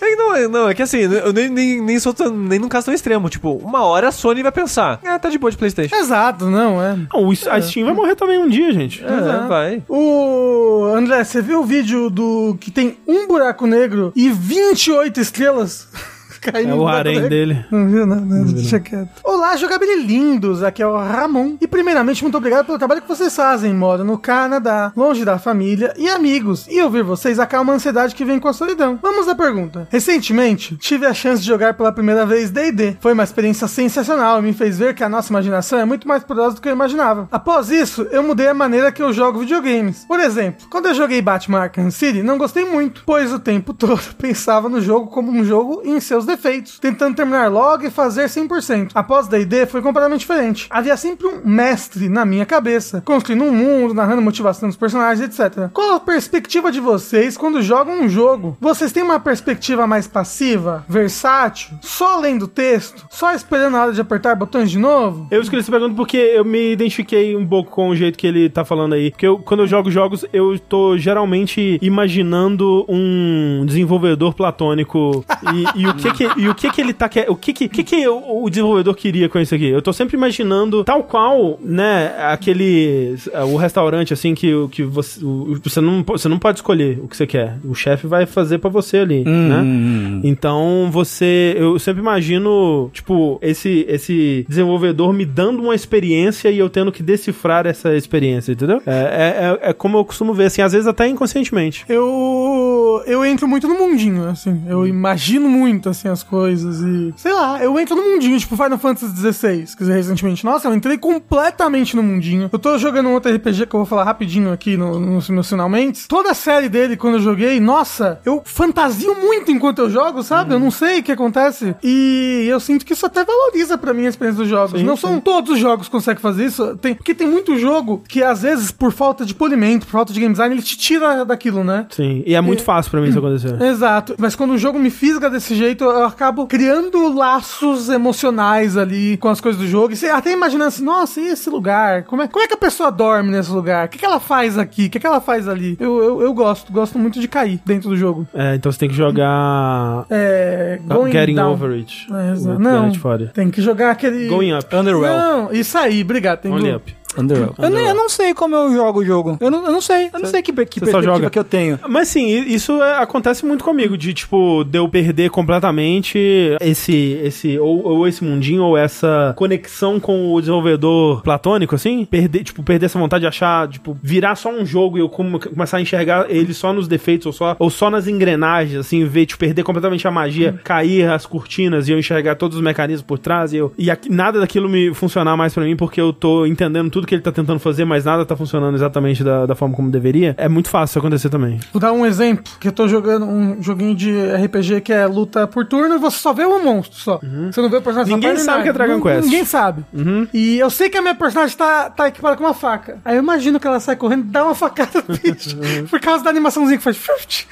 É, não, é- não, é que assim, eu nem, nem, nem sou tão, nem num caso tão extremo. Tipo, uma hora a Sony vai pensar, ah, tá de boa de Playstation.
Exato, não, é.
Não, o- a Steam vai morrer também um dia, gente.
É, vai.
O André, você viu o vídeo do que tem um buraco negro e 28 estrelas caindo
É
no
o
buraco
harém
negro?
dele.
Não viu nada, deixa quieto. Olá, jogabili lindos, aqui é o Ramon. E primeiramente, muito obrigado pelo trabalho que vocês fazem. Moro no Canadá, longe da família e amigos. E ouvir vocês acalma a ansiedade que vem com a solidão. Vamos à pergunta. Recentemente, tive a chance de jogar pela primeira vez D&D. Foi uma experiência sensacional e me fez ver que a nossa imaginação é muito mais poderosa do que eu imaginava. Após isso, eu mudei a maneira que eu jogo videogames. Por exemplo, quando eu joguei Batman Arkham City, não gostei muito, pois o tempo todo pensava no jogo como um jogo e em seus defeitos, tentando terminar logo e fazer 100%. Após D&D foi completamente diferente. Havia sempre um mestre na minha cabeça, construindo um mundo, narrando motivação dos personagens, etc. Qual a perspectiva de vocês quando jogam um jogo? Vocês têm uma perspectiva mais passiva, versátil, só lendo texto, só esperando a hora de apertar botões de novo?
Eu escolhi essa pergunta porque eu me identifiquei um pouco com o jeito que ele tá falando aí. Porque eu, quando eu jogo jogos, eu tô geralmente imaginando um desenvolvedor platônico e, e o que que e o que que ele tá quer, o que que, o que que eu- o desenvolvedor queria com isso aqui. Eu tô sempre imaginando tal qual, né, aquele eh, o restaurante assim que o- que você o- você não po- você não pode escolher o que você quer. O chefe vai fazer pra você ali, né? Então você. Eu sempre imagino, tipo, esse, esse desenvolvedor me dando uma experiência e eu tendo que decifrar essa experiência, entendeu? É, é, é- é como eu costumo ver, assim, às vezes até inconscientemente.
eu eu entro muito no mundinho, assim. Eu imagino muito, assim, as coisas e... Sei lá, eu entro no mundinho, tipo Final Fantasy XVI, quer dizer, recentemente. Nossa, eu entrei completamente no mundinho. Eu tô jogando um outro RPG que eu vou falar rapidinho aqui no, no, no Sinalmente. Toda a série dele, quando eu joguei, nossa, eu fantasio muito enquanto eu jogo, sabe? Eu
Uhum.
não sei o que acontece. E eu sinto que isso até valoriza pra mim a experiência dos jogos.
Sim,
não
sim.
são todos os jogos que conseguem fazer isso. Tem, porque tem muito jogo que, às vezes, por falta de polimento, por falta de game design, ele te tira daquilo, né?
Sim. E é muito fácil pra mim isso acontecer.
É. Exato, mas quando o jogo me fisga desse jeito, eu acabo criando laços emocionais ali com as coisas do jogo. E você até imaginando assim, nossa, e esse lugar? Como é, como é que a pessoa dorme nesse lugar? O que, que ela faz aqui? O que, que ela faz ali? Eu, eu, eu gosto, gosto muito de cair dentro do jogo.
É, então você tem que jogar.
É. Going
Ah, Getting
down.
over it.
É, exato.
O
Não,
Planet Fora.
tem que jogar aquele.
Going up.
Underwell.
Não, isso aí, obrigado. Tem
Only
go-
up.
Underworld.
Eu
Eu,
nem- eu
não sei como eu jogo o jogo. Eu não, sei. Eu não sei que,
Você só perspectiva joga.
perspectiva
que
que eu tenho.
Mas sim, i- isso é- acontece muito comigo, de tipo, de eu perder completamente esse, esse ou, ou esse mundinho, ou essa conexão com o desenvolvedor platônico, assim, perder, tipo, perder essa vontade de achar, tipo, virar só um jogo e eu come- começar a enxergar ele só nos defeitos, ou só, ou só nas engrenagens, assim, ver, tipo, perder completamente a magia, cair as cortinas e eu enxergar todos os mecanismos por trás e eu, e aqui- nada daquilo me funcionar mais pra mim, porque eu tô entendendo tudo que ele tá tentando fazer, mas nada tá funcionando exatamente da, da forma como deveria, é muito fácil isso acontecer também.
Vou dar um exemplo, que eu tô jogando um joguinho de RPG que é luta por turno e você só vê um monstro só. Você não vê o personagem
Ninguém
só faz
sabe
nada.
que é Dragon
Não-
Quest.
Ninguém sabe. E eu sei que a minha personagem tá, tá equipada com uma faca. Aí eu imagino que ela sai correndo e dá uma facada no bicho. Por causa da animaçãozinha que faz.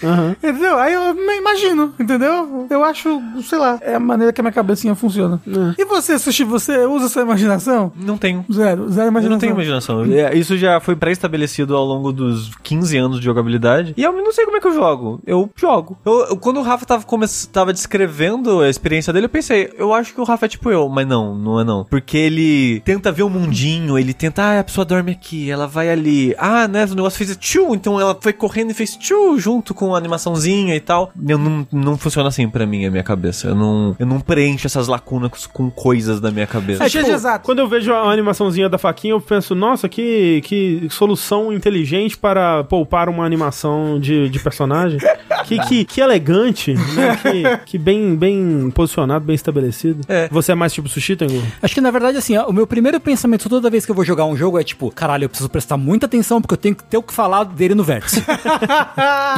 Aham.
Entendeu? Aí eu me imagino, entendeu? Eu acho, sei lá, é a maneira que a minha cabecinha funciona. E você, Sushi, você usa sua imaginação?
Não tenho.
Zero, zero
Eu
imaginação.
não tenho imaginação. É, Isso já foi pré-estabelecido ao longo dos 15 anos de jogabilidade. E eu não sei como é que eu jogo. Eu jogo. Eu- eu- quando o Rafa tava, come- tava descrevendo a experiência dele, eu pensei, eu acho que o Rafa é tipo eu. Mas não, não é não. Porque ele tenta ver o mundinho, ele tenta, ah, a pessoa dorme aqui, ela vai ali. Ah, né, o negócio fez tchu, então ela foi correndo e fez tchu junto com a animaçãozinha e tal. Eu não, não funciona assim pra mim, a minha cabeça. Eu não, eu não preencho essas lacunas com coisas da minha cabeça.
É cheio de exato.
tipo, Quando eu vejo a animaçãozinha da faquinha, eu penso, nossa, que, que solução inteligente para poupar uma animação de, de personagem. que, que, que elegante, né? que, que bem, bem posicionado, bem estabelecido.
É.
Você é mais tipo sushi, Tengu?
Acho que na verdade, assim, ó, o meu primeiro pensamento toda vez que eu vou jogar um jogo é tipo, caralho, eu preciso prestar muita atenção porque eu tenho que ter o que falar dele no vértice.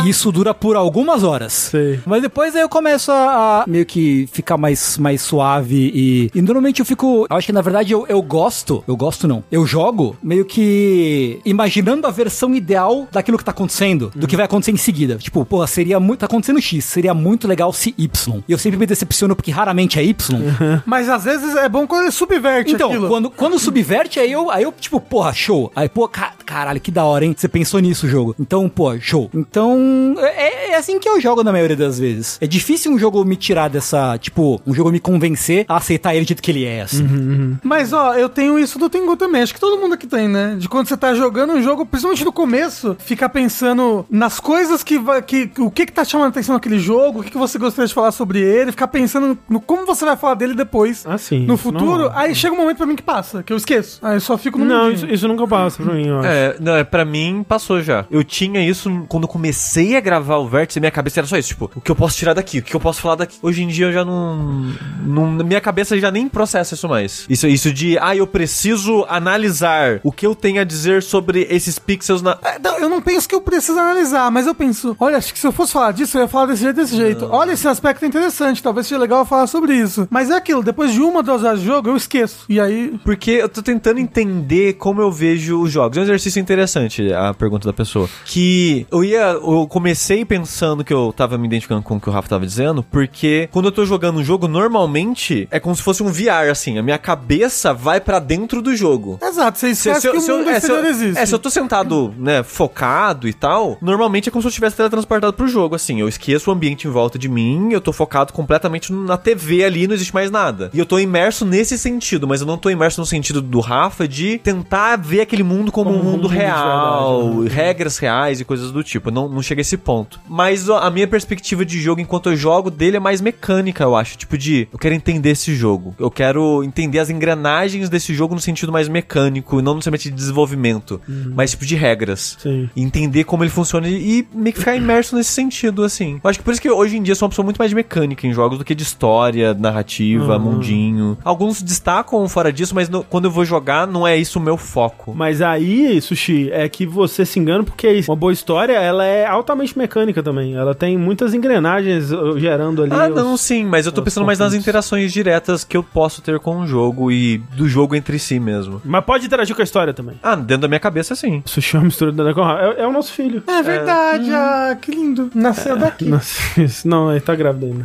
e isso dura por algumas horas.
Sei.
Mas depois aí eu começo a, a meio que ficar mais, mais suave e, e normalmente eu fico. eu acho que na verdade eu, eu gosto. Eu gosto não. Eu jogo meio que imaginando a versão ideal daquilo que tá acontecendo, do
Uhum.
que vai acontecer em seguida. Tipo, porra, seria muito. Tá acontecendo X, seria muito legal se Y. E eu sempre me decepciono porque raramente é Y.
Mas às vezes é bom quando ele subverte
Então,
aquilo.
quando, quando subverte, aí eu, aí eu, tipo, porra, show. Aí, pô, ca- caralho, que da hora, hein? Você pensou nisso, jogo. Então, pô, show. Então, é, é assim que eu jogo na maioria das vezes. É difícil um jogo me tirar dessa, tipo, um jogo me convencer a aceitar ele do jeito que ele é, assim.
Uhum.
Mas ó, eu tenho isso do Tengu também, acho que todo mundo aqui tem, né? De quando você tá jogando um jogo, principalmente no começo, ficar pensando nas coisas que vai. Que, o que que tá chamando a atenção naquele jogo, o que, que você gostaria de falar sobre ele, ficar pensando no como você vai falar dele depois.
Ah, sim,
No
isso
futuro,
não.
aí chega um momento pra mim que passa, que eu esqueço. Aí eu só fico no
Não,
mundinho.
isso, isso nunca passa pra mim, eu acho.
É, não, é pra mim passou já. Eu tinha isso quando eu comecei a gravar o vértice, minha cabeça era só isso, tipo, o que eu posso tirar daqui, o que eu posso falar daqui. Hoje em dia eu já não. não minha cabeça já nem processa isso mais. Isso, isso de, ah, eu preciso analisar o que eu tenho a dizer sobre esses pixels na.
É, não, Eu não penso que eu preciso analisar, mas eu penso, olha, acho que se eu fosse falar disso, eu ia falar desse jeito, desse jeito. Olha, esse aspecto é interessante, talvez seja legal eu falar sobre isso. Mas é aquilo, depois de uma, duas horas de jogo, eu esqueço. E aí,
Porque eu tô tentando entender como eu vejo os jogos. É um exercício interessante a pergunta da pessoa. Que eu ia. Eu comecei pensando que eu tava me identificando com o que o Rafa tava dizendo, porque quando eu tô jogando um jogo, normalmente é como se fosse um VR, assim. A minha cabeça vai pra dentro do jogo.
Exato, você
Se,
esquece
se eu-
que
se
o
eu-
mundo
é, se eu-
exterior existe.
é, se eu tô sentado, né, focado e tal, normalmente é como se eu tivesse teletransportado pro jogo, assim. Eu esqueço o ambiente em volta de mim, eu tô focado completamente na TV ali, não existe mais nada. E eu tô imerso nesse sentido, mas eu não tô imerso no sentido do Rafa de tentar ver aquele mundo como, um mundo,
de
real, regras reais e coisas do tipo. Não, não chega a esse ponto. Mas ó, a minha perspectiva de jogo enquanto eu jogo dele é mais mecânica, eu acho. Tipo de, eu quero entender esse jogo. Eu quero entender as engrenagens desse jogo no sentido mais mecânico, e não necessariamente de desenvolvimento, mas tipo de regras.
Sim.
E Entender como ele funciona e e meio que ficar imerso nesse sentido, assim. Eu acho que por isso que hoje em dia eu sou uma pessoa muito mais de mecânica em jogos do que de história, narrativa, mundinho. Alguns destacam fora disso, mas no- quando eu vou jogar, não é isso o meu foco.
Mas aí, Sushi, é que você se engana porque é isso. uma boa história, ela é altamente mecânica também. Ela tem muitas engrenagens uh, gerando ali.
Ah,
os-
não, sim, mas eu tô
os
pensando mais nas
conflitos.
interações diretas que eu posso ter com o jogo e do jogo entre si mesmo.
Mas pode interagir com a história também.
Ah, dentro da minha cabeça, sim.
Sushi é uma mistura da com é, é o nosso filho.
É verdade, ah, que lindo. Nasceu daqui.
Nossa, isso- não, ele tá grávido ainda.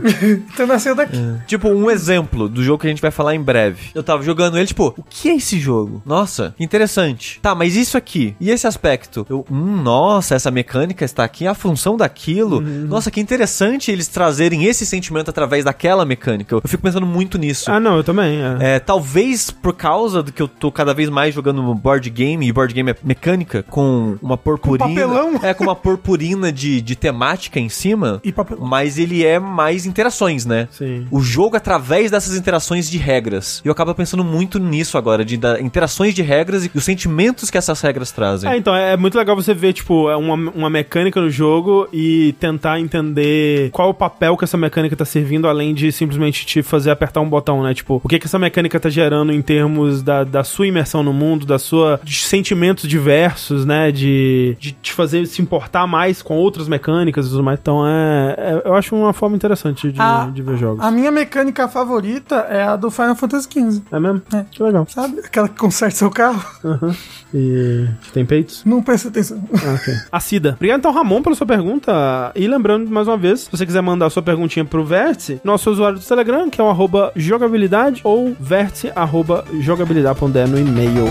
Então nasceu daqui.
Tipo, um exemplo do jogo que a gente vai falar em breve. Eu tava jogando ele, tipo, o que é esse jogo? Nossa, que interessante. Tá, mas isso aqui, e esse aspecto? Eu, hum, nossa, essa mecânica está aqui, a função daquilo. Nossa, que interessante eles trazerem esse sentimento através daquela mecânica. Eu fico pensando muito nisso.
Ah, não, eu também. É.
É, talvez por causa do que eu tô cada vez mais jogando board game, e board game é mecânica, com uma purpurina.
papelão.
É, com uma purpurina de, de temática em cima.
E papel-
Mas ele é mais interações, né?
Sim.
O jogo através dessas interações de regras. E eu acabo pensando muito nisso agora, de da- interações de regras e os sentimentos que essas regras trazem.
É, então, é muito legal você ver, tipo, é uma, uma mecânica no jogo e tentar entender qual o papel que essa mecânica tá servindo, além de simplesmente te fazer apertar um botão, né? Tipo, o que que essa mecânica tá gerando em termos da, da sua imersão no mundo, da sua de sentimentos diversos, né? De, de te fazer se importar mais com outras mecânicas e tudo mais. Então, é, é- eu acho uma forma interessante de,
A-
de ver jogos.
A minha mecânica favorita é a do Final Fantasy XV.
é mesmo?
É.
Que legal.
Sabe? Aquela que conserta seu carro.
E tem peitos?
Não presta atenção.
Ah, ok. A Cida. Obrigado, então, Ramon, pela sua pergunta. E lembrando, mais uma vez, se você quiser mandar sua perguntinha pro Vértice, nosso usuário do Telegram, que é o arroba jogabilidade ou vértice arroba jogabilidade.de no e-mail.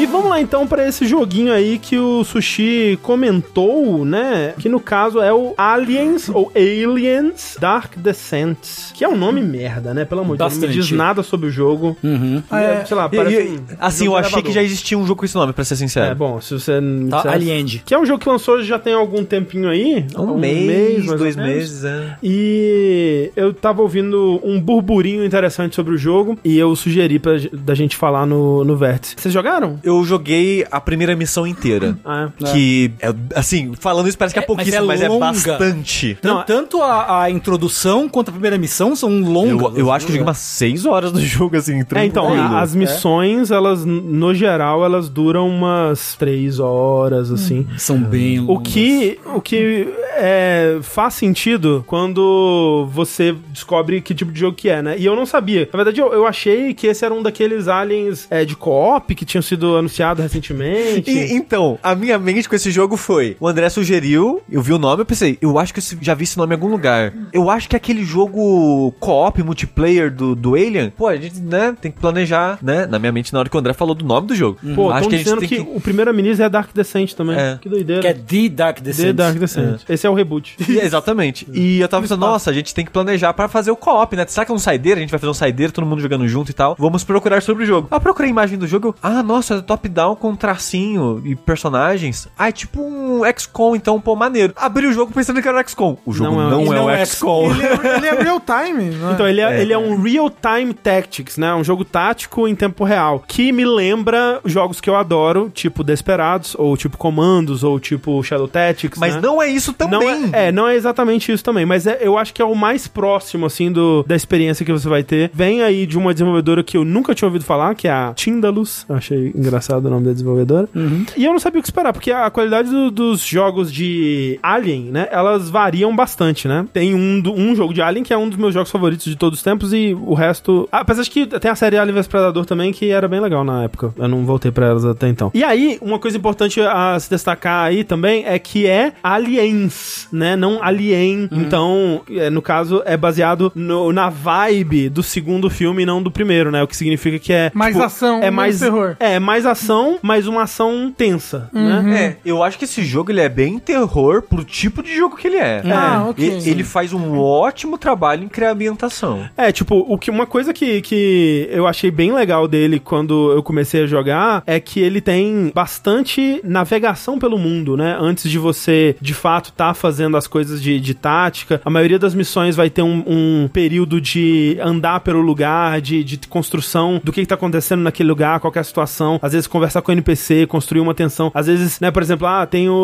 E vamos lá então pra esse joguinho aí que o Sushi comentou, né? Que no caso é o Aliens ou Aliens Dark Descent, que é um nome merda, né? Pelo amor de Deus, não me
Bastante.
diz nada sobre o jogo.
Uhum.
Ah, é.
Sei lá,
E-
parece
e-
um
assim, eu
jogo de
achei que já
elevador.
existia um jogo com esse nome, pra ser sincero.
É, bom, se você...
Tá,
se-
Aliend.
Que é um jogo que lançou já tem algum tempinho aí.
Um, mês,
É, mais ou
dois
menos.
meses, é.
E eu tava ouvindo um burburinho interessante sobre o jogo e eu sugeri pra, da gente falar no, no Vértice. Vocês jogaram?
Eu joguei joguei a primeira missão inteira.
Ah, é.
Que, é, assim, falando isso parece que é,
É, mas
pouquíssimo,
é
mas é,
longa.
bastante.
Tan-
Não,
tanto a, a introdução quanto a primeira missão são
Eu,
longas. assim, né?
eu acho que eu joguei umas 6 horas do jogo, assim,
É, então,
tranquilo.
a- as missões, elas, no geral, elas duram umas três horas, assim.
Uhum.
São bem
O
longas.
que, o que é, faz sentido quando você descobre que tipo de jogo que é, né? E eu não sabia. Na verdade, eu, eu achei que esse era um daqueles aliens é, de co-op que tinham sido anunciado recentemente.
E, então, a minha mente com esse jogo foi: o André sugeriu, eu vi o nome, eu pensei, eu acho que eu se- já vi esse nome em algum lugar. Eu acho que é aquele jogo co-op multiplayer do, do Alien, pô, a gente, né, tem que planejar, né? Na minha mente, na hora que o André falou do nome do jogo.
Pô,
acho
estão
que a gente
dizendo
tem
que,
que.
o primeiro-ministro é Dark Descent também.
É.
Que doideira.
Que é The Dark Descent.
The Dark Descent. Esse é o reboot.
E- exatamente. E eu tava pensando, nossa, a gente tem que planejar pra fazer o co-op, né? Será que é um saideiro? A gente vai fazer um saideiro, todo mundo jogando junto e tal. Vamos procurar sobre o jogo. Ah, procurei a imagem do jogo. eu, Ah, nossa, é top-down com tracinho e personagens. Ah, é tipo um XCOM, então, pô, maneiro. Abri o jogo pensando que era o XCOM. O jogo
Não é-
não,
e
é,
não
o
é
XCOM.
Ele é, ele é real time, não é?
Então, ele é,
É.
ele é um real-time tactics, né? Um jogo tático em tempo real. Que me lembra jogos que eu adoro, tipo Desperados, ou tipo Commandos, ou tipo Shadow Tactics.
Mas
né?
não é isso
Não
também.
é, é, não é exatamente isso também, mas é- eu acho que é o mais próximo, assim, do, da experiência que você vai ter. Vem aí de uma desenvolvedora que eu nunca tinha ouvido falar, que é a Tindalus. Eu achei engraçado o nome da desenvolvedora. E eu não sabia o que esperar, porque a qualidade do- dos jogos de Alien, né, elas variam bastante, né? Tem um, do- um jogo de Alien que é um dos meus jogos favoritos de todos os tempos e o resto... ah, Apesar de que tem a série Alien vs Predador também, que era bem legal na época. Eu não voltei pra elas até então. E aí, uma coisa importante a se destacar aí também é que é Aliens, né? Não Alien. Então, é, no caso, é baseado no- na vibe do segundo filme e não do primeiro, né? O que significa que é...
Mais ação,
é
menos
mais
terror. Uhum.
É, mais ação, mas uma ação tensa, né?
Hum.
É, eu acho que esse jogo ele é bem terror pro tipo de jogo que ele é.
Ah,
É.
ok.
E- Ele faz um ótimo trabalho em criar ambientação.
É, tipo, o que, uma coisa que, que eu achei bem legal dele quando eu comecei a jogar é que ele tem bastante navegação pelo mundo, né? Antes de você, de fato, tá fazendo as coisas de, de tática. A maioria das missões vai ter um, um período de andar pelo lugar, de, de construção do que, que tá acontecendo naquele lugar, qual que é a situação. Às vezes conversar com o NPC, construir uma tensão. Às vezes, né, por exemplo, ah, tem o,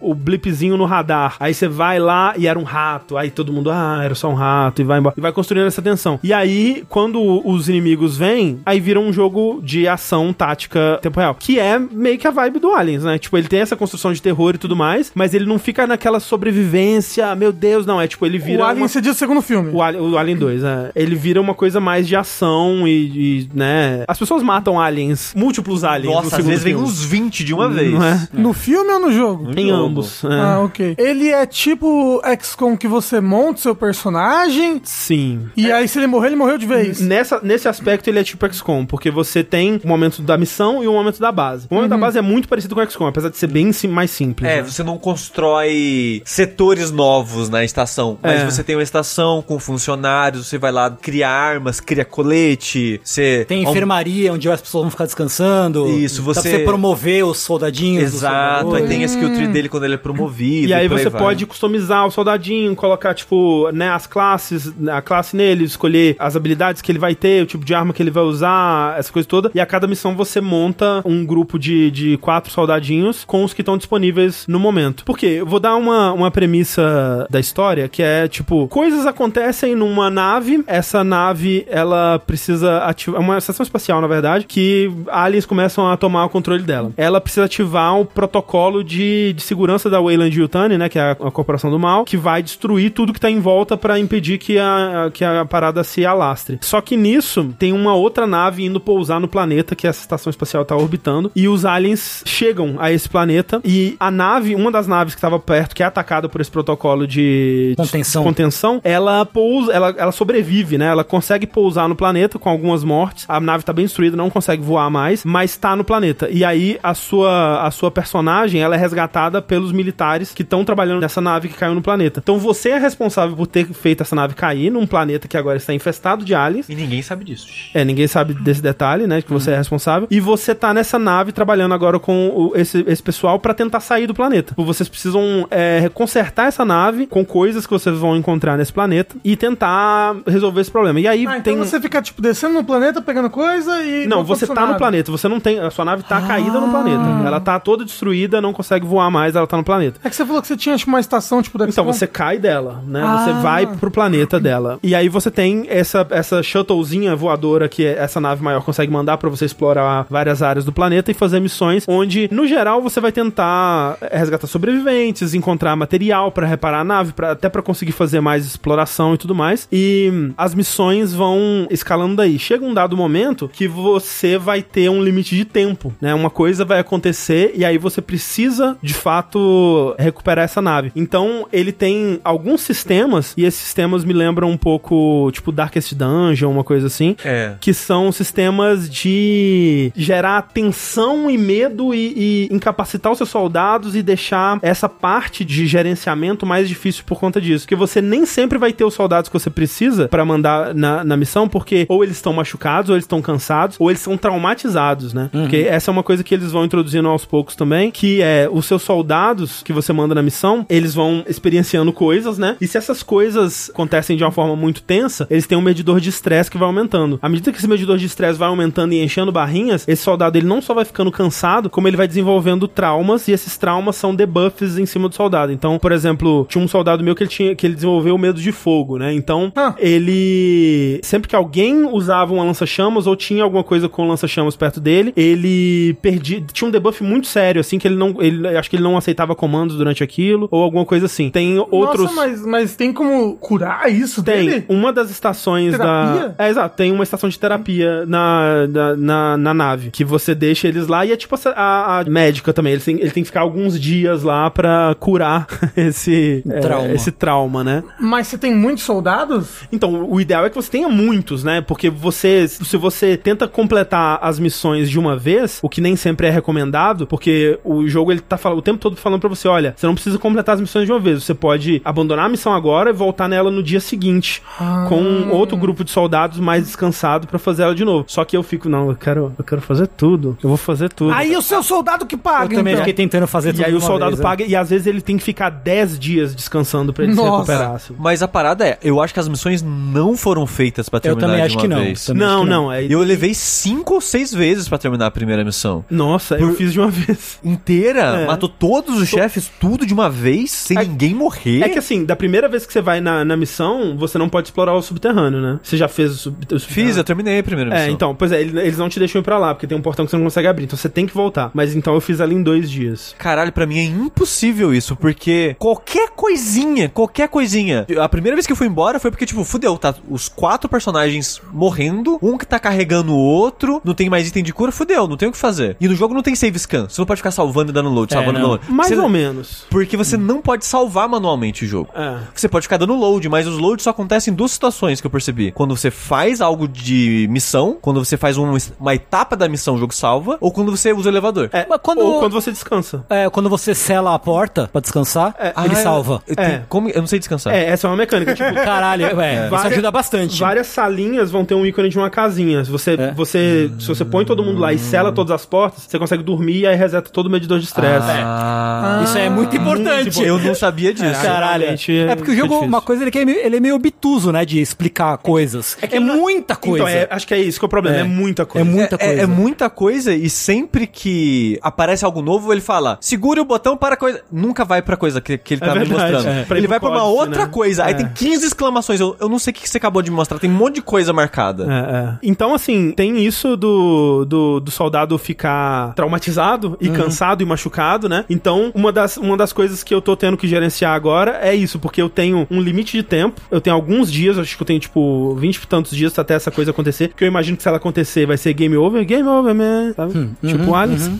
o, o blipzinho no radar. Aí você vai lá e era um rato. Aí todo mundo, ah, era só um rato e vai embora. E vai construindo essa tensão. E aí, quando os inimigos vêm, aí vira um jogo de ação tática tempo real. Que é meio que a vibe do Aliens, né? Tipo, ele tem essa construção de terror e tudo mais, mas ele não fica naquela sobrevivência, meu Deus, não. É tipo, ele vira.
o Alien
uma-
se diz o segundo filme.
o, Ali- o Alien 2, é. Ele vira uma coisa mais de ação e, e, né? As pessoas matam aliens, múltiplos aliens. no
Nossa, às
segundo
vezes vem um
filme.
uns 20 de uma vez.
Não é?
No filme ou no jogo?
Em
jogo.
ambos. é.
Ah, ok. Ele é tipo XCOM que você monta o seu personagem
Sim.
e aí se ele morrer, ele morreu de vez.
Nessa, nesse aspecto, ele é tipo XCOM, porque você tem o momento da missão e o momento da base. O momento
Uhum.
da base é muito parecido com XCOM, apesar de ser bem sim- mais simples.
É,
né?
você não constrói setores novos na estação, mas
É.
você tem uma estação com funcionários, você vai lá criar armas, cria colete, você
Tem
aum-
enfermaria onde as pessoas vão ficar descansando.
Isso,
Dá
você-
pra você promover os soldadinhos. os
Exato, aí
soldadores.
tem a skill tree dele quando ele é promovido.
E aí
por
você
vai.
pode customizar o soldadinho, colocar, tipo, né, as classes, a classe nele, escolher as habilidades que ele vai ter, o tipo de arma que ele vai usar, essa coisa toda. E a cada missão você monta um grupo de, de quatro soldadinhos com os que estão disponíveis no momento. Por quê? Eu vou dar uma, uma premissa da história, que é, tipo, coisas acontecem numa nave, essa nave, ela precisa ativar... É uma estação espacial, na verdade, que aliens começam a tomar o controle dela. Ela precisa ativar um protocolo de, de segurança da Wayland Yutani, né, que é a, a corporação do mal, que vai destruir tudo que tá em volta pra impedir que a, que a parada se alastre. Só que nisso, tem uma outra nave indo pousar no planeta que essa estação espacial tá orbitando, e os aliens chegam a esse planeta, e a nave, uma das naves que tava perto, que é atacada por esse protocolo de...
Contenção.
de contenção, ela pousa, ela, ela sobrevive, né? Ela consegue pousar no planeta com algumas mortes. A nave tá bem destruída, não consegue voar mais, mas tá no planeta. E aí a sua a sua personagem, ela é resgatada pelos militares que estão trabalhando nessa nave que caiu no planeta. Então você é responsável por ter feito essa nave cair num planeta que agora está infestado de aliens.
E ninguém sabe disso.
É, ninguém sabe desse detalhe, né? Que você é responsável. E você tá nessa nave trabalhando agora com o- esse, esse pessoal pra tentar sair do planeta. Tipo, Vocês precisam é, consertar essa nave com coisas que vocês vão encontrar nesse planeta e tentar resolver esse problema. E aí
Ah, então
tem.
você fica, tipo, descendo no planeta, pegando coisa e...
Não,
monta
você
sua
tá no
nave. Ah.
planeta, você não tem tem, a sua nave tá caída no planeta. Ela tá toda destruída, não consegue voar mais, ela tá no planeta.
É que você falou que você tinha tipo, uma estação, tipo, da
Então você cai dela, né? Você vai pro planeta dela. E aí você tem essa, essa shuttlezinha voadora que essa nave maior consegue mandar pra você explorar várias áreas do planeta e fazer missões onde, no geral, você vai tentar resgatar sobreviventes, encontrar material pra reparar a nave, pra, até pra conseguir fazer mais exploração e tudo mais. E hum, as missões vão escalando daí. Chega um dado momento que você vai ter um limite de tempo, né? Uma coisa vai acontecer e aí você precisa, de fato, recuperar essa nave. Então, ele tem alguns sistemas, e esses sistemas me lembram um pouco, tipo, Darkest Dungeon, uma coisa assim,
É.
que são sistemas de gerar tensão e medo e, e incapacitar os seus soldados e deixar essa parte de gerenciamento mais difícil por conta disso. Porque você nem sempre vai ter os soldados que você precisa pra mandar na, na missão, porque ou eles estão machucados, ou eles estão cansados, ou eles são traumatizados, né? Porque essa é uma coisa que eles vão introduzindo aos poucos também, que é os seus soldados que você manda na missão, eles vão experienciando coisas, né? E se essas coisas acontecem de uma forma muito tensa, eles têm um medidor de estresse que vai aumentando. À medida que esse medidor de estresse vai aumentando e enchendo barrinhas, esse soldado ele não só vai ficando cansado, como ele vai desenvolvendo traumas e esses traumas são debuffs em cima do soldado. Então, por exemplo, tinha um soldado meu que ele tinha que ele desenvolveu o medo de fogo, né? Então,
Ah.
ele sempre que alguém usava uma lança-chamas ou tinha alguma coisa com lança-chamas perto dele, ele perdia, tinha um debuff muito sério assim que ele não, ele acho que ele não aceitava comandos durante aquilo ou alguma coisa assim. Tem outros
Nossa, mas, mas tem como curar isso
tem
dele?
uma das estações
Terapia?
da. É, exato. Tem uma estação de terapia na, na, na, na nave. Que você deixa eles lá e é tipo a, a- a médica também. Ele tem, ele tem que ficar alguns dias lá pra curar esse é,
Trauma.
esse trauma, né?
Mas você tem muitos soldados?
Então, o ideal é que você tenha muitos, né? Porque você, se você tenta completar as missões de uma vez, o que nem sempre é recomendado, porque o jogo ele tá falando, o tempo todo falando pra você, olha, você não precisa completar as missões de uma vez, você pode abandonar a missão agora e voltar nela no dia seguinte com outro grupo de soldados mais descansado pra fazer ela de novo. Só que eu fico, não, eu quero, eu quero fazer tudo. Eu vou fazer tudo.
Aí o seu soldado que
Eu
paga,
também
então.
fiquei tentando fazer tudo
e aí
de
o
uma
soldado
vez, né?
paga e às vezes ele tem que ficar 10 dias descansando pra ele se
Nossa.
recuperar. assim.
Mas a parada é, eu acho que as missões não foram feitas pra
Eu
terminar
também
de
acho
uma
que não.
vez.
Também acho
Não,
que
não, é
Eu levei cinco ou seis vezes pra terminar a primeira missão.
Nossa, eu fiz de uma vez.
Inteira?
É.
Matou todos os chefes, tudo de uma vez, sem
É-
ninguém morrer.
É que assim, da primeira vez que você vai na, na missão, você não pode explorar o subterrâneo, né? Você já fez o, sub, o subterrâneo?
Fiz, eu terminei a primeira missão.
É, então, pois é, ele- eles não te deixam ir pra lá, porque tem um portão que você não consegue abrir, então você tem que voltar. Mas então eu fiz ali em dois dias.
Caralho, pra mim é impossível isso, porque qualquer coisinha, qualquer coisinha. A primeira vez que eu fui embora foi porque, tipo, fudeu, tá os quatro personagens morrendo, um que tá carregando o outro, não tem mais item de cura, fudeu, não tem o que fazer. E no jogo não tem save scan, você não pode ficar salvando e dando load,
É,
salvando e
não.
dando load.
Mais
Você-
ou menos.
Porque você não pode salvar manualmente o jogo.
É.
Você pode ficar dando load, mas os loads só acontecem em duas situações que eu percebi. Quando você faz algo de missão, quando você faz um- uma etapa da missão, o jogo salva, ou quando você usa o elevador.
É,
Mas quando-
Ou quando você descansa.
É, quando você sela a porta pra descansar, ele
Ah,
salva.
Eu, eu
É.
tenho- como, eu não sei descansar.
É, essa é uma mecânica, tipo,
Caralho, é, isso
Várias-
ajuda bastante.
Várias salinhas vão ter um ícone de uma casinha. Se você,
É.
você, se você põe todo mundo lá e sela todas as portas, você consegue dormir e aí reseta todo o medidor de estresse.
Ah,
Isso é muito importante.
Tipo, Eu não sabia disso.
É,
Caralho.
realmente
É porque o jogo,
difícil.
uma coisa, ele, que é meio, ele é meio obtuso, né? De explicar coisas. É,
ele não-
muita coisa.
Então, é- acho que é isso que é o problema.
É.
É, muita coisa.
É
É-
muita
é,
coisa.
é muita coisa e sempre que aparece algo novo, ele fala: segure o botão para coisa. Nunca vai pra coisa que, que ele
É
tá me
verdade,
mostrando.
é. Pra ir
Ele
pro
vai pra uma
códice,
outra
né?
coisa. Aí
É.
tem 15 exclamações. Eu, eu não sei o que você acabou de me mostrar. Tem um monte de coisa marcada.
É, é. Então, assim, tem isso do, do, do soldado ficar traumatizado e cansado e machucado, né? Então, uma das, uma das coisas que eu tô tendo que gerenciar agora é isso, porque eu tenho um limite de tempo, eu tenho alguns dias, acho que eu tenho, tipo, 20 e tantos dias até essa coisa acontecer, que eu imagino que se ela acontecer vai ser game over, game over, man, sabe? tipo, Alice.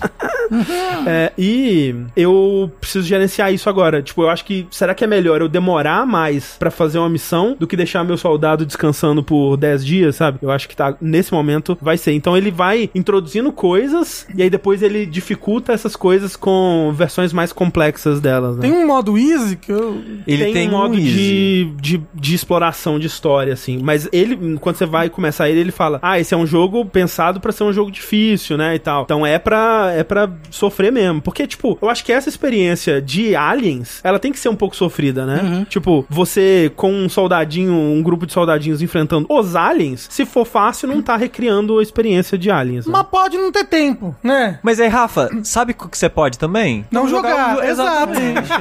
É, e eu preciso gerenciar isso agora. Tipo, eu acho que será que é melhor eu demorar mais pra fazer uma missão do que deixar meu soldado descansando por 10 dias, sabe? Eu acho que tá nesse momento vai ser. Então ele vai introduzindo coisas e aí depois ele dificulta essas coisas com versões mais complexas delas, né?
Tem um modo easy que eu...
Ele tem,
um modo
easy.
de, de, de exploração de história, assim. Mas ele, quando você vai começar ele, ele fala: Ah, esse é um jogo pensado pra ser um jogo difícil, né? E tal. Então é pra, é pra sofrer mesmo. Porque, tipo, eu acho que essa experiência de aliens, ela tem que ser um pouco sofrida, né?
Uhum.
Tipo, você com um soldadinho, um grupo de soldadinhos enfrentando os aliens, se for fácil, não tá recriando a experiência de aliens. né?
Mas pode não ter tempo, né?
Mas aí, Rafa, sabe o que você pode também?
Não jogar,
o-
exato.
exatamente.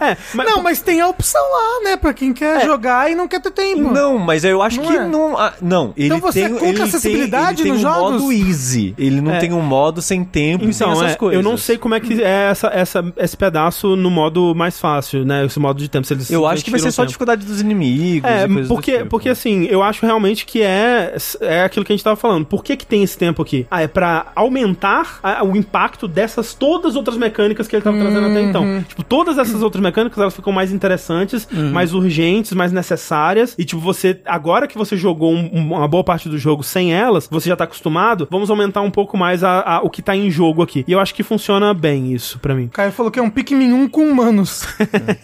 É, mas, É.
não, mas tem a opção lá, né? Pra quem quer jogar e não quer ter tempo.
Não, mas eu acho
Não
que
é?
não. ah, não, ele
você
tem,
é contra
ele
acessibilidade
tem, ele
nos
tem um
jogos?
modo easy. Ele não
É.
tem um modo sem tempo e sem
Então,
essas
é,
coisas.
eu não sei como é que é essa, essa- esse pedaço no modo mais fácil, né? Esse modo de tempo. Se eles
Eu acho que vai ser
investiram
só a
tempo.
dificuldade dos inimigos.
É,
e coisas do
porque,
tipo.
porque assim, eu acho realmente que é, é aquilo que a gente tava falando. Por que, que tem esse tempo aqui? Ah, é pra aumentar a- o impacto dessas todas outras mecânicas que ele tava trazendo até
Uhum.
então. Tipo, todas essas outras mecânicas, elas ficam mais interessantes, mais urgentes, mais necessárias. E tipo, você, agora que você jogou um- um- uma boa parte do jogo sem elas, você já tá acostumado, vamos aumentar um pouco mais a, a- o que tá em jogo aqui. E eu acho que funciona bem isso pra mim.
O Caio falou que é um Pikmin 1 com humanos.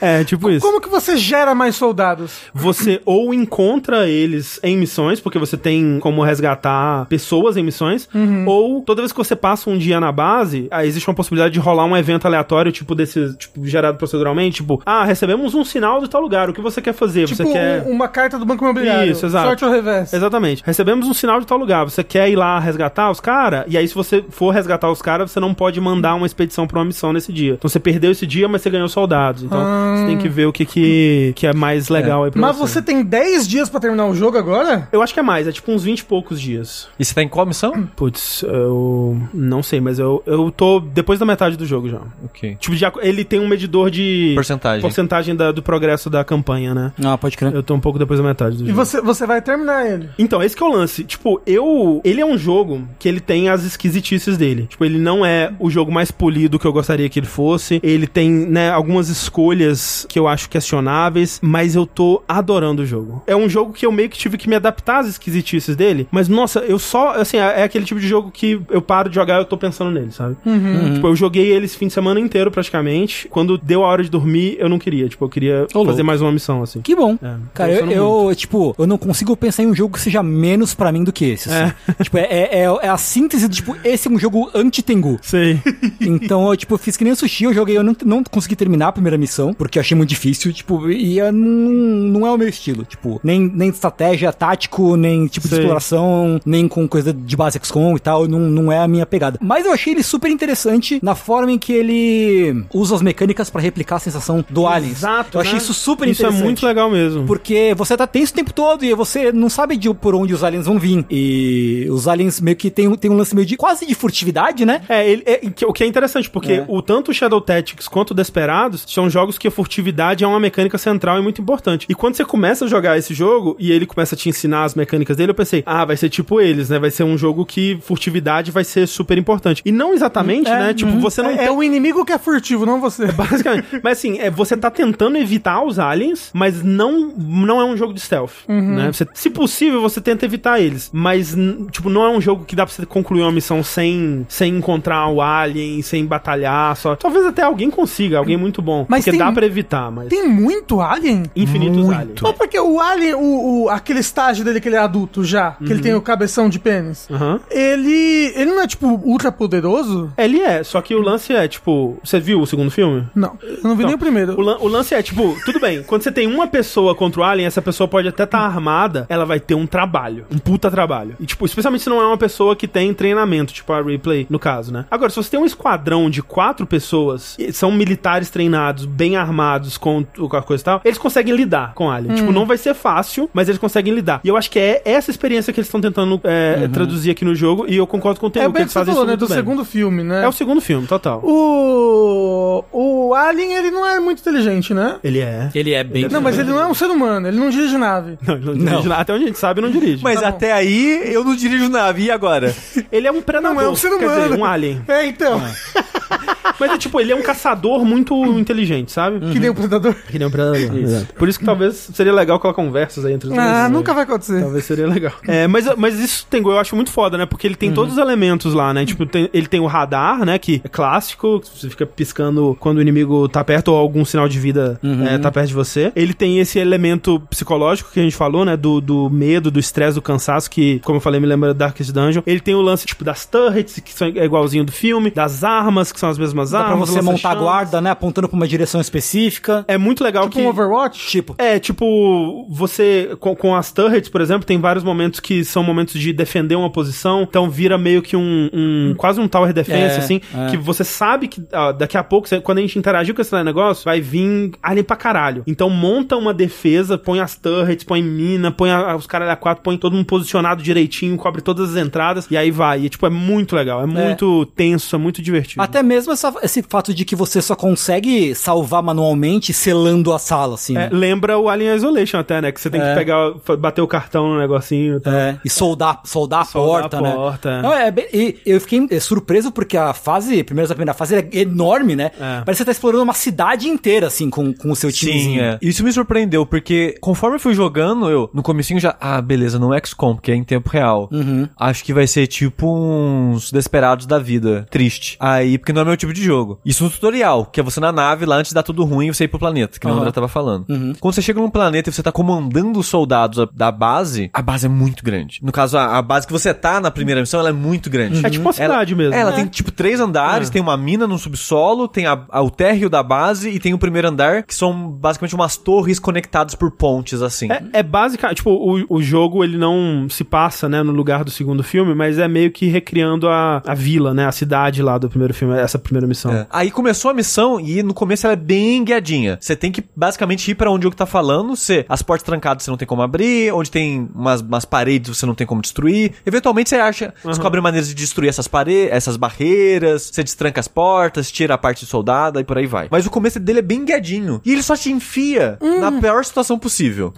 É, tipo isso.
Como que você gera mais soldados?
Você ou encontra eles em missões, porque você tem como resgatar pessoas em missões,
Uhum.
ou toda vez que você passa um dia na base, aí existe uma possibilidade de rolar um evento aleatório, tipo desse, tipo, gerado proceduralmente, tipo, ah, recebemos um sinal de tal lugar, o que você quer fazer? você
tipo,
quer.
um- uma carta do Banco Imobiliário.
Isso, exato.
Sorte ao revés.
Exatamente. Recebemos um sinal de tal lugar. Você quer ir lá resgatar os caras? E aí, se você for resgatar os caras, você não pode mandar uma expedição pra uma missão nesse dia. Então você perdeu esse dia, mas você ganhou soldados. Então você tem que ver o que, que, que é mais legal aí pra
Ah. Mas
você.
você tem 10 dias pra terminar o jogo agora?
Eu acho que é mais, é tipo uns 20 e poucos dias.
E você tá em qual missão?
Putz, eu não sei, mas eu, eu tô depois da metade do jogo já.
ok.
Tipo, já, ele tem um medidor de
Porcentagem.
porcentagem da- do progresso da campanha, né?
Ah, pode crer.
Eu tô um pouco depois da metade do
E
jogo.
você, você vai terminar ele.
Então, esse que é o lance. Tipo, eu. Ele é um jogo que ele tem as esquisitices dele. Tipo, ele não é o jogo mais polido que eu gostaria que ele fosse. Ele tem, né, algumas escolhas que eu acho questionáveis, mas eu tô adorando o jogo. É um jogo que eu meio que tive que me adaptar às esquisitices dele, mas nossa, eu só. Assim, é é aquele tipo de jogo que eu paro de jogar e eu tô pensando nele, sabe?
Uhum.
Tipo, eu joguei ele esse fim de semana inteiro praticamente. Quando deu a hora de dormir, eu não queria. Tipo, eu queria fazer
Ô, louco.
mais uma missão, assim.
Que bom.
É,
Cara, eu,
pensando
eu, tipo, eu não consigo pensar em um jogo que seja menos pra mim do que esse. assim. Tipo, é, é, é- é a síntese do tipo, esse é um jogo anti-Tengu.
Sei.
Então, eu, tipo, fiz que nem o sushi, eu joguei, eu não, não consegui terminar a primeira missão, porque eu achei muito difícil, tipo, e eu não, não é o meu estilo. Tipo, nem, nem estratégia, tático, nem tipo de
Sei.
exploração, nem com coisa de base XCOM e tal, não, não é a minha pegada. Mas eu achei ele super interessante na forma em que ele usa as mecânicas pra replicar a sensação do Alien.
Exato,
Eu achei
né?
isso super
Isso é
interessante.
muito legal mesmo.
Porque você tá tenso o tempo todo e você não sabe de por onde os aliens vão vir. E os aliens meio que tem, um- tem um lance meio de quase de furtividade, né?
É, ele- é, que- o que é interessante, porque
É.
o tanto o Shadow Tactics quanto o Desperados são jogos que a furtividade é uma mecânica central e muito importante. E quando você começa a jogar esse jogo e ele começa a te ensinar as mecânicas dele, eu pensei, ah, vai ser tipo eles, né? Vai ser um jogo que furtividade vai ser super importante. E não exatamente,
É,
né?
Uhum.
Tipo, você não
é,
tem.
é o inimigo que é furtivo, não você.
Basicamente. Mas assim, é, você tá tentando evitar os aliens, mas não, não é um jogo de stealth.
Uhum.
Né? Você- se possível, você tenta evitar eles. Mas, n- tipo, não é um jogo que dá pra você concluir uma missão sem, sem encontrar o alien, sem batalhar. Só. Talvez até alguém consiga, alguém muito bom.
Mas
porque
tem-
dá pra evitar, mas.
Tem muito alien?
infinitos aliens.
Mas porque o alien, o, o- aquele estágio dele que ele é adulto já, que
Uhum.
ele tem o cabeção de pênis,
Aham.
ele, ele não é, tipo, ultra poderoso?
Ele é, só que o lance é, tipo, você viu o segundo filme?
Não, eu não vi
Então,
nem o primeiro.
O, lan- o lance é, tipo, tudo bem, quando você tem uma pessoa contra o alien, essa pessoa pode até estar armada, ela vai ter um trabalho, um puta trabalho. E, tipo, especialmente se não é uma pessoa que tem treinamento, tipo a Replay, no caso, né? Agora, se você tem um esquadrão de quatro pessoas, e são militares treinados, bem armados com, t- com a coisa e tal, eles conseguem lidar com alien.
Hum.
Tipo, não vai ser fácil, mas eles conseguem lidar. E eu acho que é essa experiência que eles estão tentando é, traduzir aqui no jogo, e eu concordo com o
Uhum. é
Tengu, que
bem o que
eles
você
fazem
falou,
isso
né, do
muito bem.
segundo filme, né?
É o segundo filme, total.
O... O Alien, ele não é muito inteligente, né?
Ele é...
Ele é bem.
Não, mas ele não é um ser humano, ele não dirige nave.
Não, ele não dirige nada. Até onde a gente sabe, não dirige.
Mas
Tá bom.
até aí eu não dirijo nave. E agora?
Ele é um predador.
Não, é um ser
quer
humano.
dizer, um alien.
É, então.
Mas é tipo, ele é um caçador muito inteligente, sabe?
Que nem o predador.
Uhum. Que nem um predador. Exato. Por isso que talvez seria legal colocar conversas aí entre os dois.
Ah,
né?
nunca vai acontecer.
Talvez seria legal. É, mas, mas isso tem, eu acho muito foda, né? Porque ele tem todos os elementos lá, né? Tipo, tem- ele tem o radar, né? Que é clássico, que você fica piscando quando o inimigo tá perto ou algum sinal de vida é, tá perto de você. Ele tem esse elemento psicológico que a gente falou, né? Do, do medo, do estresse, do cansaço, que, como eu falei, me lembra Darkest Dungeon. Ele tem o lance, tipo, das turrets, que são é igualzinho do filme, das armas, que são as mesmas
Dá pra
armas.
você montar a
lança-chamas.
guarda, né? Apontando pra uma direção específica.
É muito legal
Tipo
que...
um Overwatch.
Tipo,
É, tipo, você com, com as turrets, por exemplo, tem vários momentos que são momentos de defender uma posição, então vira meio que um, um- quase um tower defense,
É,
assim,
é.
que você sabe que ah, daqui a pouco, você- quando a gente interagir com esse negócio, vai vir alien pra caralho. Então monta uma defesa, põe as turrets, põe mina, põe a- os caras da quatro, põe todo mundo posicionado direitinho, cobre todas as entradas, e aí vai. E, tipo, é muito legal, é muito tenso, é muito divertido.
até mesmo essa- esse fato de que você só consegue salvar manualmente selando a sala, assim.
É,
né?
lembra o Alien Isolation até, né? Que você tem que
É.
pegar, bater o cartão no negocinho e tal.
É, e soldar, soldar a
Soldar
porta,
a
né?
porta, é.
Não, é bem- e eu fiquei é, surpreso porque a fase, pelo menos a primeira fase, é enorme, né?
É.
Parece que você tá explorando uma cidade inteira, assim, com, com o seu
Sim,
timezinho.
é. Isso me surpreendeu, porque conforme eu fui jogando, eu, no comecinho já, ah, beleza, não é XCOM, porque é em tempo real.
Uhum.
Acho que vai ser tipo uns Desperados da vida, triste. Aí, porque não é meu tipo de jogo. Isso no tutorial, que é você na nave lá antes de dar tudo ruim e você ir pro planeta, que o André tava falando.
Uhum.
Quando você chega num planeta e você tá comandando os soldados a- da base, a base é muito grande. No caso, a, a base que você tá na primeira missão, ela é muito grande.
É tipo uma
Ela-
cidade mesmo.
Ela
É.
tem tipo três andares, tem uma mina no subsolo, tem a- a- o térreo da base e tem o primeiro andar, que são basicamente umas torres conectadas por pontes, assim.
É, é basicamente, tipo, o, o jogo ele não se passa, né, no lugar do segundo filme, mas é meio que recriando a, a vila, né, a cidade lá do primeiro filme, essa primeira missão.
É. Aí começou a missão e no começo ela é bem guiadinha. Você tem que basicamente ir pra onde o jogo tá falando. Você, as portas trancadas você não tem como abrir, onde tem umas, umas paredes você não tem como destruir. Eventualmente você acha, descobre maneiras de destruir essas paredes, essas barreiras, você destranca as portas, tira a parte de soldada e por aí vai. Mas o começo dele é bem guiadinho. E ele só te enfia na pior situação possível.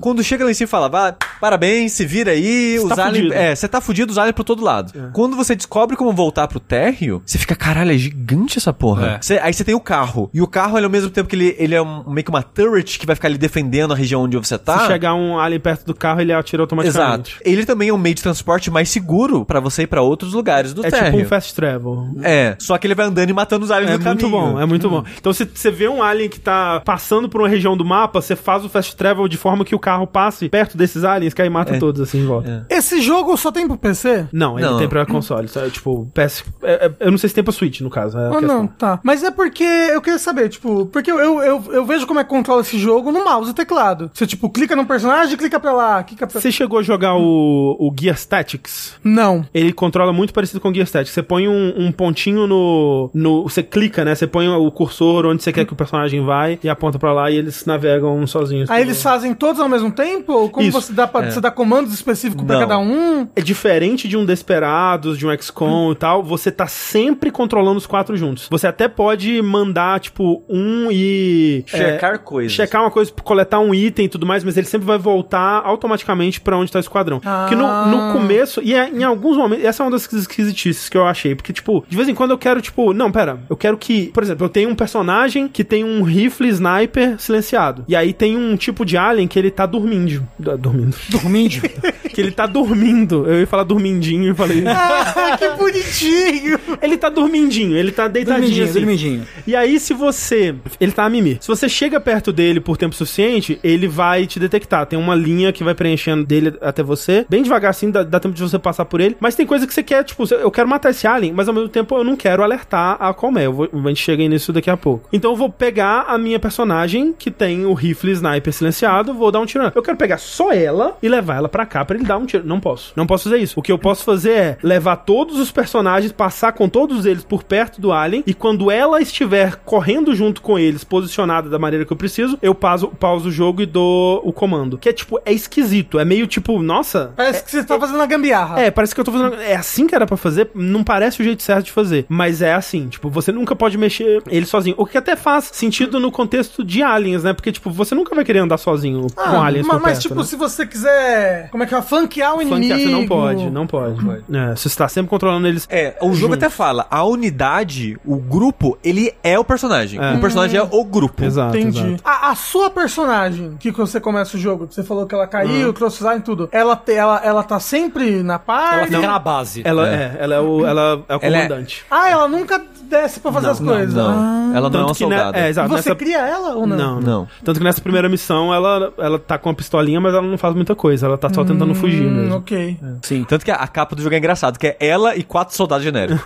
Quando chega lá em cima e fala, "Vá, parabéns, se vira aí,
tá
os aliens.
fudido.
É, você tá fudido, os aliens pro todo lado.
É.
Quando você descobre como voltar pro térreo, você fica, caralho, é gigante essa porra.
É.
Você- aí você tem o carro. E o carro, ele, ao mesmo tempo que ele, ele é um- meio que uma turret que vai ficar ali defendendo a região onde você tá.
Se chegar um alien perto do carro, ele atira automaticamente.
Exato. Ele também é um meio de transporte mais seguro pra você ir pra outros lugares do
É
térreo.
tipo um fast travel.
É, só que ele vai andando e matando os aliens
É
no
muito
caminho. Hum.
bom, é muito bom. Então, se você vê um alien que tá passando por uma região do mapa, você faz o fast travel de forma que o carro passe perto desses aliens, que aí mata todos, assim, em volta.
Esse jogo só tem pro PC?
Não, ele
É. Não.
tem pra console, só é, tipo, PS... é- é- eu não sei se tem pra Switch, no caso, é a
Ou
questão.
não, tá. Mas é porque eu queria saber, tipo, porque eu, eu, eu, eu vejo como é que controla esse jogo no mouse e teclado. Você, tipo, clica num personagem, clica pra lá, clica pra.
Você chegou a jogar o, o Gears Tactics?
Não.
ele controla muito parecido com o Gears Tactics. Você põe um, um pontinho no, no. Você clica, né? Você põe o cursor onde você quer que o personagem vai e aponta pra lá e eles navegam um sozinhos.
Aí eles fazem todos ao mesmo tempo? Ou como
Isso.
você dá pra, você dá comandos específicos pra
Não.
cada um?
É diferente de um Desperados, de um XCOM e tal, você tá sempre controlando os quatro juntos. Você até pode mandar, tipo, um e.
É,
Checar coisas.
Checar uma coisa, coletar um item e tudo mais, mas ele sempre vai voltar automaticamente pra onde tá o esquadrão.
Ah.
Porque no, no começo, e é- em alguns momentos, essa é uma das esquisitices que eu achei. Porque, tipo, de vez em quando eu quero, tipo, não, pera, eu quero que, por exemplo, eu tenho um personagem que tem um rifle sniper silenciado. E aí tem um tipo de alien que ele tá dormindo. da- Dormindo.
Dormindo.
que ele tá dormindo. Eu ia falar dormindinho e falei.
Ah, que bonitinho!
ele tá dormindinho, ele tá deitadinho.
dormidinho,
assim.
dormidinho.
E aí, se você. Ele tá a mimir. Se você chega perto dele por tempo suficiente, ele vai te detectar. Tem uma linha que vai preenchendo dele até você. Bem devagar assim, dá, dá tempo de você passar por ele. Mas tem coisa que você quer, tipo, eu quero matar esse alien, mas ao mesmo tempo eu não quero alertar a qual é. Eu vou- a gente chega aí nisso daqui a pouco. Então eu vou pegar a minha personagem, que tem o rifle sniper silenciado, vou dar um tiro. nela. Eu quero pegar só ela e levar ela pra cá pra ele dar um tiro. Não posso. Não posso fazer isso. O que eu posso fazer é levar todos os personagens, passar com todos eles por perto do alien e quando ela estiver correndo junto com eles, posicionada da maneira que eu preciso, eu pauso, pauso o jogo e dou o comando. Que é tipo, é esquisito. É meio tipo, nossa.
Parece que você tá fazendo a gambiarra.
É, parece que eu tô fazendo. É assim que era pra fazer, não parece o jeito certo de fazer. Mas é assim, tipo, você nunca pode mexer ele sozinho. O que até faz sentido no contexto de aliens, né? Porque, tipo, você nunca vai querer andar sozinho
Ah,
com aliens.
ma-
por
mas,
perto,
tipo,
né? assim,
se você quiser. Como é que é? Flanquear o
Flanquear,
inimigo.
você não pode, não pode. É, você está sempre tá controlando eles.
É, o jogo até fala, a personalidade, o grupo, ele é o personagem.
É.
O personagem é o grupo.
Exato,
Entendi.
exato.
A, a sua personagem, que quando você começa o jogo, que você falou que ela
Hum.
caiu, crossline e tudo, ela, te- ela, ela tá sempre na
Ela
parte?
fica na base.
Ela é. ela é o, ela é o
Ela é-
comandante.
Ah, ela nunca desce pra fazer as coisas.
Não, ela não é uma
que ne-
soldada.
é,
Ah.
exato,
Você
nessa-
cria ela ou não?
Não, não.
Não.
Tanto que nessa primeira missão ela, ela tá com a pistolinha, mas ela não faz muita coisa. Ela tá só tentando fugir
Hum,
mesmo.
ok.
Sim.
Tanto que a, a capa do jogo é engraçado, que é ela e quatro soldados genéricos.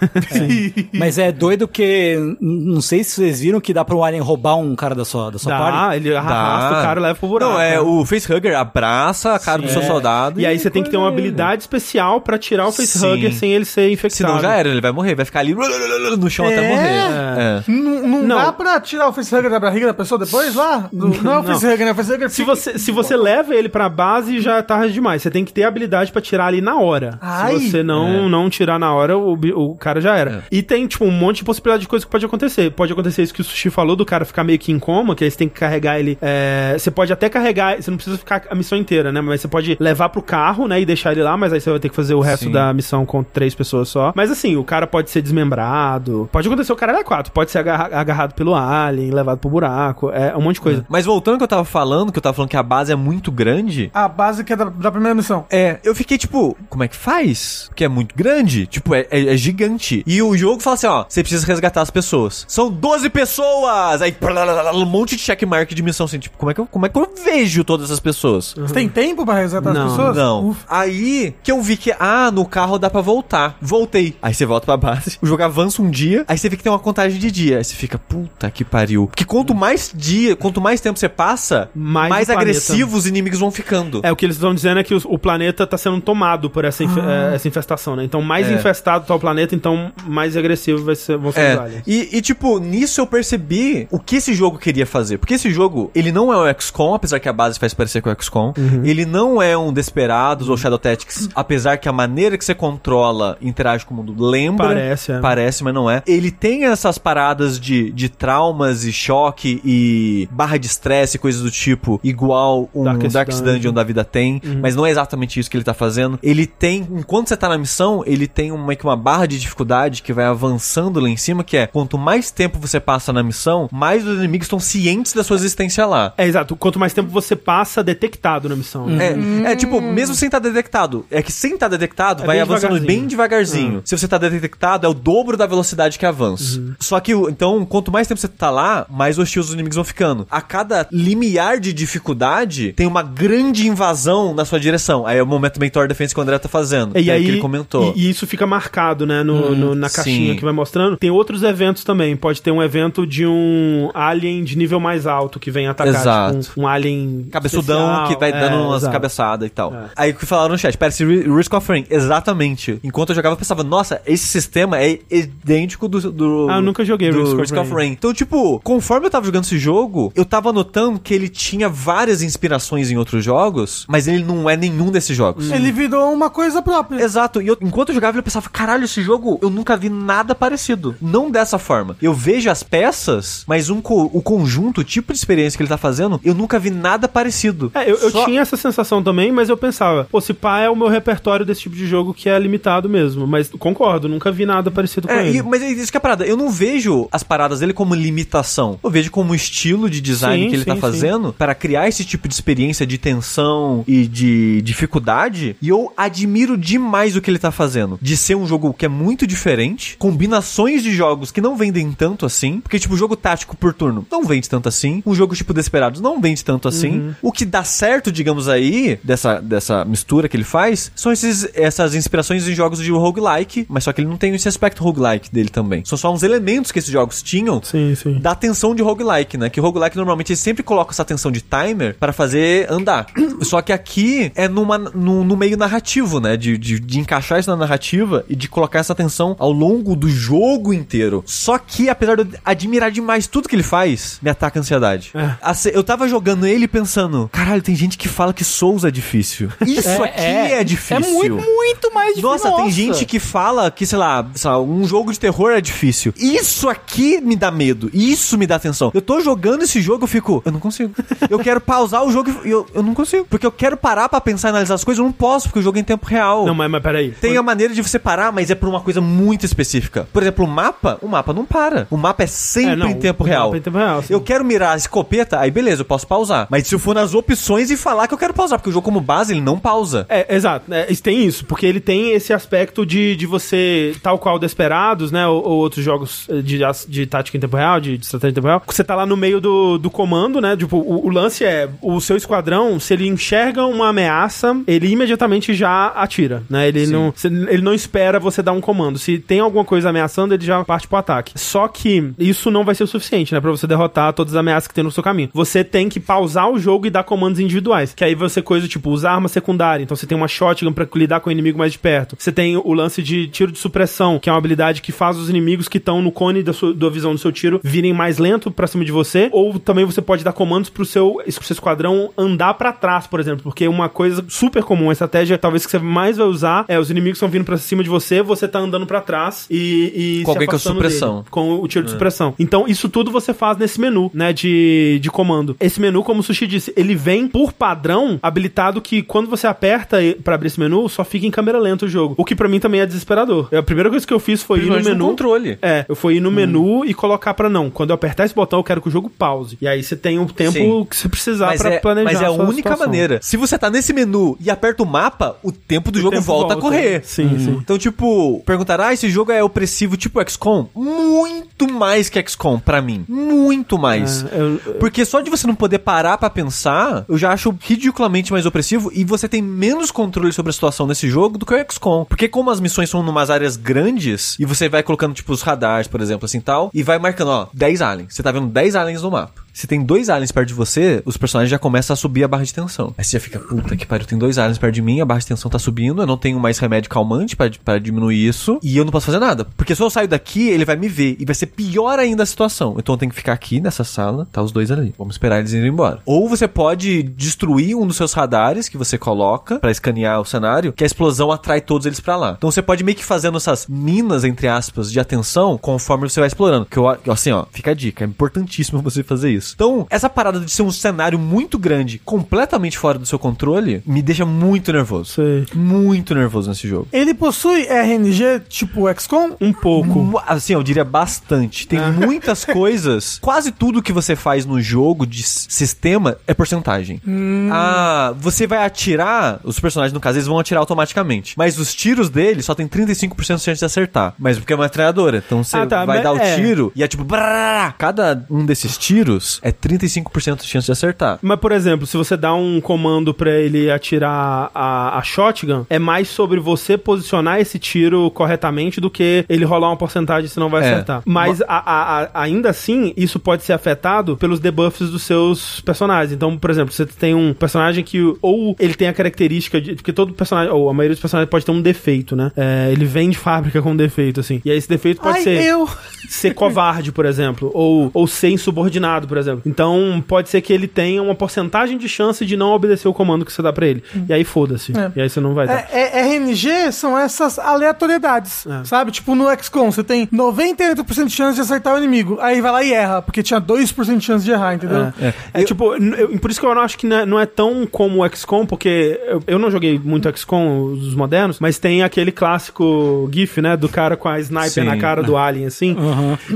Mas é doido porque n- não sei se vocês viram que dá pra um alien roubar um cara da sua, da sua party.
Dá, ele arrasta
Dá.
o cara e leva pro buraco.
Não, é
né?
o facehugger abraça a cara do seu soldado.
E aí você tem que ter uma habilidade especial pra tirar o facehugger
Sim.
sem ele ser infectado.
Senão já era, ele vai morrer, vai ficar ali no chão até
É.
morrer. É.
Não, não
Não.
dá pra tirar o facehugger da barriga da pessoa depois lá? Do- não é o
Não.
facehugger, né? O facehugger
Se
fica-
você, se você leva ele pra base, já é tarde demais. Você tem que ter habilidade pra tirar ali na hora.
Ai.
se você não, não tirar na hora, o, bi- o cara já era. E tem, tipo, um monte de possibilidade de coisa que pode acontecer. Pode acontecer isso que o Sushi falou, do cara ficar meio que em coma, que aí você tem que carregar ele. é, você pode até carregar, você não precisa ficar a missão inteira, né? Mas você pode levar pro carro, né? E deixar ele lá, mas aí você vai ter que fazer o resto
Sim.
da missão com três pessoas só. Mas assim, o cara pode ser desmembrado. Pode acontecer o cara é quatro. Pode ser agarra- agarrado pelo alien, levado pro buraco. É um monte de coisa.
Mas voltando ao que eu tava falando, que eu tava falando que a base é muito grande.
A base que é da, da primeira missão.
É, eu fiquei tipo, como é que faz? Porque é muito grande, tipo, é, é- é gigante. E o jogo fala assim, ó, você precisa resgatar as pessoas. São 12 pessoas! Aí, um monte de checkmark de missão, assim, tipo, como é que eu, como é que eu vejo todas essas pessoas?
Você tem tempo pra resgatar
Uhum. Não,
as pessoas?
Não.
Ufa.
Aí que eu vi que, ah, no carro dá pra voltar. Voltei. Aí você volta pra base, o jogo avança um dia, aí você vê que tem uma contagem de dia. Aí você fica, puta que pariu. Porque quanto mais dia, quanto mais tempo você passa,
Mais
mais,
o planeta.
agressivos os inimigos vão ficando.
É, o que eles estão dizendo é que os- o planeta tá sendo tomado por essa, inf- eh, essa infestação, né? Então, mais
Ah. É.
infestado tá o planeta, então mais agressivo vai ser, vão ser os
É,
aliens.
e, e, tipo, nisso eu percebi o que esse jogo queria fazer. Porque esse jogo, ele não é um XCOM, apesar que a base faz parecer com o XCOM.
Uhum.
Ele não é um Desperados ou Shadow Tactics, apesar que a maneira que você controla e interage com o mundo lembra.
Parece, é.
Parece, mas não é. Ele tem essas paradas de, de traumas e choque e barra de estresse e coisas do tipo, igual um
Darkest
Darkest,
Dungeon.
Dungeon. da vida tem, mas não é exatamente isso que ele tá fazendo. Ele tem, enquanto você tá na missão, ele tem uma, meio que uma barra de dificuldade que vai avançando lá em cima, que é quanto mais tempo você passa na missão, mais os inimigos estão cientes da sua existência lá.
É, exato. Quanto mais tempo você passa detectado na missão. né?
É, é, tipo, mesmo sem estar detectado. É que sem estar detectado,
É
vai
bem Hum.
avançando bem devagarzinho. Se você tá detectado, é o dobro da velocidade que avança.
Uhum.
Só que, o- então, quanto mais tempo você tá lá, mais hostis os inimigos vão ficando. A cada limiar de dificuldade, tem uma grande invasão na sua direção. Aí é o momento mentor defense que o André tá fazendo.
E
que é
aí,
que ele comentou. Uhum.
E, e isso fica marcado, né, no, no- na caixinha
sim.
que vai mostrando. Tem outros eventos também. Pode ter um evento de um alien de nível mais alto que vem atacar.
Exato.
tipo, um, um alien
Cabeçudão
especial.
que vai
É,
dando umas
exato.
cabeçadas e tal.
É.
Aí o que falaram no chat, parece Ri- Risk of Rain. Exatamente. Enquanto eu jogava, eu pensava, nossa, esse sistema é idêntico do. do
Ah, eu nunca joguei
do
Risk of
Risk of
Rain.
Rain. Então, tipo, conforme eu tava jogando esse jogo, eu tava notando que ele tinha várias inspirações em outros jogos, mas ele não é nenhum desses jogos.
Hum.
É,
Ele virou uma coisa própria.
Exato, e eu, enquanto eu jogava, eu pensava, caralho, esse jogo eu nunca vi nada parecido. Não dessa forma. Eu vejo as peças, mas um co- o conjunto, o tipo de experiência que ele tá fazendo, eu nunca vi nada parecido.
É, eu, eu
Só-
tinha essa sensação também, mas eu pensava, pô, se pá é o meu repertório desse tipo de jogo que é limitado mesmo. Mas concordo, nunca vi nada parecido com
É,
ele.
e- mas é isso que é a parada. Eu não vejo as paradas dele como limitação. Eu vejo como um estilo de design
Sim,
que ele tá
sim,
fazendo para criar esse tipo de experiência de tensão e de dificuldade. E eu admiro demais o que ele tá fazendo. De ser um jogo que é muito diferente, combinações de jogos que não vendem tanto assim. Porque, tipo, jogo tático por turno não vende tanto assim. Um jogo tipo Desperados não vende tanto assim. O que dá certo, digamos aí, dessa, dessa mistura que ele faz, são esses, essas inspirações em jogos de roguelike, mas só que ele não tem esse aspecto roguelike dele também. São só uns elementos que esses jogos tinham
Sim, sim.
da tensão de roguelike, né? Que roguelike normalmente ele sempre coloca essa tensão de timer pra fazer andar. Só que aqui é numa, no, no meio narrativo, né? De, de, de encaixar isso na narrativa e de colocar essa tensão ao longo do jogo inteiro. Só que, apesar de eu admirar demais tudo que ele faz, me ataca a ansiedade. Assim, Eu tava jogando ele pensando: caralho, tem gente que fala que Souls é difícil. Isso aqui é, difícil.
É muito, muito mais difícil.
Nossa, tem gente que fala que, sei lá, sei lá, um jogo de terror é difícil. Isso aqui me dá medo. Isso me dá atenção. Eu tô jogando esse jogo, eu fico, eu não consigo. Eu quero pausar o jogo e eu, eu não consigo. Porque eu quero parar pra pensar e analisar as coisas, eu não posso, porque o jogo é em tempo real.
Não, mas, mas peraí.
Tem a maneira de você parar, mas é por uma coisa muito específica. dinâmica. Por exemplo, o mapa, o mapa não para. O mapa é sempre
É, não,
em tempo
o
real.
mapa é em tempo real, sim.
Eu quero mirar a escopeta, aí beleza, eu posso pausar. Mas se eu for nas opções e falar que eu quero pausar, porque o jogo como base, ele não pausa.
É, exato. É, isso- tem isso, porque ele tem esse aspecto de, de você, tal qual Desperados, né? Ou, ou outros jogos eh, de, as- de tática em tempo real, de, de estratégia em tempo real. Você tá lá no meio do, do comando, né? Tipo, o, o lance é o seu esquadrão, se ele enxerga uma ameaça, ele imediatamente já atira, né? Ele não, se- ele não espera você dar um comando. Se tem alguma coisa ameaçando, ele já parte pro ataque. Só que isso não vai ser o suficiente, né? Pra você derrotar todas as ameaças que tem no seu caminho. Você tem que pausar o jogo e dar comandos individuais. Que aí você coisa, tipo, usar arma secundária. Então você tem uma shotgun pra lidar com o inimigo mais de perto. Você tem o lance de tiro de supressão, que é uma habilidade que faz os inimigos que estão no cone da sua da visão do seu tiro virem mais lento pra cima de você. Ou também você pode dar comandos pro seu, pro seu esquadrão andar pra trás, por exemplo. Porque uma coisa super comum, uma estratégia talvez que você mais vai usar é os inimigos estão vindo pra cima de você, você tá andando pra trás e. e
Com alguém com
afastando
supressão.
dele com o
É.
tiro de supressão. Então, isso tudo você faz nesse menu, né, de, de comando. Esse menu, como o Sushi disse, ele vem por padrão habilitado que quando você aperta e- pra abrir esse menu, só fica em câmera lenta o jogo. O que pra mim também é desesperador. A primeira coisa que eu fiz foi ir no
Principalmente no
menu.
controle. Hum.
É, eu fui ir no menu e colocar pra não. Quando eu apertar esse botão, eu quero que o jogo pause. E aí você tem o tempo
Sim.
que você precisar
Mas
pra
é,
planejar.
mas é a
sua
única
situação.
maneira. Se você tá nesse menu e aperta o mapa, o tempo do jogo
tempo
volta, a
volta. é.
correr.
Sim, sim.
Então, tipo, perguntaram, ah, esse jogo é opressivo tipo XCOM? Muito mais que XCOM, pra mim. Muito mais.
É, eu- eu-
Porque só de você não poder parar pra pensar, eu já acho ridiculamente mais opressivo e você tem menos controle sobre a situação nesse jogo do que o XCOM. Porque como as missões são numas áreas grandes e você vai colocando, tipo, os radares, por exemplo, assim, tal, e vai marcando, ó, 10 aliens. Você tá vendo 10 aliens no mapa. Se tem dois aliens perto de você, os personagens já começam a subir a barra de tensão. Aí você já fica, puta que pariu, tem dois aliens perto de mim, a barra de tensão tá subindo, eu não tenho mais remédio calmante pra pra diminuir isso, e eu não posso fazer nada. Porque se eu saio daqui, ele vai me ver, e vai ser pior ainda a situação. Então eu tenho que ficar aqui nessa sala, tá os dois ali. Vamos esperar eles irem embora. Ou você pode destruir um dos seus radares que você coloca pra escanear o cenário, que a explosão atrai todos eles pra lá. Então você pode meio que fazendo essas minas, entre aspas, de atenção conforme você vai explorando. Que eu, a- assim, ó, fica a dica, é importantíssimo você fazer isso. Então, essa parada de ser um cenário muito grande, completamente fora do seu controle, me deixa muito nervoso.
Sei.
Muito nervoso nesse jogo.
Ele possui RNG tipo XCOM?
Um pouco.
Mu- Assim, eu diria bastante. Tem muitas coisas. Quase tudo que você faz no jogo de s- sistema é porcentagem.
Hum.
Ah, você vai atirar, os personagens, no caso, eles vão atirar automaticamente. Mas os tiros deles só tem 35% de chance de acertar. Mas porque é uma metralhadora. Então você
Ah, tá,
vai
mas-
dar o
é.
tiro e é tipo. brrrá. Cada um desses tiros é 35% de chance de acertar.
Mas, por exemplo, se você dá um comando pra ele atirar a, a shotgun, é mais sobre você posicionar esse tiro corretamente do que ele rolar uma porcentagem se não vai
É.
acertar. Mas a- a- a- ainda assim, isso pode ser afetado pelos debuffs dos seus personagens. Então, por exemplo, você tem um personagem que ou ele tem a característica de. Porque todo personagem, ou a maioria dos personagens pode ter um defeito, né? É, ele vem de fábrica com um defeito, assim. E aí esse defeito pode
Ai,
ser
eu...
ser covarde, por exemplo, ou, ou ser insubordinado, por exemplo. Então, pode ser que ele tenha uma porcentagem de chance de não obedecer o comando que você dá pra ele. E aí foda-se.
É.
E aí você não vai dar.
É, é- RNG são essas aleatoriedades,
É.
sabe? Tipo no XCOM, você tem 98% de chance de acertar o inimigo. Aí vai lá e erra, porque tinha 2% de chance de errar, entendeu?
É, É, tipo, n- eu- por isso que eu não acho que não é, não é tão como o XCOM, porque eu, eu não joguei muito XCOM, os modernos, mas tem aquele clássico GIF, né, do cara com a sniper
Sim.
na cara do alien, assim.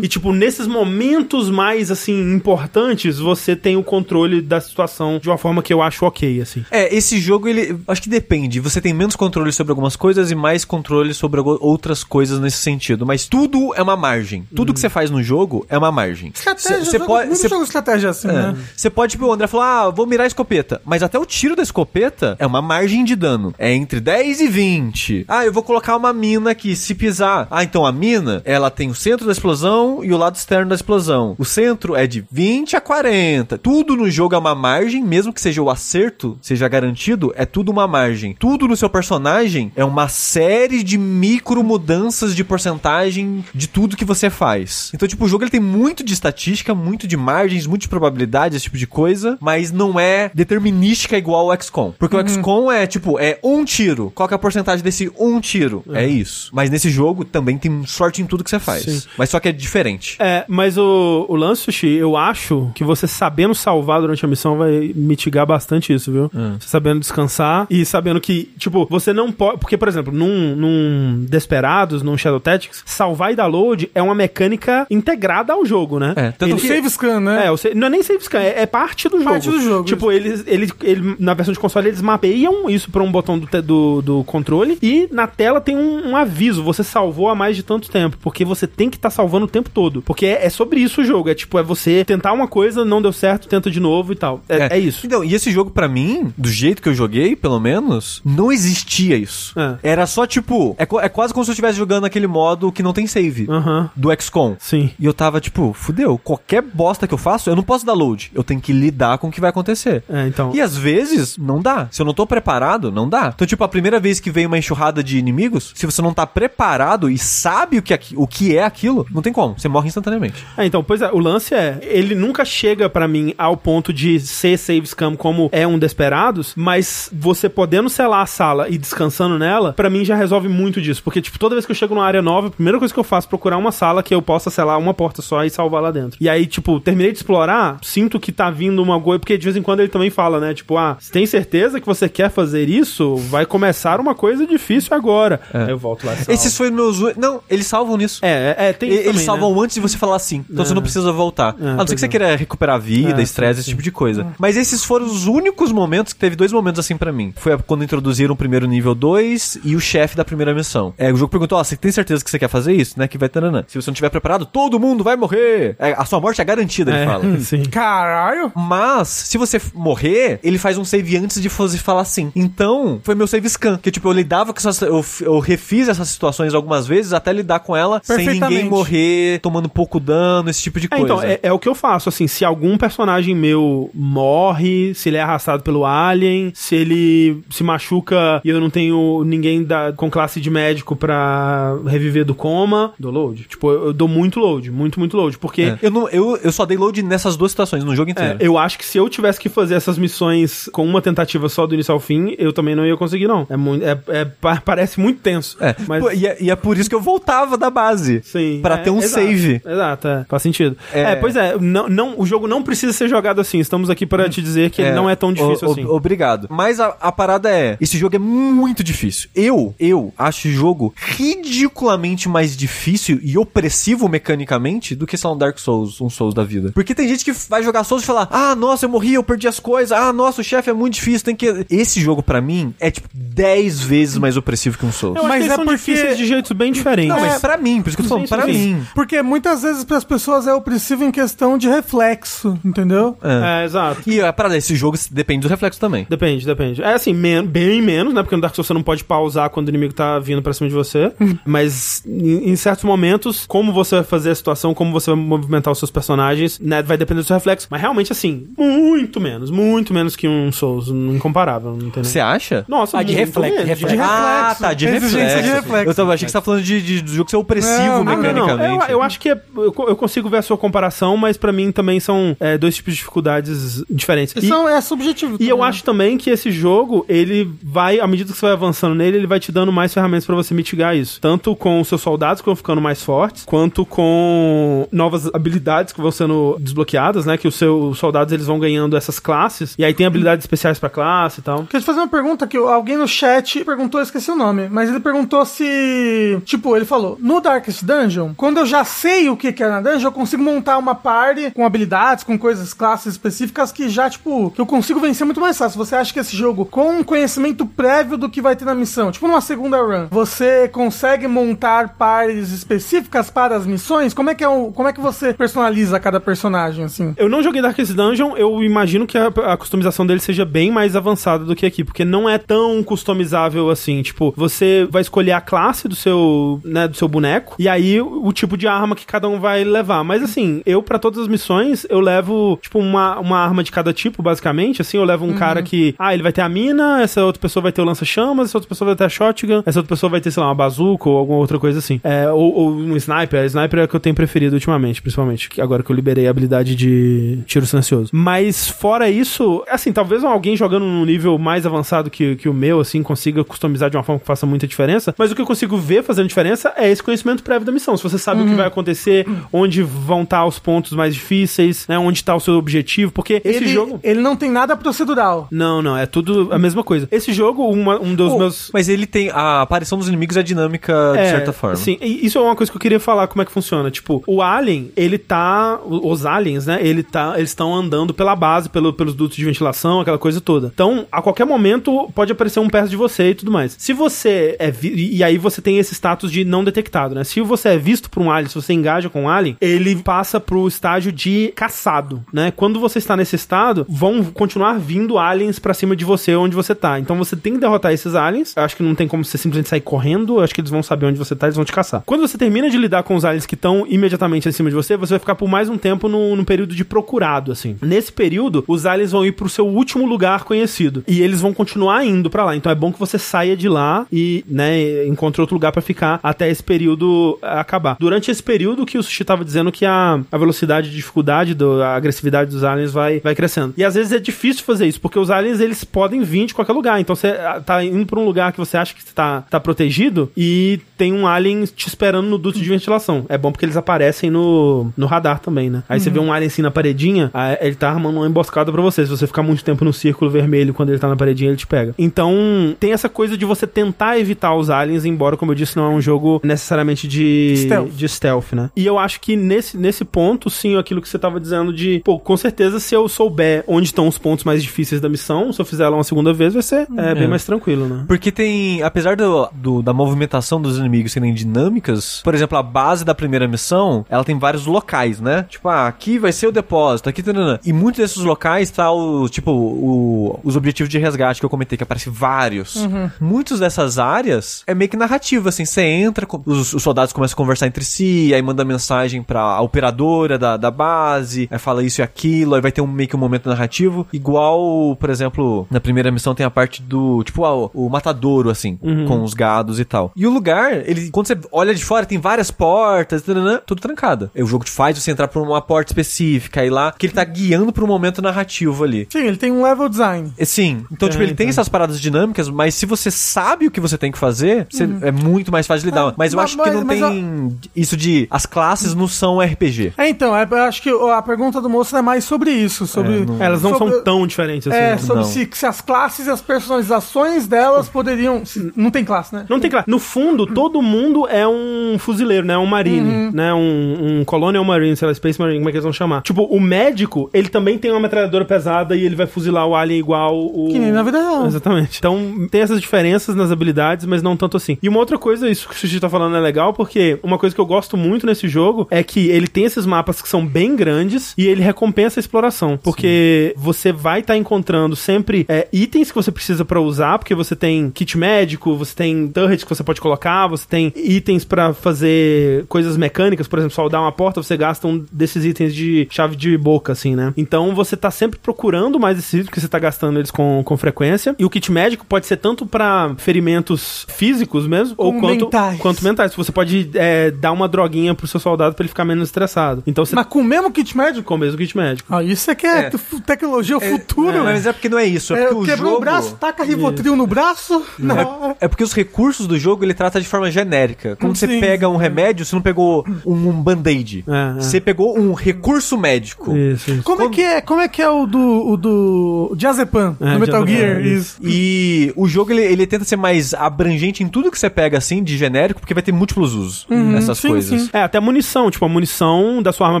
E, tipo, nesses momentos mais, assim, importantes, você tem o controle da situação de uma forma que eu acho ok, assim.
É, esse jogo, ele. Acho que depende. Você tem menos controle sobre algumas coisas e mais controle sobre algu- outras coisas nesse sentido. Mas tudo é uma margem. Tudo
Hum.
que você faz no jogo é uma margem.
Estratégia,
Você
jogo-
pode.
muito
cê-
jogo de estratégia assim,
é.
né?
Você pode, tipo, o André falou, ah, vou mirar a escopeta. Mas até o tiro da escopeta é uma margem de dano. É entre 10 e 20. Ah, eu vou colocar uma mina aqui, se pisar. Ah, então a mina, ela tem o centro da explosão e o lado externo da explosão. O centro é de 20 a 40. Tudo no jogo é uma margem, mesmo que seja o acerto, seja garantido, é tudo uma margem. Tudo no seu personagem é uma série de micro mudanças de porcentagem de tudo que você faz. Então, tipo, o jogo ele tem muito de estatística, muito de margens, muito de probabilidade, esse tipo de coisa, mas não é determinística igual o XCOM. Porque o XCOM é, tipo, é um tiro. Qual que é a porcentagem desse um tiro? É, isso. Mas nesse jogo também tem sorte em tudo que você faz.
Sim.
Mas só que é diferente.
É, mas o, o lance, Sushi, eu acho muito que você sabendo salvar durante a missão vai mitigar bastante isso, viu? Você sabendo descansar e sabendo que, tipo, você não pode. Porque, por exemplo, num, num Desperados, num Shadow Tactics, salvar e download é uma mecânica integrada ao jogo, né?
É, tanto
O
que-
save scan, né?
É, o sa- não é nem save scan, é, é parte do jogo.
Parte do jogo,
Tipo, eles, ele, ele, na versão de console, eles mapeiam isso pra um botão do, te- do, do controle e na tela tem um, um aviso, você salvou há mais de tanto tempo, porque você tem que estar salvando o tempo todo. Porque é, é sobre isso o jogo, é tipo, é você tentar uma coisa, não deu certo, tenta de novo e tal. É, é isso.
Então, e esse jogo, pra mim, do jeito que eu joguei, pelo menos, não existia isso.
É.
Era só tipo. É, co- é quase como se eu estivesse jogando aquele modo que não tem save
Aham,
do XCOM.
sim.
E eu tava tipo, fudeu, qualquer bosta que eu faço, eu não posso dar load. Eu tenho que lidar com o que vai acontecer.
É, então.
E às vezes, não dá. Se eu não tô preparado, não dá. Então, tipo, a primeira vez que vem uma enxurrada de inimigos, se você não tá preparado e sabe o que, é aqui- o que é aquilo, não tem como. Você morre instantaneamente.
É, então, pois é, o lance é, ele nunca chega pra mim ao ponto de ser save scam como é um Desperados, mas você podendo selar a sala e descansando nela, pra mim já resolve muito disso, porque tipo, toda vez que eu chego numa área nova, a primeira coisa que eu faço é procurar uma sala que eu possa selar uma porta só e salvar lá dentro. E aí, tipo, terminei de explorar, sinto que tá vindo uma coisa, porque de vez em quando ele também fala, né, tipo, ah, você tem certeza que você quer fazer isso? Vai começar uma coisa difícil agora. Aí eu volto lá e salvo.
É. Esses foram meus. u- Não, eles salvam nisso.
É, é, é, tem isso
E- Eles
também, né?
salvam antes de você falar sim. Então você não precisa voltar. a não ser
pois
que você
é.
queira recuperar a vida,
É,
estresse, esse tipo de coisa. Mas esses foram os únicos momentos que teve dois momentos assim pra mim. Foi quando introduziram o primeiro nível 2 e o chefe da primeira missão. É, o jogo perguntou: Ó, você tem certeza que você quer fazer isso? Né? Que vai taranã. Se você não tiver preparado, todo mundo vai morrer. É, a sua morte é garantida, ele
É,
fala.
Sim.
Caralho.
Mas, se você f- morrer, ele faz um save antes de você falar sim. Então, foi meu save scan. Que, tipo, eu lidava com essas. Eu, f- eu refiz essas situações algumas vezes até lidar com ela sem
Perfeitamente.
ninguém morrer, tomando pouco dano, esse tipo de
É,
coisa.
então, é, é o que eu faço, assim, se algum personagem meu morre, se ele é arrastado pelo alien, se ele se machuca e eu não tenho ninguém da- com classe de médico pra reviver do coma, dou load. Tipo, eu, eu dou muito load, muito, muito load, porque...
É. Eu, não, eu, eu só dei load nessas duas situações, no jogo
é,
inteiro.
eu acho que se eu tivesse que fazer essas missões com uma tentativa só do início ao fim, eu também não ia conseguir, não. É muito, é, é- pa- parece muito tenso.
É,
mas
pô, e, é, e é por isso que eu voltava da base.
Sim.
Pra
é,
ter um
exato,
save.
Exato, é, faz sentido. É,
É.
pois é, não, não, o jogo não precisa ser jogado assim. Estamos aqui para te dizer que ele não é tão difícil
o- o-
assim.
Obrigado. Mas a, a parada é, esse jogo é muito difícil. Eu, eu acho o jogo ridiculamente mais difícil e opressivo mecanicamente do que sei lá, um Dark Souls, um Souls da vida. Porque tem gente que vai jogar Souls e falar: "Ah, nossa, eu morri, eu perdi as coisas. Ah, nossa, o chefe é muito difícil, tem que Esse jogo pra mim é tipo 10 vezes mais opressivo que um Souls.
Eu acho
Mas
que eles
é
são
porque-
difíceis de jeitos bem diferentes.
Não, mas pra mim, por isso que eu tô falando,
é. Sim, sim,
pra
sim.
mim.
Porque muitas vezes para as pessoas é opressivo em questão de reflexo, entendeu?
É, exato.
E a parada, é, esse jogo depende do reflexo também.
Depende, depende. É assim, men- bem menos, né? Porque no Dark Souls você não pode pausar quando o inimigo tá vindo pra cima de você. mas em, em certos momentos, como você vai fazer a situação, como você vai movimentar os seus personagens, né? Vai depender do seu reflexo. Mas realmente, assim, muito menos, muito menos que um Souls. Incomparável, não tem nem-
Você acha?
Nossa,
Ah, de
muito
reflexo,
menos,
reflexo.
de
Ah, tá, de
Exigência
reflexo.
de reflexo.
Eu tava, achei que você tá falando de, de- do jogo ser opressivo
Não, não,
Ah, não,
mecanicamente. né?
não. Eu, eu acho que é- eu, co- eu consigo ver a sua comparação, mas pra mim também são é, dois tipos de dificuldades diferentes. E,
Isso é subjetivo.
e
também,
eu
né?
acho também que esse jogo, ele vai, à medida que você vai avançando nele, ele vai te dando mais ferramentas pra você mitigar isso. Tanto com os seus soldados que vão ficando mais fortes, quanto com novas habilidades que vão sendo desbloqueadas, né? Que os seus soldados eles vão ganhando essas classes. E aí tem habilidades especiais pra classe e tal.
Queria te fazer uma pergunta que alguém no chat perguntou, eu esqueci o nome, mas ele perguntou se. Tipo, ele falou: no Darkest Dungeon, quando eu já sei o que que é na dungeon, eu consigo montar uma party com habilidades, com coisas, classes específicas que já, tipo, que eu consigo vencer muito mais fácil. Você acha que esse jogo, com um conhecimento prévio do que vai ter na missão, tipo numa segunda run, você consegue montar parties específicas para as missões? Como é que, é o, como é que você personaliza cada personagem, assim?
Eu não joguei Darkest Dungeon, eu imagino que a, a customização dele seja bem mais avançada do que aqui, porque não é tão customizável assim. Tipo, você vai escolher a classe do seu, né, do seu boneco e aí o, o tipo de arma que cada um vai levar. Mas assim, eu pra todas as missões eu levo tipo uma, uma arma de cada tipo, basicamente. Assim, eu levo um cara que, ah, ele vai ter a mina, essa outra pessoa vai ter o lança-chamas, essa outra pessoa vai ter a shotgun, essa outra pessoa vai ter, sei lá, uma bazuca ou alguma outra coisa assim. É, ou, ou um sniper. A sniper é a que eu tenho preferido ultimamente, principalmente, que agora que eu liberei a habilidade de tiro silencioso. Mas fora isso, assim, talvez alguém jogando num nível mais avançado que, que o meu, assim, consiga customizar de uma forma que faça muita diferença. Mas o que eu consigo ver fazendo diferença é esse conhecimento prévio da missão. Se você sabe o que vai acontecer, onde vão estar os pontos mais difíceis difíceis, né? Onde tá o seu objetivo, porque esse
ele,
jogo.
Ele não tem nada procedural.
Não, não, é tudo a mesma coisa. Esse jogo, uma- um dos
Pô,
meus.
Mas ele tem. A aparição dos inimigos é dinâmica de
É,
certa forma.
Sim, e isso é uma coisa que eu queria falar, como é que funciona. Tipo, o Alien, ele tá. o- Os aliens, né? Ele tá, eles estão andando pela base, pelo, pelos dutos de ventilação, aquela coisa toda. Então, a qualquer momento, pode aparecer um perto de você e tudo mais. Se você é. vi- E aí você tem esse status de não detectado, né? Se você é visto por um alien, se você engaja com um alien, ele passa pro estágio de caçado, né? Quando você está nesse estado, vão continuar vindo aliens pra cima de você onde você tá. Então você tem que derrotar esses aliens. Eu acho que não tem como você simplesmente sair correndo. Eu acho que eles vão saber onde você tá, eles vão te caçar. Quando você termina de lidar com os aliens que estão imediatamente em cima de você, você vai ficar por mais um tempo num, num período de procurado, assim. Nesse período, os aliens vão ir pro seu último lugar conhecido. E eles vão continuar indo pra lá. Então é bom que você saia de lá e, né, encontre outro lugar pra ficar até esse período ah, acabar. Durante esse período que o Sushi tava dizendo que a, a velocidade de dificuldade, do, a agressividade dos aliens vai, vai crescendo. E às vezes é difícil fazer isso, porque os aliens eles podem vir de qualquer lugar. Então você ah, tá indo pra um lugar que você acha que tá, tá protegido e tem um alien te esperando no duto de ventilação. É bom porque eles aparecem no, no radar também, né? Aí você vê um alien assim na paredinha, aí ele tá armando uma emboscada pra você. Se você ficar muito tempo no círculo vermelho quando ele tá na paredinha, ele te pega. Então tem essa coisa de você tentar evitar os aliens, embora, como eu disse, não é um jogo necessariamente de
Stealth.
de stealth, né? E eu acho que nesse, nesse ponto, sim, aquilo que você tava dizendo de, pô, com certeza se eu souber onde estão os pontos mais difíceis da missão, se eu fizer ela uma segunda vez, vai ser é, bem mais tranquilo, né?
Porque tem, apesar do, do- da movimentação dos inimigos serem dinâmicas, por exemplo, a base da primeira missão, ela tem vários locais, né? Tipo, ah, aqui vai ser o depósito, aqui... Tanana. E muitos desses locais tá o, tipo, o- os objetivos de resgate que eu comentei, que aparece vários. Muitos dessas áreas é meio que narrativa, assim, você entra, com- os, os soldados começam a conversar entre si, aí manda mensagem pra operadora da, da base, aí fala isso e aquilo, aí vai ter um, meio que um momento narrativo, igual, por exemplo, na primeira missão tem a parte do, tipo, ah, o- o matadouro, assim, com os gados e tal. E o lugar, ele, quando você olha de fora, tem várias portas, tananã, tudo trancado. Aí O jogo te faz você entrar por uma porta específica, aí lá, que ele tá guiando pra um momento narrativo ali.
Sim, ele tem um level design.
É, Sim. Então, tipo, ele tem essas paradas dinâmicas, mas se você sabe o que você tem que fazer, você- é muito mais fácil de lidar.
Ah,
mas eu
mas-
acho que não
mas- mas
tem isso de. As classes não são RPG.
É, então, é- eu acho que a pergunta do moço é mais sobre isso,
É,
sobre...
Elas não
É. sobre-
são tão diferentes assim.
É,
né?
sobre
Não.
se, se as classes e as personalizações delas poderiam... se- não tem classe, né?
Não tem claro. No fundo, todo mundo é um fuzileiro, né? Um marine,
Uhum.
né? Um, um colonial marine, sei lá, space marine, como é que eles vão chamar? Tipo, o médico, ele também tem uma metralhadora pesada e ele vai fuzilar o alien igual o...
Que nem na vida real.
Exatamente. Então, tem essas diferenças nas habilidades, mas não tanto assim. E uma outra coisa, isso que o Sushi tá falando é legal, porque uma coisa que eu gosto muito nesse jogo é que ele tem esses mapas que são bem grandes e ele recompensa a exploração, porque você vai estar encontrando sempre é, itens que você precisa pra usar, porque você tem kit médico, você tem turret que você pode colocar, você tem itens pra fazer coisas mecânicas, por exemplo, soldar uma porta, você gasta um desses itens de chave de boca, assim, né? Então você tá sempre procurando mais esses itens, porque você tá gastando eles com, com frequência. E o kit médico pode ser tanto pra ferimentos físicos mesmo, ou
Como
quanto
mentais.
quanto mentais. Você pode é, dar uma droguinha pro seu soldado pra ele ficar menos estressado. Então você tá
Mas com o mesmo kit médico?
com o mesmo kit médico.
Ah, isso é que é,
É.
tu- tecnologia, o futuro.
Mas é porque não é isso. É,
É,
porque o
quebrou
jogo.
o braço, taca Rivotril no braço. Não.
É, é porque os recursos do jogo ele trata de forma genérica. Quando você
Sim.
pega um remédio, você não pegou um, um band-aid.
É, é.
Você pegou um recurso médico.
Isso, isso.
Como, é que é? Como é que é o do o do Diazepam,
É,
do Metal
Diazepam,
Gear?
isso.
Isso.
E o jogo ele, ele tenta ser mais abrangente em tudo que você pega assim de genérico, porque vai ter múltiplos usos nessas
sim,
coisas.
sim.
É, até a munição. Tipo, a munição da sua arma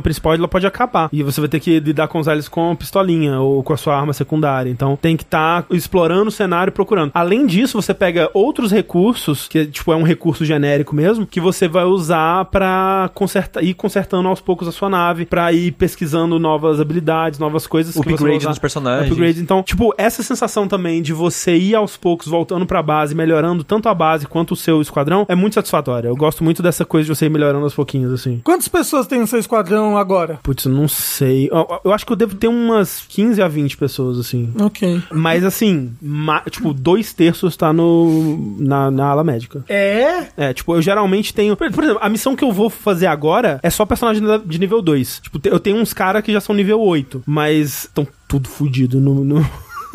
principal ela pode acabar. E você vai ter que lidar com os aliens com pistolinha ou com a sua arma secundária. Então tem que estar explorando o cenário e procurando. Além disso, você pega outros recursos, que tipo é um recurso genérico mesmo, que você vai usar pra consertar, ir consertando aos poucos a sua nave, pra ir pesquisando novas habilidades, novas coisas. que você vai
Upgrade
usar.
nos personagens.
Upgrade. Então, tipo, essa sensação também de você ir aos poucos voltando pra base, melhorando tanto a base quanto o seu esquadrão, é muito satisfatória. Eu gosto muito dessa coisa de você ir melhorando aos pouquinhos, assim.
Quantas pessoas tem no seu esquadrão agora?
Putz, eu não sei. Eu, eu acho que eu devo ter umas 15 a 20 pessoas, assim.
Ok.
Mas assim, ma- tipo, dois terços tá no, na, na ala médica.
É?
É, tipo, eu geralmente tenho. Por por exemplo, a missão que eu vou fazer agora é só personagem da- de nível 2. Tipo, te- eu tenho uns caras que já são nível 8, mas estão tudo fudido no. no...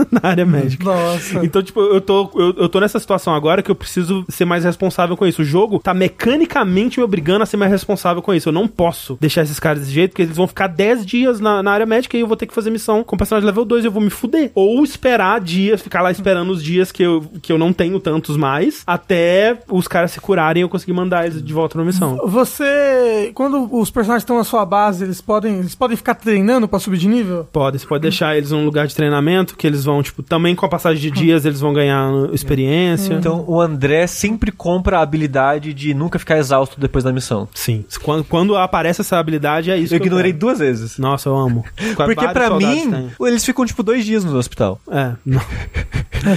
na área médica.
Nossa.
Então, tipo, eu tô, eu, eu tô nessa situação agora que eu preciso ser mais responsável com isso. O jogo tá mecanicamente me obrigando a ser mais responsável com isso. Eu não posso deixar esses caras desse jeito, porque eles vão ficar 10 dias na, na área médica e eu vou ter que fazer missão com personagem level 2 e eu vou me fuder. Ou esperar dias, ficar lá esperando os dias que eu, que eu não tenho tantos mais, até os caras se curarem e eu conseguir mandar eles de volta na missão.
Você, quando os personagens estão na sua base, eles podem, eles podem ficar treinando pra subir de nível?
Pode, você pode deixar eles num lugar de treinamento, que eles vão, tipo, também com a passagem de dias, eles vão ganhar experiência.
Então o André sempre compra a habilidade de nunca ficar exausto depois da missão.
Sim. Quando, quando aparece essa habilidade, é isso.
Eu
que
ignorei
quero.
duas vezes.
Nossa, eu amo.
Porque
Vários
pra
soldados
mim,
têm.
eles ficam tipo dois dias no hospital.
É, não,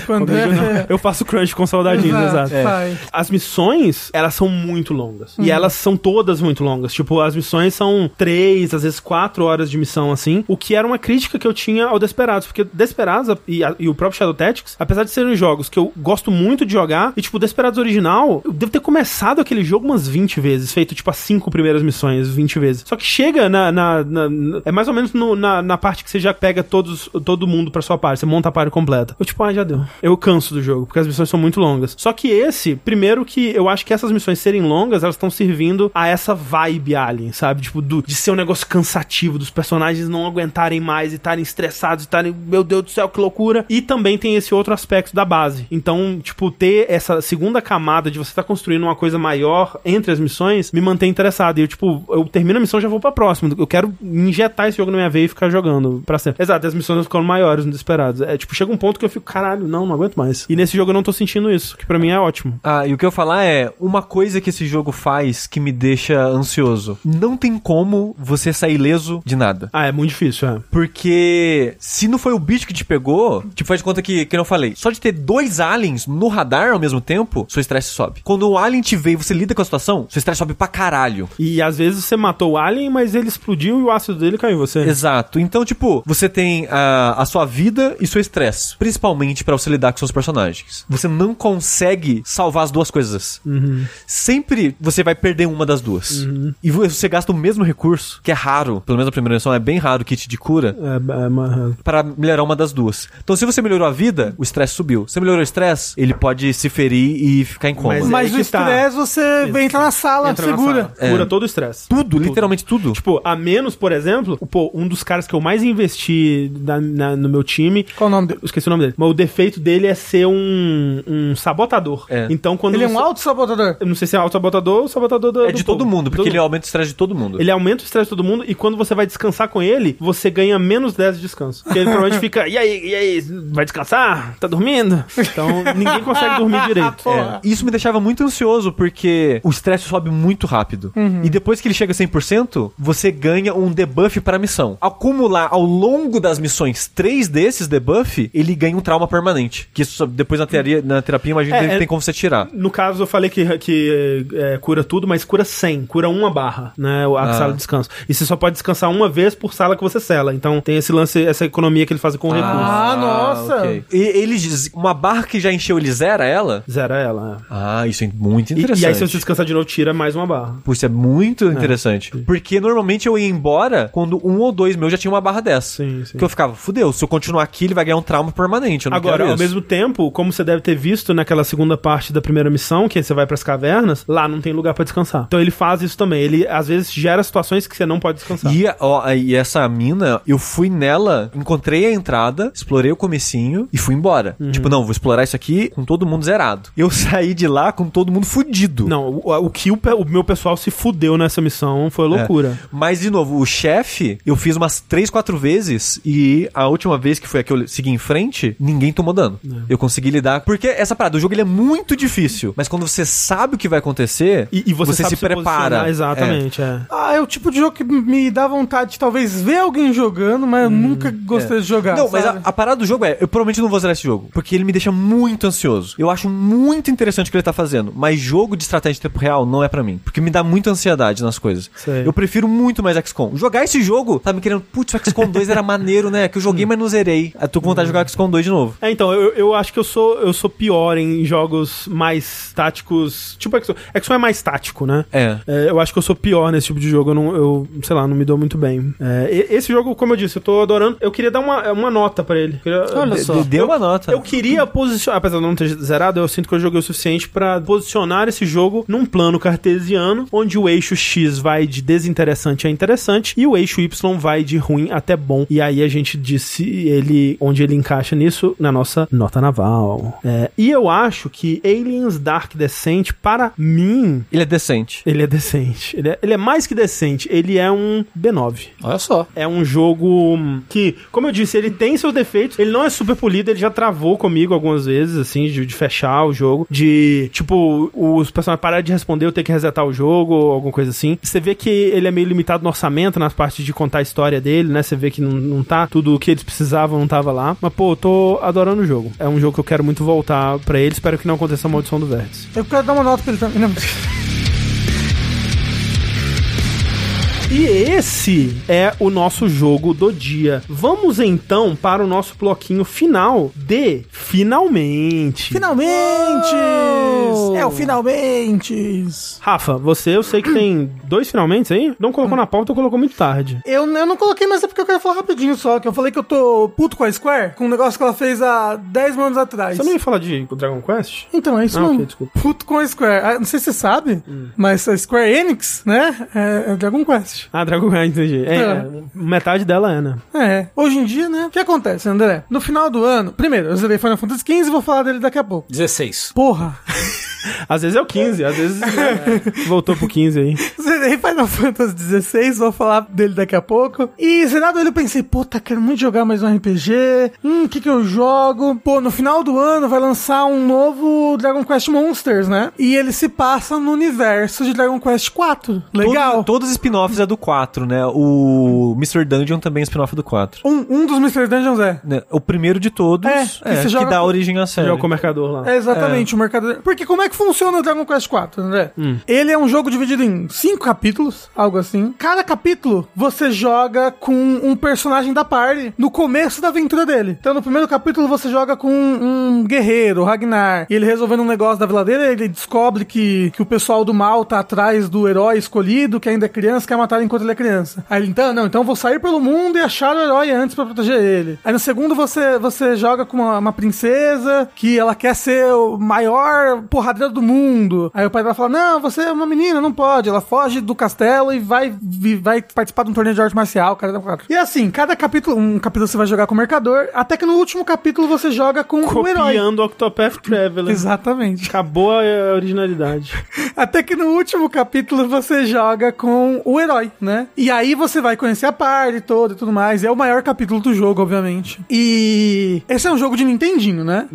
Quando é
comigo não. É. Eu faço crunch com saudadinhos, exato.
Exato, é. vai.
As missões, elas são muito longas. E elas são todas muito longas. Tipo, as missões são três, às vezes quatro horas de missão, assim. O que era uma crítica que eu tinha ao Desperados. Porque Desperados a- e, a- e o próprio Shadow Tactics, apesar de serem jogos que eu gosto muito de jogar, e tipo, Desperados original, eu devo ter começado aquele jogo umas 20 vezes. Feito, tipo, as cinco primeiras missões, 20 vezes. Só que chega na... na- na- na- é mais ou menos no- na, na parte que você já pega todos, todo mundo pra sua parte. Você monta a parte completa. Eu tipo, ah, já deu. Eu canso do jogo, porque as missões são muito longas. Só que esse, primeiro que eu acho que essas missões serem longas, elas estão servindo a essa vibe Alien, sabe? Tipo, do- de ser um negócio cansativo, dos personagens não aguentarem mais e estarem estressados e estarem, meu Deus do céu, que loucura. E também tem esse outro aspecto da base. Então, tipo, ter essa segunda camada de você estar construindo uma coisa maior entre as missões me mantém interessado. E eu, tipo, eu termino a missão e já vou pra próxima. Eu quero injetar esse jogo na minha veia e ficar jogando pra sempre. Exato, as missões vão ficando maiores, no desesperados. É tipo, chega um ponto que eu fico, caralho, não, não aguento mais. E nesse jogo eu não tô sentindo isso, que pra mim é ótimo.
Ah, e o que eu falar é, uma coisa que esse jogo faz que me deixa ansioso. Não tem como você sair leso de nada.
Ah, é muito difícil, é.
Porque se não foi o bicho que te pegou, tipo, faz de conta que, que eu não falei, só de ter dois aliens no radar ao mesmo tempo, seu estresse sobe. Quando o alien te vê e você lida com a situação, seu estresse sobe pra caralho.
E às vezes você matou o alien, mas ele explodiu e o ácido dele caiu em você.
Exato. Então, tipo, você tem a, a sua vida e seu estresse. Principalmente pra você lidar com seus personagens. Você não consegue salvar as duas coisas. Sempre você vai perder uma das duas. E vo- você gasta o mesmo recurso, que é raro. Pelo menos na primeira versão é bem raro o kit de cura.
É, é, uma-
Pra melhorar uma das duas. Então, se você melhorou a vida, o estresse subiu. Se melhorou o estresse, ele pode se ferir e ficar em coma.
Mas
Mas
é
o
que tá.
estresse, você vem entrar na
Ah,
sala,
entra na
segura.
sala.
É.
Cura todo o estresse.
tudo, literalmente tudo.
Tipo, a menos, por exemplo, pô, um dos caras que eu mais investi na- na- no meu time.
Qual o nome dele?
Eu esqueci o nome dele. Mas o defeito dele é ser um, um sabotador.
É.
Então, quando
Ele é
você-
um auto-sabotador.
Eu não sei se é auto-sabotador ou sabotador do,
É de
do povo.
todo mundo, porque
Todo-
ele aumenta o estresse de todo mundo.
ele aumenta o estresse de todo mundo e quando você vai descansar com ele, você ganha menos 10 de descanso. Porque ele provavelmente fica, e aí, e aí, vai descansar? Tá dormindo? Então ninguém consegue dormir direito.
É. Isso me deixava muito ansioso, porque o estresse sobe muito rápido. E depois que ele chega a 100%, você ganha um debuff para a missão. Acumular ao longo das missões três desses debuff, ele ganha um trauma permanente. Que isso depois na terapia, na terapia imagina que
É, é-
tem como você tirar.
No caso, eu falei que, que é, cura tudo, mas cura 100, cura uma barra, né? A
Ah.
sala de descanso. E você só pode descansar uma vez por sala que você sela. Então tem esse lance, essa economia que ele faz com o recurso.
Ah, nossa.
ok. E ele diz- uma barra que já encheu, ele zera ela?
Zera ela. é.
Ah, isso é muito
E,
interessante.
e aí, se você descansar de novo, tira mais uma barra.
Pô, isso é muito interessante. Porque normalmente eu ia embora quando um ou dois meus já tinha uma barra dessa.
Sim, sim.
Que eu ficava, fudeu, se eu continuar aqui, ele vai ganhar um trauma permanente. Eu não
Agora,
quero
ao
isso.
mesmo tempo, como você deve ter visto naquela segunda parte da primeira missão, que é você vai pras cavernas, lá não tem lugar pra descansar. Então ele faz isso também. Ele às vezes gera situações que você não pode descansar.
E, a- ó, e essa mina, eu fui nela, encontrei a entrada, explorei o comecinho e fui embora.
Uhum.
Tipo, não, vou explorar isso aqui com todo mundo zerado. Eu saí de lá com todo mundo fudido.
Não, o, o que o, pe- o meu pessoal se fudeu nessa missão foi
É.
loucura.
Mas, de novo, o chefe, eu fiz umas três, quatro vezes e a última vez que foi a que eu segui em frente, ninguém tomou dano.
É.
Eu consegui lidar. Porque essa parada, o jogo ele é muito difícil, mas quando você sabe o que vai acontecer,
E, e você, sabe
se prepara.
posicionar, Exatamente, é.
Ah, é o tipo de jogo que me dá vontade de talvez ver alguém jogando, mas eu
Hum, é.
nunca gostei de jogar.
Não, mas a,
sabe?
a parada do jogo é, eu provavelmente não vou zerar esse jogo, porque ele me deixa muito ansioso. Eu acho muito interessante o que ele tá fazendo, mas jogo de estratégia de tempo real não é pra mim, porque me dá muita ansiedade nas coisas.
Sei.
Eu prefiro muito mais XCOM. Jogar
Hum.
esse jogo, tá me querendo, putz, o XCOM 2 era maneiro, né? Que eu joguei, mas não zerei. Eu tô com Ah, vontade de jogar XCOM 2 de novo.
É, então, eu, eu acho que eu sou, eu sou pior em jogos mais táticos. Tipo XCOM. XCOM é mais tático, né?
É.
É, eu acho que eu sou pior nesse tipo de jogo. Eu, não, eu sei lá, não me dou muito bem. É, e- esse jogo, como eu disse, eu tô adorando. Eu queria dar uma, é, uma nota pra ele. Queria-
Olha
de-
só.
Ele deu uma nota.
Eu queria posicionar, apesar de eu não ter zerado, eu sinto que eu joguei o suficiente pra posicionar esse jogo num plano cartesiano, onde o eixo X vai de desinteressante a interessante e o eixo Y vai de ruim até bom. E aí a gente disse ele onde ele encaixa nisso na nossa nota naval. É, e eu acho que Aliens Dark Descent para mim
Ele é decente.
ele é decente. Ele é, ele é mais que decente. Ele é um B9.
Olha só.
É um jogo que, como eu disse, ele tem seus defeitos. Ele não é super polido, ele já travou comigo algumas vezes, assim, de, de fechar o jogo. De, tipo, os personagens parar de responder, eu ter que resetar o jogo, ou alguma coisa assim. Você vê que ele é meio limitado no orçamento, nas partes de contar a história dele, né? Você vê que não, não tá tudo o que eles precisavam, não tava lá. Mas, pô, eu tô adorando o jogo. É um jogo que eu quero muito voltar pra ele. Espero que não aconteça a maldição do Vértice.
Eu quero dar uma nota pra ele também. Não.
E esse é o nosso jogo do dia. Vamos então para o nosso bloquinho final de Finalmente.
Finalmente! É o finalmente!
Rafa, você eu sei que tem dois finalmente aí? Não colocou na pauta ou colocou muito tarde.
Eu, eu não coloquei, mas é porque eu quero falar rapidinho só, que eu falei que eu tô puto com a Square, com um negócio que ela fez há 10 anos atrás.
Você não ia falar de Dragon Quest?
é Então, é isso
Ah,
mesmo.
ok, desculpa.
Puto com a Square. Ah, não sei se você sabe, mas a Square Enix, né, é, é Dragon Quest.
Ah, Dragon Quest, entendi. É,
É.
metade dela é, né?
É, hoje em dia, né, o que acontece, André? No final do ano, primeiro, eu zerei Final Fantasy XV e vou falar dele daqui a pouco.
16.
Porra,
Às vezes é o 15, às vezes é, voltou pro 15 aí.
zerei Final Fantasy XVI, vou falar dele daqui a pouco. E zerado ele eu pensei, pô, tá querendo muito jogar mais um RPG, hum, o que que eu jogo? Pô, no final do ano vai lançar um novo Dragon Quest Monsters, né? E ele se passa no universo de Dragon Quest IV. Legal.
Todo- todos os spin-offs é do 4, né? O Mr. Dungeon também é spin-off do 4.
Um, um dos Mystery Dungeons é.
Né, O primeiro de todos
É,
é,
que você
que
joga
dá
com-
origem à série.
Joga com o mercador lá.
É exatamente, o mercado. Porque como é que funciona o Dragon Quest IV, André? Ele é um jogo dividido em cinco capítulos, algo assim. Cada capítulo você joga com um personagem da party no começo da aventura dele. Então no primeiro capítulo você joga com um, um guerreiro, o Ragnar. E ele resolvendo um negócio da vila dele, ele descobre que, que o pessoal do mal tá atrás do herói escolhido, que ainda é criança, quer matar ele enquanto ele é criança. Aí ele, então, não, então vou sair pelo mundo e achar o herói antes pra proteger ele. Aí no segundo você, você joga com uma, uma princesa que ela quer ser o maior porradeiro do mundo. Aí o pai dela fala: Não, você é uma menina, não pode. Ela foge do castelo e vai, vi- vai participar de um torneio de arte marcial, cara. da quatro. E assim, cada capítulo, um capítulo você vai jogar com o mercador, até que no último capítulo você joga com o né? herói.
Copiando o Octopath Traveler.
Exatamente.
Acabou a a originalidade.
Até que no último capítulo você joga com o herói, né? E aí você vai conhecer a party toda e tudo mais. É o maior capítulo do jogo, obviamente. E esse é um jogo de Nintendinho, né?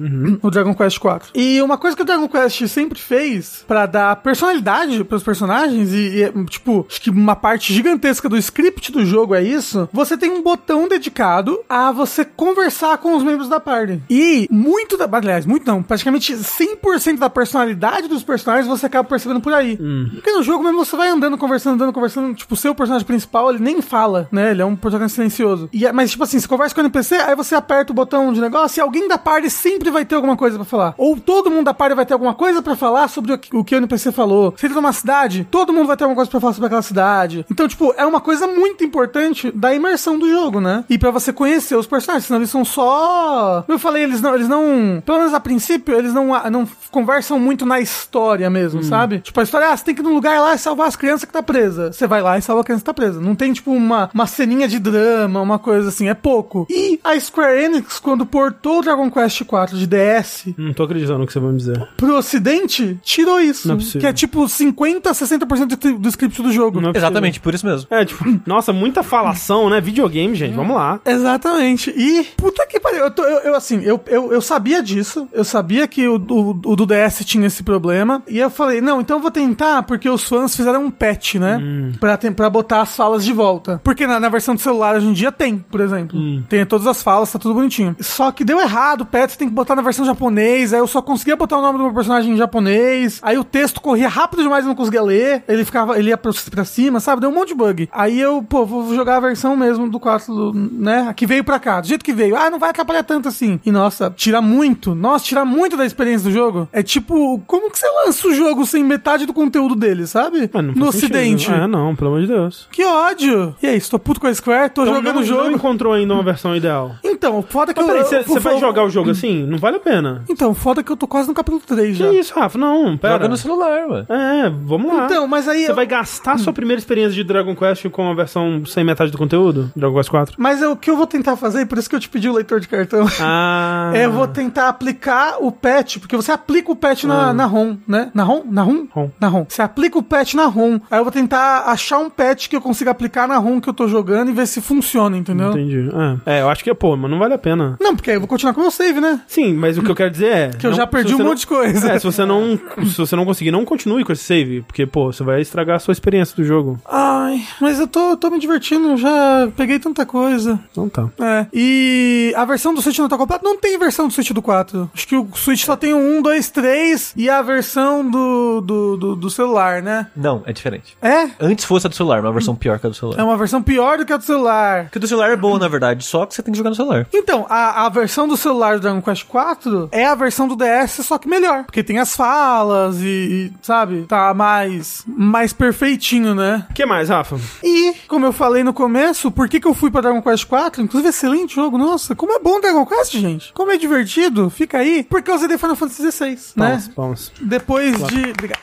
O Dragon Quest IV. E uma coisa que o Dragon Quest sempre fez pra dar personalidade pros personagens e, e, tipo, acho que uma parte gigantesca do script do jogo é isso. Você tem um botão dedicado a você conversar com os membros da party. E muito da, aliás, muito não, praticamente 100% da personalidade dos personagens você acaba percebendo por aí. Porque no jogo mesmo você vai andando, conversando, andando, conversando. Tipo, o seu personagem principal, ele nem fala, né? Ele é um protagonista silencioso. E, é- mas, tipo assim, você conversa com o NPC, aí você aperta o botão de negócio e alguém da party sempre vai ter alguma coisa pra falar. Ou todo mundo da party vai ter alguma coisa pra falar sobre o que o, que o NPC falou. Você entra numa cidade, todo mundo vai ter alguma coisa pra falar sobre aquela cidade. Então, tipo, é uma coisa muito importante da imersão do jogo, né? E pra você conhecer os personagens, senão eles são só. Eu falei, eles não, eles não. Pelo menos a princípio, eles não, não conversam muito na história
Hum.
mesmo, sabe? Tipo, a história, ah, você tem que ir num lugar lá e salvar as crianças que tá presa. Você vai lá e salva a criança que tá presa. Não tem, tipo, uma, uma ceninha de drama, uma coisa assim, é pouco. E a Square Enix, quando portou o Dragon Quest IV de DS
Não tô acreditando no que você vai me dizer.
pro ocidente, tirou isso.
Não é possível.
que é tipo 50, 60% do tri- do script do jogo.
Não é possível.
Exatamente, por isso mesmo.
É, tipo, nossa, muita falação, né? Videogame, gente, vamos lá.
Exatamente. E, puta que pariu, eu, tô- eu, eu, assim, eu, eu, eu sabia disso, eu sabia que o, o, o do DS tinha esse problema, e eu falei, não, então eu vou tentar, porque os fãs fizeram um patch, né, pra, ten- pra botar as falas de volta. Porque na, na versão do celular hoje em dia tem, por exemplo. Tem todas as falas, tá tudo bonitinho. Só que deu errado, o patch tem que botar na versão japonês, aí eu só conseguia botar o nome do meu personagem em japonês. Aí o texto corria rápido demais, eu não conseguia ler. Ele ficava, ele ia pra, pra cima, sabe? Deu um monte de bug. Aí eu, pô, vou jogar a versão mesmo do 4, do- né? A que veio pra cá, do jeito que veio. Ah, não vai atrapalhar tanto assim. E nossa, tira muito. Nossa, tira muito da experiência do jogo. É tipo, como que você lança o jogo sem metade do conteúdo dele, sabe?
Mas não faz
no
sentido.
ocidente.
É, não, pelo amor de Deus.
Que ódio! E é isso, tô puto com a Square, tô jogando
Então não,
o jogo.
não encontrou ainda uma versão ideal.
Então, foda que
Mas peraí,
eu.
você
eu-
você
eu-
vai jogar o jogo assim? Não vale a pena.
Então, foda que eu tô quase no capítulo 3
Que
já.
isso, Rafa? Não, pera.
Joga no celular, mano.
É, vamos lá.
Então, mas aí.
Você
eu-
vai gastar sua primeira experiência de Dragon Quest com a versão sem metade do conteúdo? Dragon Quest 4?
Mas é o que eu vou tentar fazer, e por isso que eu te pedi o leitor de cartão.
Ah.
É, eu vou tentar aplicar o patch, porque você aplica o patch na, na ROM, né? Na ROM? Na ROM?
Hum. ROM.
Na ROM. Você aplica o patch na ROM. Aí eu vou tentar achar um patch que eu consiga aplicar na ROM que eu tô jogando e ver se funciona, entendeu?
Entendi. É. É, eu acho que é, pô, mas não vale a pena.
Não, porque aí eu vou continuar com o meu save, né?
Sim, mas o que eu quero dizer é.
Que eu já perdi um monte de
de
coisa.
É, se você não. Se você não conseguir, não continue com esse save. Porque, pô, você vai estragar a sua experiência do jogo.
Ai, mas eu tô, tô me divertindo, já peguei tanta coisa.
Então tá.
É. E a versão do Switch não tá completa? Não tem versão do Switch do 4. Acho que o Switch só tem o 1, 2, 3 e a versão do, do, do, do celular, né?
Não, é diferente.
É?
Antes fosse a do celular, uma versão pior que a do celular.
É uma versão pior do que a do celular.
Porque um do celular é boa, na verdade, só que você tem que jogar no celular.
Então, a, a versão do celular do Dragon Quest 4 é a versão do DS, só que melhor. Porque tem as falas e, e, sabe, tá mais, mais perfeitinho, né?
O que mais, Rafa?
E, como eu falei no começo, por que, que eu fui pra Dragon Quest 4? Inclusive, excelente jogo, nossa. Como é bom Dragon Quest, gente. Como é divertido, fica aí. Porque eu zerei Final Fantasy XVI, né?
Palmas, palmas.
Depois de... Obrigado.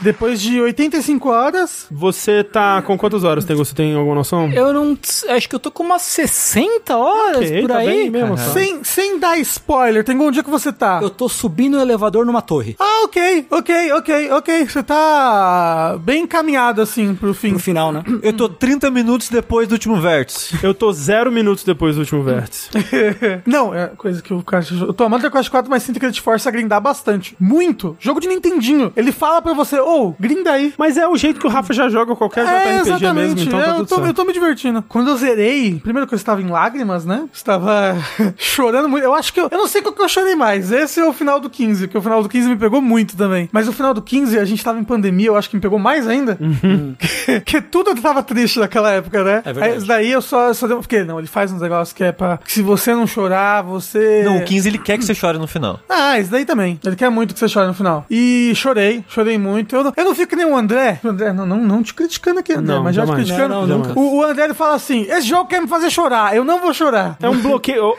Depois de 85 horas...
Você tá com quantas horas, Tego? Você tem alguma noção?
Eu não. Acho que eu tô com umas 60 horas
Ok,
por
tá
aí.
bem mesmo,
cara.
cara.
Sem, sem dar spoiler, tem onde é que você tá?
Eu tô subindo um elevador numa torre.
Ah, ok, ok, ok, ok. Você tá bem encaminhado, assim, pro fim.
No final, né?
Eu tô 30 minutos depois do último vértice.
Eu tô zero minutos depois do último vértice.
Não, é coisa que o cara... Eu tô amando Dragon Quest 4, mas sinto que ele te força a grindar bastante. Muito. Jogo de Nintendinho. Ele fala pra você, ô, grinda aí.
Mas é o jeito que o Rafa já joga qualquer JRPG mesmo, então tá
É, eu,
tudo
tô, eu
certo.
tô me divertindo. Quando eu zerei, primeiro que eu estava em lágrimas, né? Estava chorando muito. Eu acho que eu, eu não sei qual que eu chorei mais. Esse é o final do 15, porque o final do 15 me pegou muito também. Mas o final do 15, a gente tava em pandemia, eu acho que me pegou mais ainda.
Uhum.
Porque tudo eu tava triste naquela época, né?
É verdade.
Aí, isso daí eu só, só dei, porque não, ele faz uns negócios que é pra. que se você não chorar, você.
Não, o 15 ele quer que você chore no final.
Ah, isso daí também. Ele quer muito que você chore no final. E chorei, chorei muito. Eu não, eu não fico que nem o André. O André, não, não, não te criticando aqui, André,
Não,
mas já te
jamais.
criticando.
Não, não, nunca.
O, o André ele fala assim: esse jogo quer me fazer chorar, eu não vou chorar.
É um bloqueio.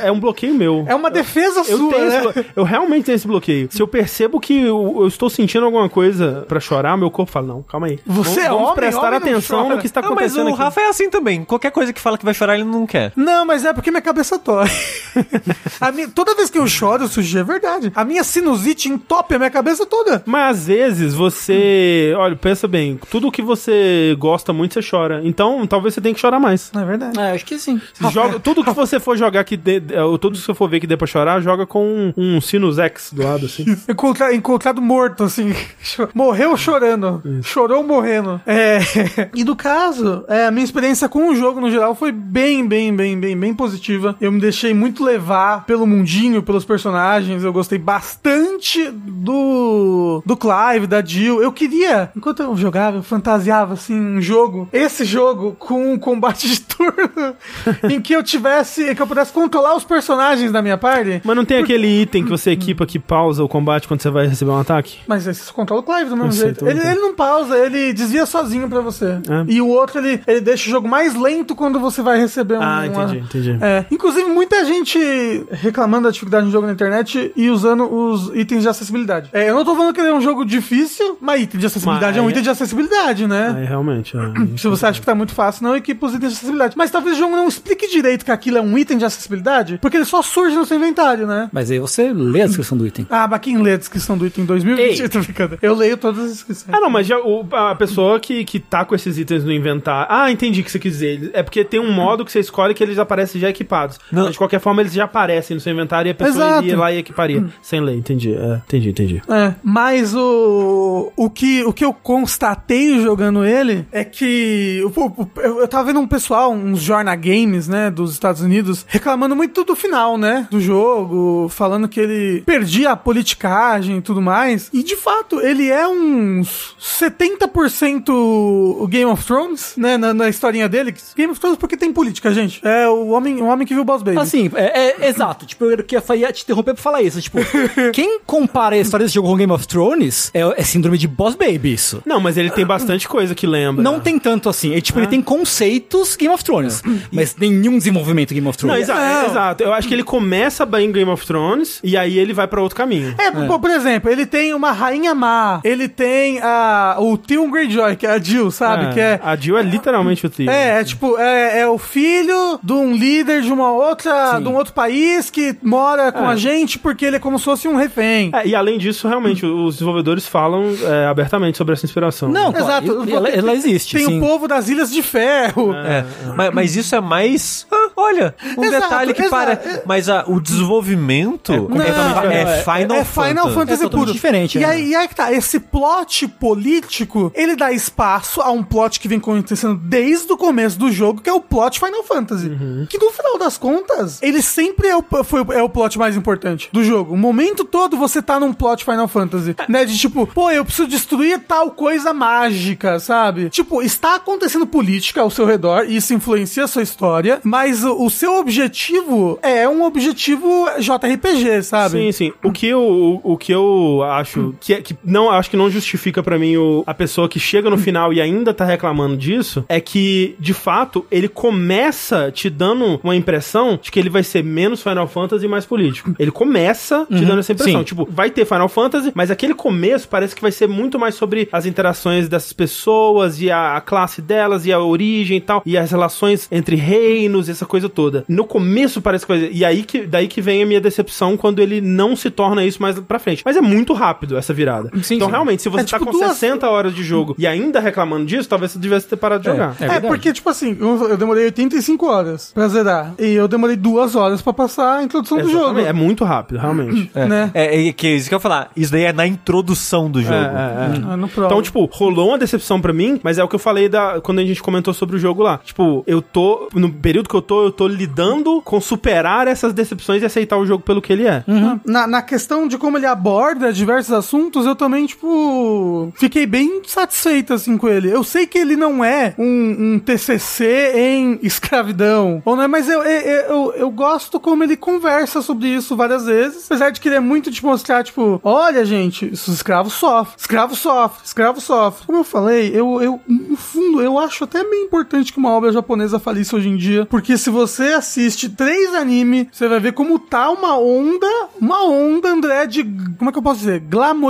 É um bloqueio meu.
É uma defesa
Eu,
sua,
tenho
né?
esse blo- eu realmente tenho esse bloqueio. Se eu percebo que eu, eu estou sentindo alguma coisa pra chorar, meu corpo fala: Não, calma aí.
Você
vamos,
é
vamos
homem,
prestar
homem não
atenção
chora.
no que está
não, mas
acontecendo
o
aqui.
Rafa é assim também. Qualquer coisa que fala que vai chorar, ele não quer.
Não, mas é porque minha cabeça dói. A minha- toda vez que eu choro, eu sugiro, é verdade. A minha sinusite entope a minha cabeça toda.
Mas às vezes você. Olha, pensa bem, tudo que você gosta muito, você chora. Então, talvez você tenha que chorar mais.
Não é verdade.
É, acho que sim.
Você Joga, tudo que você for jogar que dê, ou tudo que você for ver que dê pra chorar, joga com um, um sinus X do lado, assim.
Encontra- encontrado morto, assim. Cho- Morreu chorando. Chorou morrendo. É. E do caso, é, a minha experiência com o jogo no geral foi bem, bem, bem, bem, bem positiva. Eu me deixei muito levar pelo mundinho, pelos personagens. Eu gostei bastante do, do Clive, da Jill. Eu queria, enquanto eu jogava, eu fantasiava assim um jogo, esse jogo com um combate de turno em que eu tivesse, que eu pudesse controlar os personagens da minha party.
Mas não tem aquele item que você equipa que pausa o combate quando você vai receber um ataque?
Mas aí você controla o Clive do mesmo
Eu sei,
jeito.
tô
Ele,
ligado.
ele não pausa, ele desvia sozinho pra você.
É.
E o outro, ele, ele deixa o jogo mais lento quando você vai receber um.
Ah,
uma-
entendi, entendi.
É. Inclusive, muita gente reclamando da dificuldade do jogo na internet e usando os itens de acessibilidade. É, eu não tô falando que ele é um jogo difícil, mas item de acessibilidade
Mas
é um
aí-
item de acessibilidade, né?
Aí realmente. é.
Se você acha que tá muito fácil, não equipa os itens de acessibilidade. Mas talvez o jogo não explique direito que aquilo é um item de acessibilidade, porque ele só surge no seu inventário, né?
Mas aí você lê a descrição do item.
Ah, mas quem lê a descrição do item 2020?
Ei.
Tô brincando. Eu leio todas as descrições.
Ah, não, mas já o- a pessoa que, que tá com esses itens no inventário. Ah, entendi o que você quis dizer. É porque tem um modo que você escolhe que eles aparecem já equipados.
Não.
Mas de qualquer forma, eles já aparecem no seu inventário e a pessoa
Exato. Hum.
iria lá e equiparia. Sem lei, entendi. É, entendi, entendi.
É, mas o, o, o, que, o que eu constatei jogando ele é que o- o- o- eu, eu tava vendo um pessoal, uns Jorna Games, né, dos Estados Unidos, reclamando muito do final, né, do jogo, falando que ele perdia a politicagem e tudo mais. E de fato, ele é uns 70% o Game of Thrones, né, na, na historinha dele. Game of Thrones porque tem política, gente. É o homem, o homem que viu o Boss Baby.
Assim, é, é- exato. Tipo, eu queria fa- ia te interromper pra falar isso. Tipo, quem compara a história desse jogo com Game of Thrones é, é síndrome de Boss Baby, isso.
Não, mas ele tem bastante coisa que lembra.
Não tem tanto assim. É, tipo, ele tem conceitos Game of Thrones, mas nenhum desenvolvimento Game of
Não,
Thrones.
exa- é,
Não.
exato. Eu acho que ele começa bem em Game of Thrones e aí ele vai pra outro caminho.
É, pô, por exemplo, ele tem uma rainha má, ele tem a, o Theon Greyjoy, que é a Jill, sabe? Que é,
A Jill é literalmente o tio.
é, é tipo, é, é o filho de um líder de uma outra, de um outro país que mora com a gente porque ele é como se fosse um refém.
É, e além disso, realmente, os desenvolvedores falam é, abertamente sobre essa inspiração.
Não,
Exato.
claro, e- e ela, ela existe.
Tem
sim.
o povo das Ilhas de Ferro.
É, mas, mas isso é mais. Ah, olha, um
Exato,
detalhe que
exato.
para. Mas ah, o desenvolvimento é,
completamente
é
diferente.
Final
é
Fantasy.
Final Fantasy
É totalmente
puro.
diferente,
E
né?
aí, e aí que tá, esse plot político, ele dá espaço a um plot que vem acontecendo desde o começo do jogo, que é o plot Final Fantasy.
Uhum.
Que no final das contas, ele sempre é o, foi, o- é o plot mais importante do jogo. O momento todo você tá num plot Final Fantasy,
É.
né? De tipo, pô, eu preciso destruir tal coisa mágica, sabe? Tipo, está acontecendo política ao seu redor, e isso influencia a sua história, mas o, o seu objetivo é um objetivo JRPG, sabe?
Sim, sim. O que eu, o, o que eu acho que, é- que não acho que não justifica pra mim o, a pessoa que chega no final e ainda tá reclamando disso é que de fato ele começa te dando uma impressão de que ele vai ser menos Final Fantasy e mais político. Ele começa te dando essa impressão,
sim.
tipo, vai ter Final Fantasy, mas aquele começo parece que vai ser muito mais sobre as interações dessas pessoas e a, a classe delas e a origem e tal e as relações entre reinos, essa coisa toda. No começo parece que vai e aí que daí que vem a minha decepção quando ele não se torna isso mais pra frente. Mas é muito rápido essa virada.
Sim,
então
sim.
realmente se você
É,
tá
tipo,
com
duas-
60 horas de jogo e ainda reclamando disso, talvez você devesse ter parado de jogar.
É
É,
verdade.
porque, tipo assim, eu, eu demorei 85 horas pra zerar. E eu demorei duas horas pra passar a introdução do jogo.
Exatamente, É muito rápido, realmente.
É,
né?
é, é que é isso que eu ia falar. Isso daí é na introdução do jogo.
é, é.
Ah, no prólogo.
Então, tipo, rolou uma decepção pra mim, mas é o que eu falei da, quando a gente comentou sobre o jogo lá. Tipo, eu tô, no período que eu tô, eu tô lidando com superar essas decepções e aceitar o jogo pelo que ele é.
Uhum. na, na questão de como ele aborda diversos assuntos, eu também, tipo, fiquei bem satisfeito, assim, com ele. Eu sei que ele não é um, um TCC em escravidão, ou não é, mas eu, eu, eu, eu gosto como ele conversa sobre isso várias vezes, apesar de querer muito te mostrar, tipo, olha, gente, isso escravo sofre, escravo sofre, escravo sofre. Como eu falei, eu, eu, no fundo, eu acho até meio importante que uma obra japonesa falisse hoje em dia, porque se você assiste três anime, você vai ver como tá uma onda, uma onda, André, de, como é que eu posso dizer?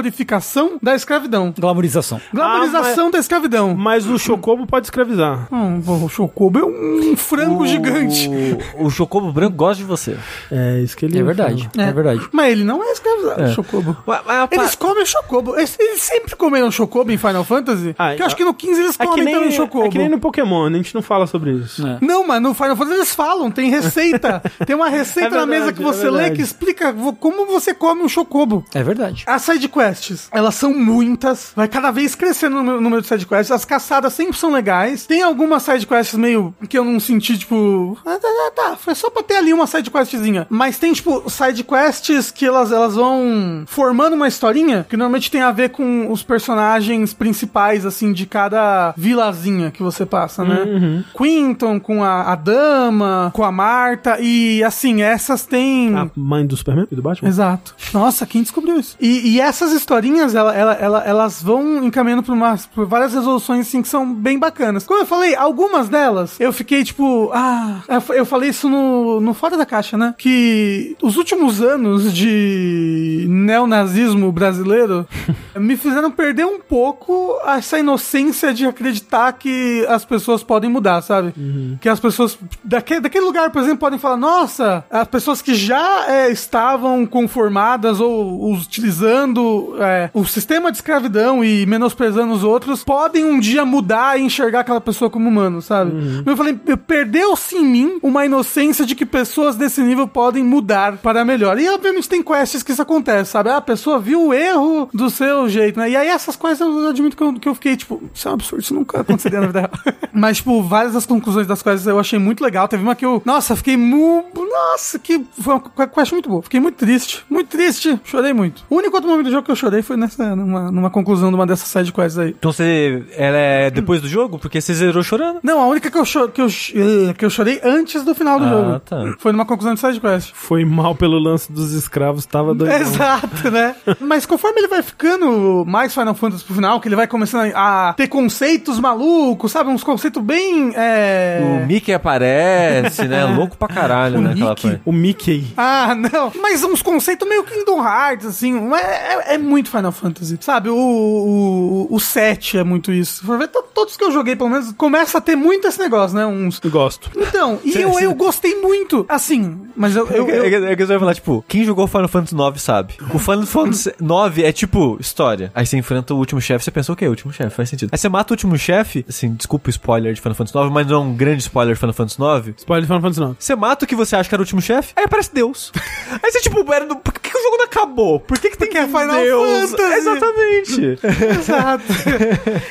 Glamorificação da escravidão.
Ah, Glamorização.
Glamorização da escravidão.
Mas o Chocobo pode escravizar.
Hum, o Chocobo é um frango gigante.
O, o Chocobo Branco gosta de você.
É isso que ele
É verdade. É, verdade.
Mas ele não é escravizado, Chocobo.
Ué, mas, pá,
Eles comem chocobo. Eles, eles sempre comeram chocobo em Final Fantasy.
Ah,
que eu acho
ah.
que no 15 eles
É que,
comem
nem,
também um chocobo.
é que nem no Pokémon, né? a gente não fala sobre isso.
É.
Não, mas no Final Fantasy eles falam, tem receita. tem uma receita
É
na mesa
verdade,
que você
é
lê
verdade.
que explica vo- como você come um chocobo.
É verdade.
As sidequests, elas são muitas, vai cada vez crescendo o número- número de sidequests, as caçadas sempre são legais. Tem algumas sidequests meio que eu não senti, tipo, ah, tá, tá, tá, foi só pra ter ali uma sidequestzinha. Mas tem, tipo, sidequests que elas, elas vão formando uma historinha que normalmente tem a ver com os personagens principais, assim, de cada vilazinha que você passa, né? Quinton com a, a dama, com a Marta, e assim, essas têm.
A mãe do Superman e do Batman?
Exato. Nossa, quem descobriu isso? E, e essas historinhas, ela, ela- ela- elas vão encaminhando pra, umas, pra várias resoluções, assim, que são bem bacanas. Como eu falei, algumas delas, eu fiquei, tipo, ah... Eu, fa- eu falei isso no, no Fora da Caixa, né? Que os últimos anos de neonazismo brasileiro me fizeram perder um pouco essa inocência de acreditar que as pessoas podem mudar, sabe? Que as pessoas daqui daquele, daquele lugar, por exemplo, podem falar: nossa, as pessoas que já é, estavam conformadas ou utilizando é, o sistema de escravidão e menosprezando os outros, podem um dia mudar e enxergar aquela pessoa como humano, sabe? Mas Eu falei: eu- perdeu-se em mim uma inocência de que pessoas desse nível podem mudar para melhor. E obviamente tem quests que isso acontece, sabe? Ah, A pessoa viu o erro do seu jeito, né? E aí essas coisas eu admito que eu, que eu fiquei, tipo, isso é um absurdo, isso nunca aconteceria na vida real. Mas, tipo, várias das conclusões das quais eu achei muito legal. Teve uma que eu, nossa, fiquei mu... Nossa, que foi uma que- quest muito boa. Fiquei muito triste, muito triste. Chorei muito. O único outro momento do jogo que eu chorei foi nessa, numa, numa conclusão de uma dessas side quests aí.
Então você. Ela é depois do jogo? Porque você zerou chorando.
Não, a única que eu, cho- que eu, ch- eh, que eu chorei antes do final do
Ah,
jogo.
tá.
Foi numa conclusão de side quest.
Foi mal pelo lance dos escravos, tava doido.
Exato, né? Mas conforme ele vai ficando mais Final Fantasy pro final, que ele vai começando a ter conceitos malucos, sabe? Uns conceitos bem.
O
É...
Mickey aparece, né? Louco pra caralho,
O
né? aquela
Mickey?
parte.
O Mickey.
Ah, não. Mas uns conceitos meio Kingdom Hearts, assim. Mas É, é muito Final Fantasy, sabe? O, o, o 7 é muito isso. Vai ver to- Todos que eu joguei, pelo menos, começa a ter muito esse negócio, né? Uns.
Eu gosto.
Então, e
Cê-
eu,
cê-
eu gostei muito. Assim, mas eu. eu,
É que-
eu...
é que você vai falar, tipo, quem jogou Final Fantasy IX sabe. O Final Fantasy IX é tipo, história. Aí você enfrenta o último chefe, você pensa, ok, o último chefe, faz sentido. Aí você mata o último chefe, assim, desculpa o spoiler de Final Fantasy IX, mas não é um grande spoiler de Final Fantasy IX.
Spoiler de Final Fantasy IX.
Você mata o que você acha que era o último chefe,
É,
aí aparece Deus. aí você, tipo, era do- por que, que o jogo não acabou? Por que, que tem
Porque é Final Fantasy.
Exatamente.
Exato.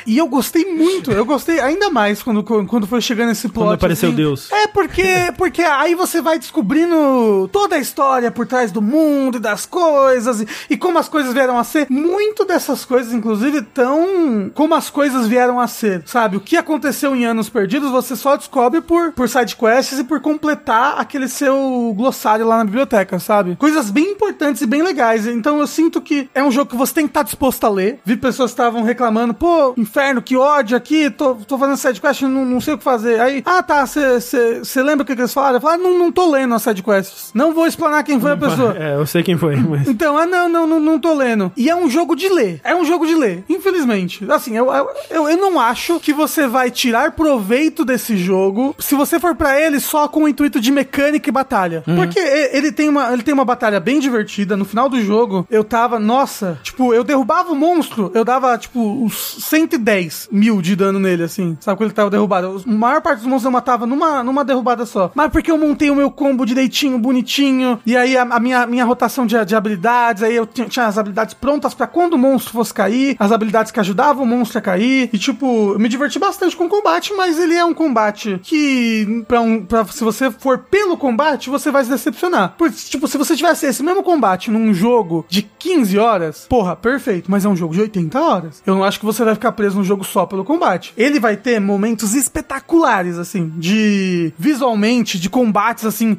e eu gostei muito. Eu gostei ainda mais quando, quando foi chegando esse plot.
Quando apareceu Deus.
É, porque, porque aí você vai descobrindo toda a história por trás do mundo e das coisas e, e como as coisas vieram a ser. Muito dessas coisas, inclusive, tão como as coisas vieram a ser, sabe? O que aconteceu em Anos Perdidos você só descobre por, por sidequests e por completar aquele seu glossário lá na biblioteca, sabe? Coisas bem importantes e bem legais. Então eu sinto que é um jogo que você tem que estar disposto a ler. Vi pessoas que estavam reclamando, pô, inferno, que ódio aqui, tô, tô fazendo sidequest, não, não sei o que fazer. Aí, ah tá, você lembra o que, que eles falaram? Eu falei, ah, não, não tô lendo as sidequests. Não vou explanar quem foi a pessoa.
É, eu sei quem foi, mas.
Então, ah, não, não, não, não tô lendo. E é um jogo de ler. É um jogo de ler, infelizmente. Assim, eu, eu, eu, eu não acho que você vai tirar proveito desse jogo se você for pra ele só com o intuito de mecânica e batalha. Porque e- ele tem, uma, ele tem uma batalha bem divertida. No final do jogo, eu tava, nossa, tipo, eu derrubava o monstro, eu dava, tipo, uns 110 mil de dano nele, assim. Sabe quando ele tava derrubado? A maior parte dos monstros eu matava numa, numa derrubada só. Mas porque eu montei o meu combo direitinho, bonitinho, e aí a, a minha, minha rotação de, de habilidades, aí eu tinha, tinha as habilidades prontas pra quando o monstro fosse cair, as habilidades que ajudavam o monstro a cair. E tipo, eu me diverti bastante com o combate, mas ele é um combate que, pra um, pra, se você for pelo combate, você vai se decepcionar. Porque, tipo, se você tivesse esse mesmo combate num jogo de 15 horas, porra, perfeito, mas é um jogo de 80 horas. Eu não acho que você vai ficar preso no jogo só pelo combate. Ele vai ter momentos espetaculares, assim, de visualmente, de combates, assim,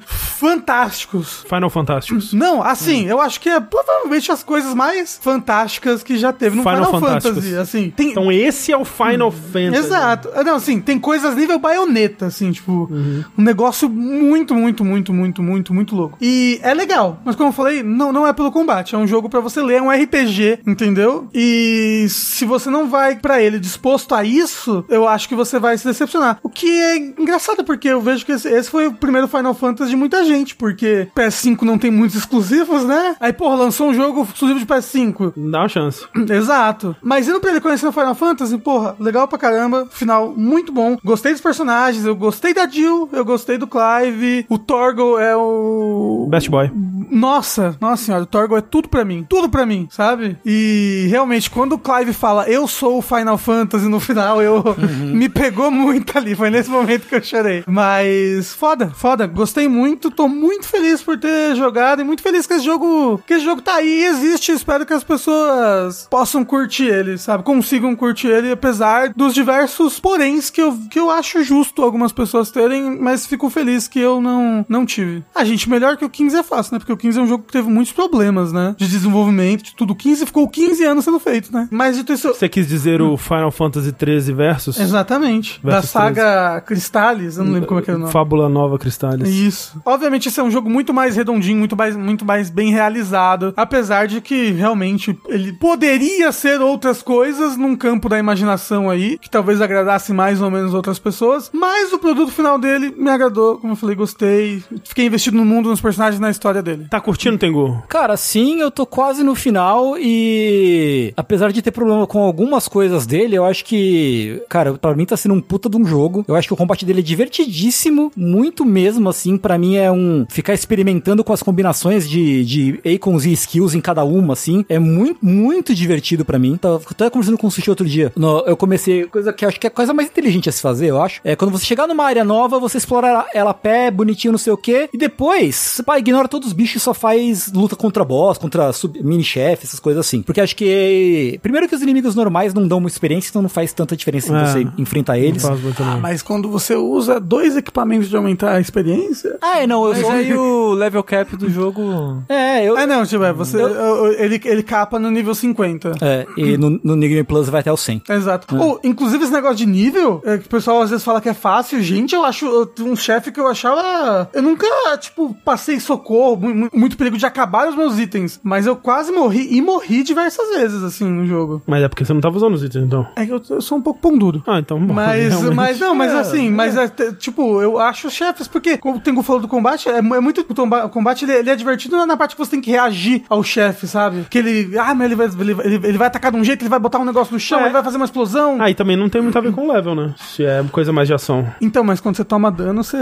fantásticos.
Final Fantásticos.
Não, assim, eu acho que é provavelmente as coisas mais fantásticas que já teve no
Final
Final,
Fantásticos.
Fantasy. Assim, tem.
Então esse é o Final Fantasy.
Exato. Não, assim, tem coisas nível baioneta, assim, tipo, um negócio muito, muito, muito, muito, muito, muito louco. E é legal, mas como eu falei, não, não é pelo combate, é um jogo pra você ler, é um RPG, entendeu? E se você não vai pra ele disposto a isso, eu acho que você vai se decepcionar. O que é engraçado, porque eu vejo que esse, esse foi o primeiro Final Fantasy de muita gente, porque PS5 não tem muitos exclusivos, né? Aí, porra, lançou um jogo exclusivo de PS5.
Dá uma chance.
Exato. Mas indo pra ele conhecer o Final Fantasy, porra, legal pra caramba. Final muito bom. Gostei dos personagens, eu gostei da Jill, eu gostei do Clive. O Torgo é o.
Best Boy.
Nossa, nossa senhora, o Torgo é tudo pra mim. Tudo pra mim, sabe? E realmente, quando o Clive fala eu sou o Final Fantasy no final, eu me pegou muito ali. Foi nesse momento que eu chorei. Mas foda, foda. Gostei muito. Tô muito feliz por ter jogado e muito feliz que esse jogo. Que esse jogo tá aí e existe. Espero que as pessoas possam curtir ele, sabe? Consigam curtir ele, apesar dos diversos poréns que eu, que eu acho justo algumas pessoas terem, mas fico feliz que eu não, não tive. A gente, melhor que o 15 é fácil, né? Porque o 2015 é um jogo que teve muitos problemas, né? De desenvolvimento, de tudo. 15 ficou 15 anos sendo feito, né? Mas dito isso.
Você quis dizer o Final Fantasy XIII Versus?
Exatamente. Da
Versus
saga Cristales, eu não lembro como é que era o nome.
Fábula Nova Cristales.
Isso. Obviamente, esse é um jogo muito mais redondinho, muito mais, muito mais bem realizado. Apesar de que realmente ele poderia ser outras coisas num campo da imaginação aí, que talvez agradasse mais ou menos outras pessoas. Mas o produto final dele me agradou, como eu falei, gostei. Fiquei investido no mundo, nos personagens e na história dele.
Tá curtindo, Tengu?
Cara, sim, eu tô quase no final e apesar de ter problema com algumas coisas dele, eu acho que, cara, pra mim tá sendo um puta de um jogo. Eu acho que o combate dele é divertidíssimo, muito mesmo assim, pra mim é um ficar experimentando com as combinações de, de icons e skills em cada uma assim, é muito muito divertido pra mim. Tava até conversando com o Sushi outro dia. no- eu comecei coisa que eu acho que é a coisa mais inteligente a se fazer, eu acho. É quando você chegar numa área nova, você explora ela- ela a pé, bonitinho, não sei o quê, e depois, você pá, ignora todos os bichos e só faz luta contra boss, contra sub- mini-chefe, essas coisas assim. Porque acho que. Primeiro que os inimigos normais não dão muita experiência, então não faz tanta diferença
É.
em você enfrentar eles.
Não faz muito, não.
Ah, Mas quando você usa dois equipamentos de aumentar a experiência.
Ah, é, não, eu
Mas
só.
aí o level cap do jogo.
É, eu.
Ah, não, tipo, é, você, eu- eu- ele, ele capa no nível 50.
É, e no, no New Game Plus vai até o 100.
Exato. Ou, inclusive, esse negócio de nível, é, que o pessoal às vezes fala que é fácil. Gente, eu acho. Eu, tenho um chefe que eu achava. Eu nunca, tipo, passei socorro, mu- mu- muito perigo de acabar os meus itens. Mas eu quase morri e morri diversas vezes, assim, no jogo.
Mas é porque você não tava usando os itens, então.
É que eu, eu sou um pouco pão duro.
Ah, então bom.
Mas,
realmente.
mas não, mas assim, mas é, te- tipo, eu acho os chefes, porque como o Tengu falou do combate, é, mu- é muito. O tomba- o combate ele, ele é divertido na- na parte que você tem que reagir ao chefe, sabe? Que ele. Ah, mas ele vai, ele, vai- ele- ele vai atacar de um jeito, ele vai botar um negócio no chão,
É.
ele vai fazer uma explosão.
Ah, e também não tem muito a ver com level, né? Se é coisa mais de ação.
Então, mas quando você toma dano, você.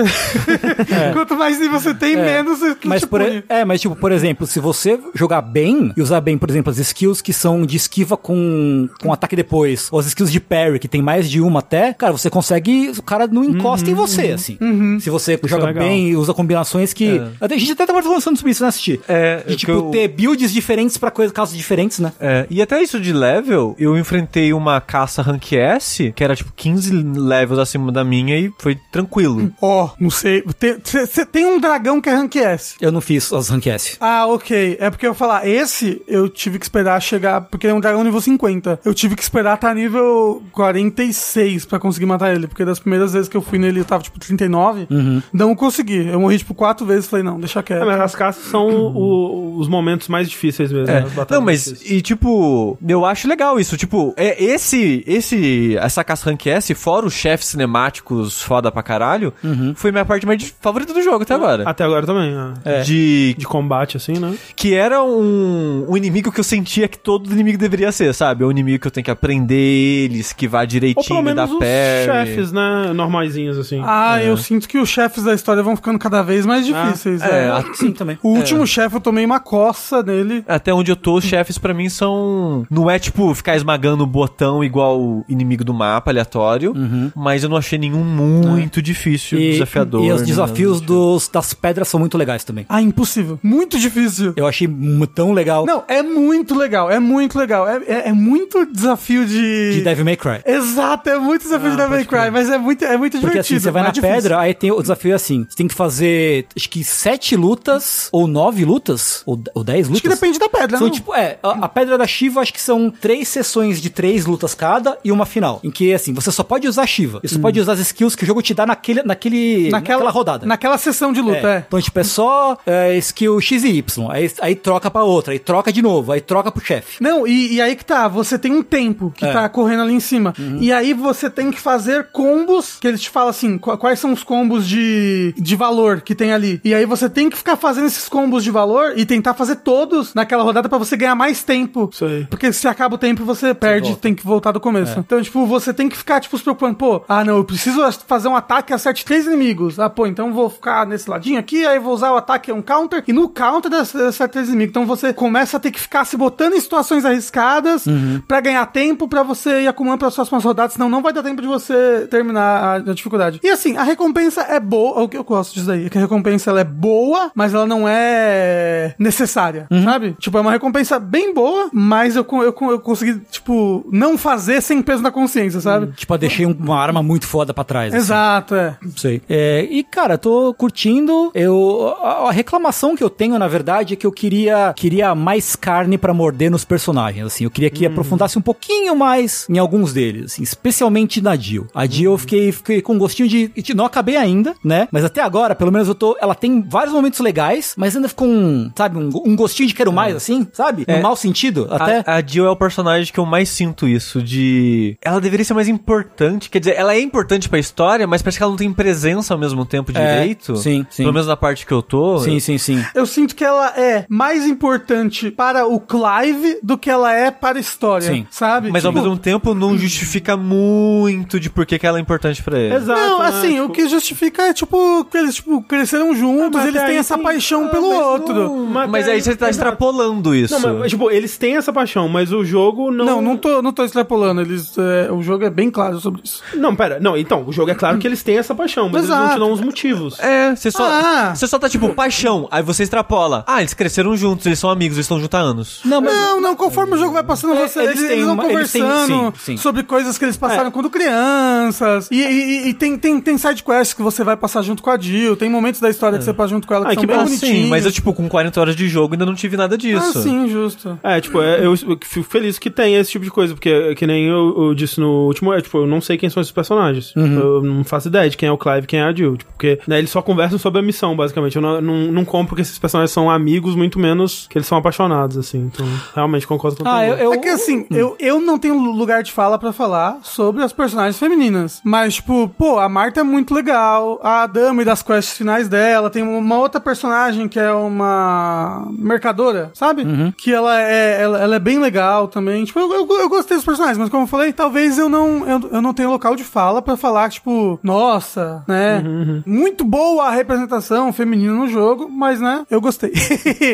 Quanto mais nível você tem, menos você
Mas
te
por,
pune.
é, mas tipo, por exemplo, se você jogar bem e usar bem, por exemplo, as skills que são de esquiva com, com ataque depois, ou as skills de parry, que tem mais de uma até, cara, você consegue, o cara não encosta
Uhum,
em você, assim. Se você joga
legal.
bem e usa combinações que. A gente até tava conversando sobre isso, né, Assistir?
É,
De
o que
tipo,
eu-
ter builds diferentes pra coisa, casos diferentes, né?
É, e até isso de level, eu enfrentei uma caça rank S, que era tipo 15 levels acima da minha e foi
Hum.
tranquilo.
Ó, não sei. Você tem um dragão que é rank S.
Eu não fiz as rank S.
Ah, ok. É porque eu falar, esse eu tive que esperar chegar, porque ele é um dragão nível 50. Eu tive que esperar tá nível 46 pra conseguir matar ele, porque das primeiras vezes que eu fui nele eu tava tipo 39, não consegui. Eu morri tipo quatro vezes, falei, não, deixa
É,
quieto.
mas as caças são o- os momentos mais difíceis mesmo.
É.
né? As batalhas
Não, mas
difíceis.
e tipo, eu acho legal isso, tipo, é esse esse essa caça rank S, fora os chefes cinemáticos foda pra caralho,
Uhum.
foi minha parte mais de- favorita do
Ah,
jogo até agora.
Até agora também, né?
De
De combate, assim, né?
que era um, um inimigo que eu sentia que todo inimigo deveria ser, sabe? É um inimigo que eu tenho que aprender ele, esquivar
Ou pelo
direitinho, dar
menos os
pé.
chefes, né? Normaizinhos, assim.
Ah, eu sinto que os chefes da história vão ficando cada vez mais difíceis.
É,
né?
a-
Sim, também.
O último chefe eu tomei uma coça nele.
Até onde eu tô, os chefes pra mim são. Não é tipo ficar esmagando o botão igual o inimigo do mapa aleatório, mas eu não achei nenhum muito difícil,
Uhum. É. E,
desafiador.
e os
né?
desafios dos, das pedras são muito legais também.
Ah, impossível. Muito difícil.
Eu achei mu- tão legal
Não, é muito legal, é muito legal. É, é- é muito desafio de.
de Devil May Cry.
Exato, é muito desafio de Devil May Cry, mas é muito, é muito
Porque
divertido.
assim, você vai na
mas difícil.
pedra, aí tem o desafio é assim: você tem que fazer acho que sete lutas, ou nove lutas, ou, de- ou dez
Acho
lutas.
que depende da pedra,
São
né?
tipo, é, a, a pedra da Shiva acho que são três sessões de três lutas cada e uma final. Em que, assim, você só pode usar a Shiva. E você pode usar as skills que o jogo te dá naquele, naquele, é, naquela, rodada.
Hum. Naquela sessão de luta,
É.
é.
Então, tipo, é só é, skill X e Y. Aí, aí troca pra outra, aí troca de novo, aí troca pro chefe.
Não, e, e aí que tá, você tem um tempo que
É. Uhum.
tá correndo ali em cima. E aí você tem que fazer combos, que eles te falam assim, qu- quais são os combos de, de valor que tem ali. E aí você tem que ficar fazendo esses combos de valor e tentar fazer todos naquela rodada pra você ganhar mais tempo.
Isso aí.
Porque se acaba o tempo, você perde,
volta.
tem que voltar do começo. Então, tipo, você tem que ficar, tipo, se preocupando, pô, ah, não, eu preciso as- fazer um ataque que acerte três inimigos. Ah, pô, então vou ficar nesse ladinho aqui, aí vou usar o ataque, é um counter, e no counter desse- acerta três inimigos. Então você começa a ter que ficar se botando em situações arriscadas pra ganhar tempo, pra você ir acumulando pras próximas rodadas, senão não vai dar tempo de você terminar a, a dificuldade. E assim, a recompensa é boa, é o que eu gosto disso daí, é que a recompensa ela é boa, mas ela não é necessária,
Uhum.
sabe? Tipo, é uma recompensa bem boa, mas eu, con- eu, con- eu consegui, tipo, não fazer sem peso na consciência, sabe?
Uhum.
Tipo, eu deixei um- uma arma muito foda pra trás. assim.
Exato, é.
Sei. É, e, cara, tô curtindo. Eu, a, a reclamação sensação que eu tenho, na verdade, é que eu queria, queria mais carne pra morder nos personagens, assim. Eu queria que
Hum.
aprofundasse um pouquinho mais em alguns deles, assim, especialmente na Jill. A Jill eu
Hum.
fiquei, fiquei com gostinho de, de- Não acabei ainda, né? Mas até agora, pelo menos eu tô... Ela tem vários momentos legais, mas ainda ficou um, sabe, um, um gostinho de quero mais, assim, sabe? No
É.
mau sentido, até...
A, a Jill é o personagem que eu mais sinto isso, de... Ela deveria ser mais importante, quer dizer, ela é importante pra história, mas parece que ela não tem presença ao mesmo tempo
É,
direito.
sim, sim.
Pelo menos na parte que eu tô.
Sim, sim, sim.
Eu sinto que ela é mais importante para o Clive do que ela é para a história,
Sim.
sabe?
Mas ao
Tipo,
mesmo tempo não justifica muito de por que que ela é importante pra ele.
Exato.
Não,
né?
assim,
Tipo, Ah,
o que justifica é, tipo, que eles tipo, cresceram juntos,
mas
eles
aí
têm essa
tem-
paixão
ah,
pelo
mas não-
outro.
Mas, aí você tá
Exato.
extrapolando isso.
Não, mas, tipo, eles têm essa paixão, mas o jogo não.
Não, não tô, não tô extrapolando. Eles, é, o jogo é bem claro sobre isso.
Não, pera. Não, então, o jogo é claro que eles têm essa paixão, mas eles não
Exato.
te dão os motivos.
É, você só,
Ah.
você só tá tipo paixão, aí você extrapola. Ah, eles cresceram juntos, eles são amigos, eles estão juntos há anos.
Não, mas...
Não, não, conforme o jogo vai passando,
É,
você,
eles
eles,
têm
eles vão
uma- eles têm-
conversando
sim, sim.
sobre coisas que eles passaram
É.
quando crianças. E, e- e- e tem, tem, tem side quests que você vai passar junto com a Jill, tem momentos da história que você passa junto com ela que
Ah,
são
que
bem
bom, sim,
bonitinhos.
mas eu tipo com 40 horas de jogo ainda não tive nada disso.
Ah, sim, justo.
É, tipo, é, eu eu fico feliz que tem esse tipo de coisa, porque é que nem eu, eu disse no último, é, tipo, eu não sei quem são esses personagens.
Uhum.
Eu não faço ideia de quem é o Clive e quem é a Jill. Tipo, porque né, eles só conversam sobre a missão, basicamente. Eu não, não, não compro que esses personagens são amigos, muito menos que eles são apaixonados, assim. Então, realmente concordo com
Ah,
todo
eu,
mundo.
eu-
É que assim, eu, eu não tenho lugar de fala pra falar sobre as personagens femininas. Mas, tipo, pô, a Marta é muito legal. A Dama e das quests finais dela. Tem uma outra personagem que é uma mercadora, sabe?
Uhum.
Que ela é, ela, ela é bem legal também. Tipo, eu, eu, eu gostei dos personagens, mas como eu falei, talvez eu não, eu, eu não tenha local de fala pra falar, tipo, nossa, né?
Uhum,
Muito boa a representação feminina no jogo, mas, né, eu gostei.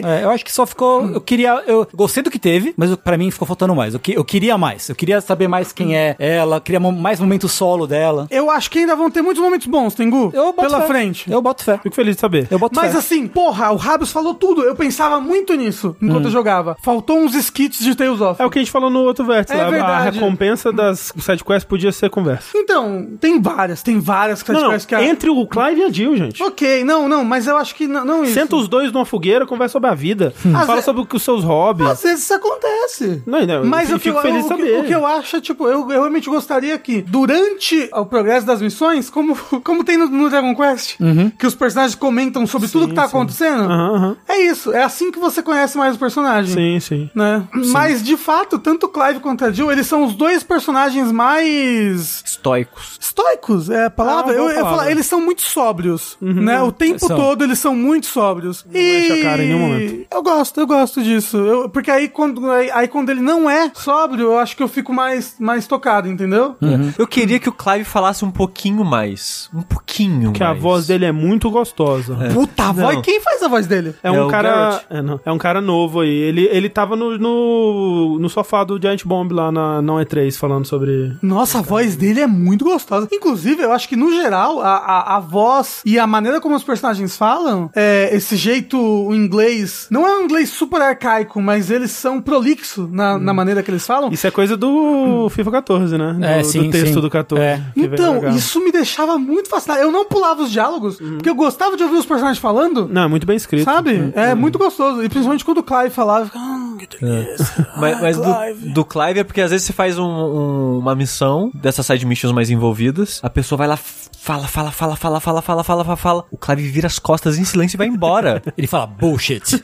É, eu acho que só
Hum.
ficou. Eu queria. Eu gostei do que teve, mas eu- pra mim ficou faltando mais. Eu, que- eu queria mais. Eu queria saber mais quem é ela. Queria mo- mais momento solo dela.
Eu acho que ainda vão ter muitos momentos bons, Tengu.
Eu boto
pela
fé.
frente.
Eu boto fé.
Fico feliz de saber.
Eu boto
Mas
fé.
assim, porra, o Rabios falou tudo. Eu pensava muito nisso enquanto
Hum.
eu jogava. Faltou uns skits de Tales of.
É o que a gente falou no outro vértice.
É
lá, a,
verdade.
recompensa das sidequests podia ser conversa.
Então, tem várias, tem várias que você
Não, não,
conhece que é-
entre o Clive e a Jill, gente.
Ok, não, não, mas eu acho que não, não isso. Hum.
Senta os dois numa fogueira, conversa sobre a vida.
Às
Fala
ve-
sobre o que os seus hobbies.
Às vezes isso acontece.
Não, não,
Mas
eu
o que
fico
eu,
feliz
o,
de
que-
saber.
o que eu acho é, tipo, eu, eu realmente gostaria que, durante o progresso das missões, como, como tem no, no Dragon Quest, que os personagens comentam sobre tudo que tá acontecendo,
Uhum. Aham, aham.
é isso. É assim que você conhece mais o personagem.
Sim, sim.
né? Mas, de fato, tanto o Clive quanto a Jill, eles são os dois personagens mais
Estoicos.
estoicos, é a palavra.
Ah,
eu,
boa
eu ia falar,
palavra. Uhum.
eles são muito sóbrios, né? O tempo
São.
todo eles são muito sóbrios. Não
enche a cara em nenhum momento.
Eu gosto, eu gosto disso. Eu- porque aí quando, aí, aí quando ele não é sóbrio, eu acho que eu fico mais, mais tocado, entendeu?
Uhum.
Eu queria que o Clive falasse um pouquinho mais. Um pouquinho
Que a
mais. É.
voz dele é muito gostosa.
É.
Puta
Não.
voz, quem faz a voz dele?
É
É
um
o
cara.
Garrett.
É, não, é um cara novo aí. Ele, ele tava no, no, no sofá do Giant Bomb lá na Não é 3 falando sobre.
Nossa, a voz dele é muito gostosa. Inclusive, eu acho que, no geral, a, a, a voz e a maneira como os personagens falam, é, esse jeito o inglês, não é um inglês super arcaico, mas eles são prolixo na, na maneira que eles falam.
Uhum. Isso é coisa do FIFA 14, né? Do,
É, sim,
do texto
sim.
do 14.
É.
que veio
Hum. Então,
jogar.
isso me deixava muito fascinado. Eu não pulava os diálogos, porque eu gostava de ouvir os personagens falando,
Uhum. Não, é muito bem escrito.
sabe? É muito gostoso. E principalmente quando o Clive falava, eu ficava, "Ah, que delícia."
Mas, mas
Clive.
do, do Clive é porque às vezes você faz um- um- uma missão dessas side missions mais envolvidas, a pessoa vai lá, f- fala, fala, fala, fala, fala, fala, fala, fala, fala. O Clive vira as costas em silêncio e vai embora.
Ele fala bullshit.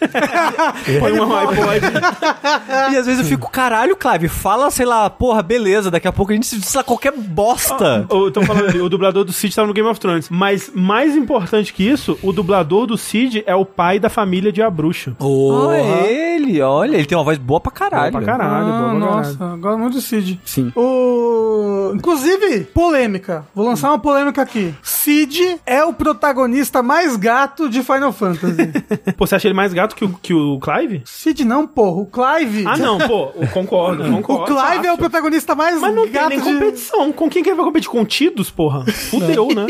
Põe um iPod.
E às vezes eu fico, caralho, Clive, fala, sei lá, porra, beleza, daqui a pouco a gente se sei lá, qualquer bosta.
Ou eu tô falando ali, o dublador do Cid tava no Game of Thrones. Mas mais importante que isso, o dublador do Cid é o pai da família de A Bruxa.
Olha
Porra.
ele, olha, ele tem uma voz boa pra caralho.
Boa pra caralho, boa
ah,
pra
nossa,
caralho.
gosto muito do Cid.
Sim.
O... Inclusive, polêmica. Vou lançar uma polêmica aqui. Cid é o protagonista mais gato de Final Fantasy.
Pô, você acha ele mais gato que o, que o Clive?
Cid não, porra. O Clive.
Ah, não, pô, eu concordo, eu
O
concordo.
Clive é o
Fácil.
protagonista mais
Mas não tem
gato
nem
de...
competição. Com quem que ele vai competir? Com o Tidus, porra? Fudeu, né?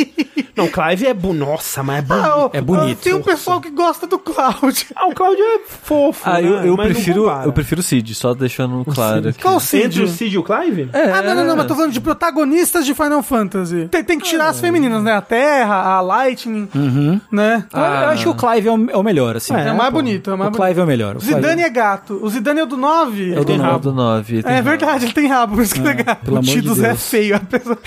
Não, Clive é... Bu... Nossa, mas é bonito.
Ah,
É bonito.
Tem um pessoal que gosta do Cloud.
Ah, o Cláudio é fofo,
Ah, eu,
né?
eu
Mas não
prefiro
compara.
eu prefiro o Cid, só deixando claro. aqui.
Qual o
Entre o
Cid?
Cid e o Clive?
Ah, não, não, não, mas tô falando de protagonistas de Final Fantasy. Tem, tem que tirar as femininas, né? na Terra, a Lightning, né?
Eu- Eu acho que o Clive é o, é o melhor, assim.
É, o mais bonito, é o mais
O Clive é o melhor. O Clive-
Zidane é gato. O Zidane é o do 9?
É o do
Tem
nove.
rabo do 9.
É verdade, ele tem rabo, por isso que ele é gato.
pelo
o
amor de
Tidus é
Deus.
feio. A pessoa...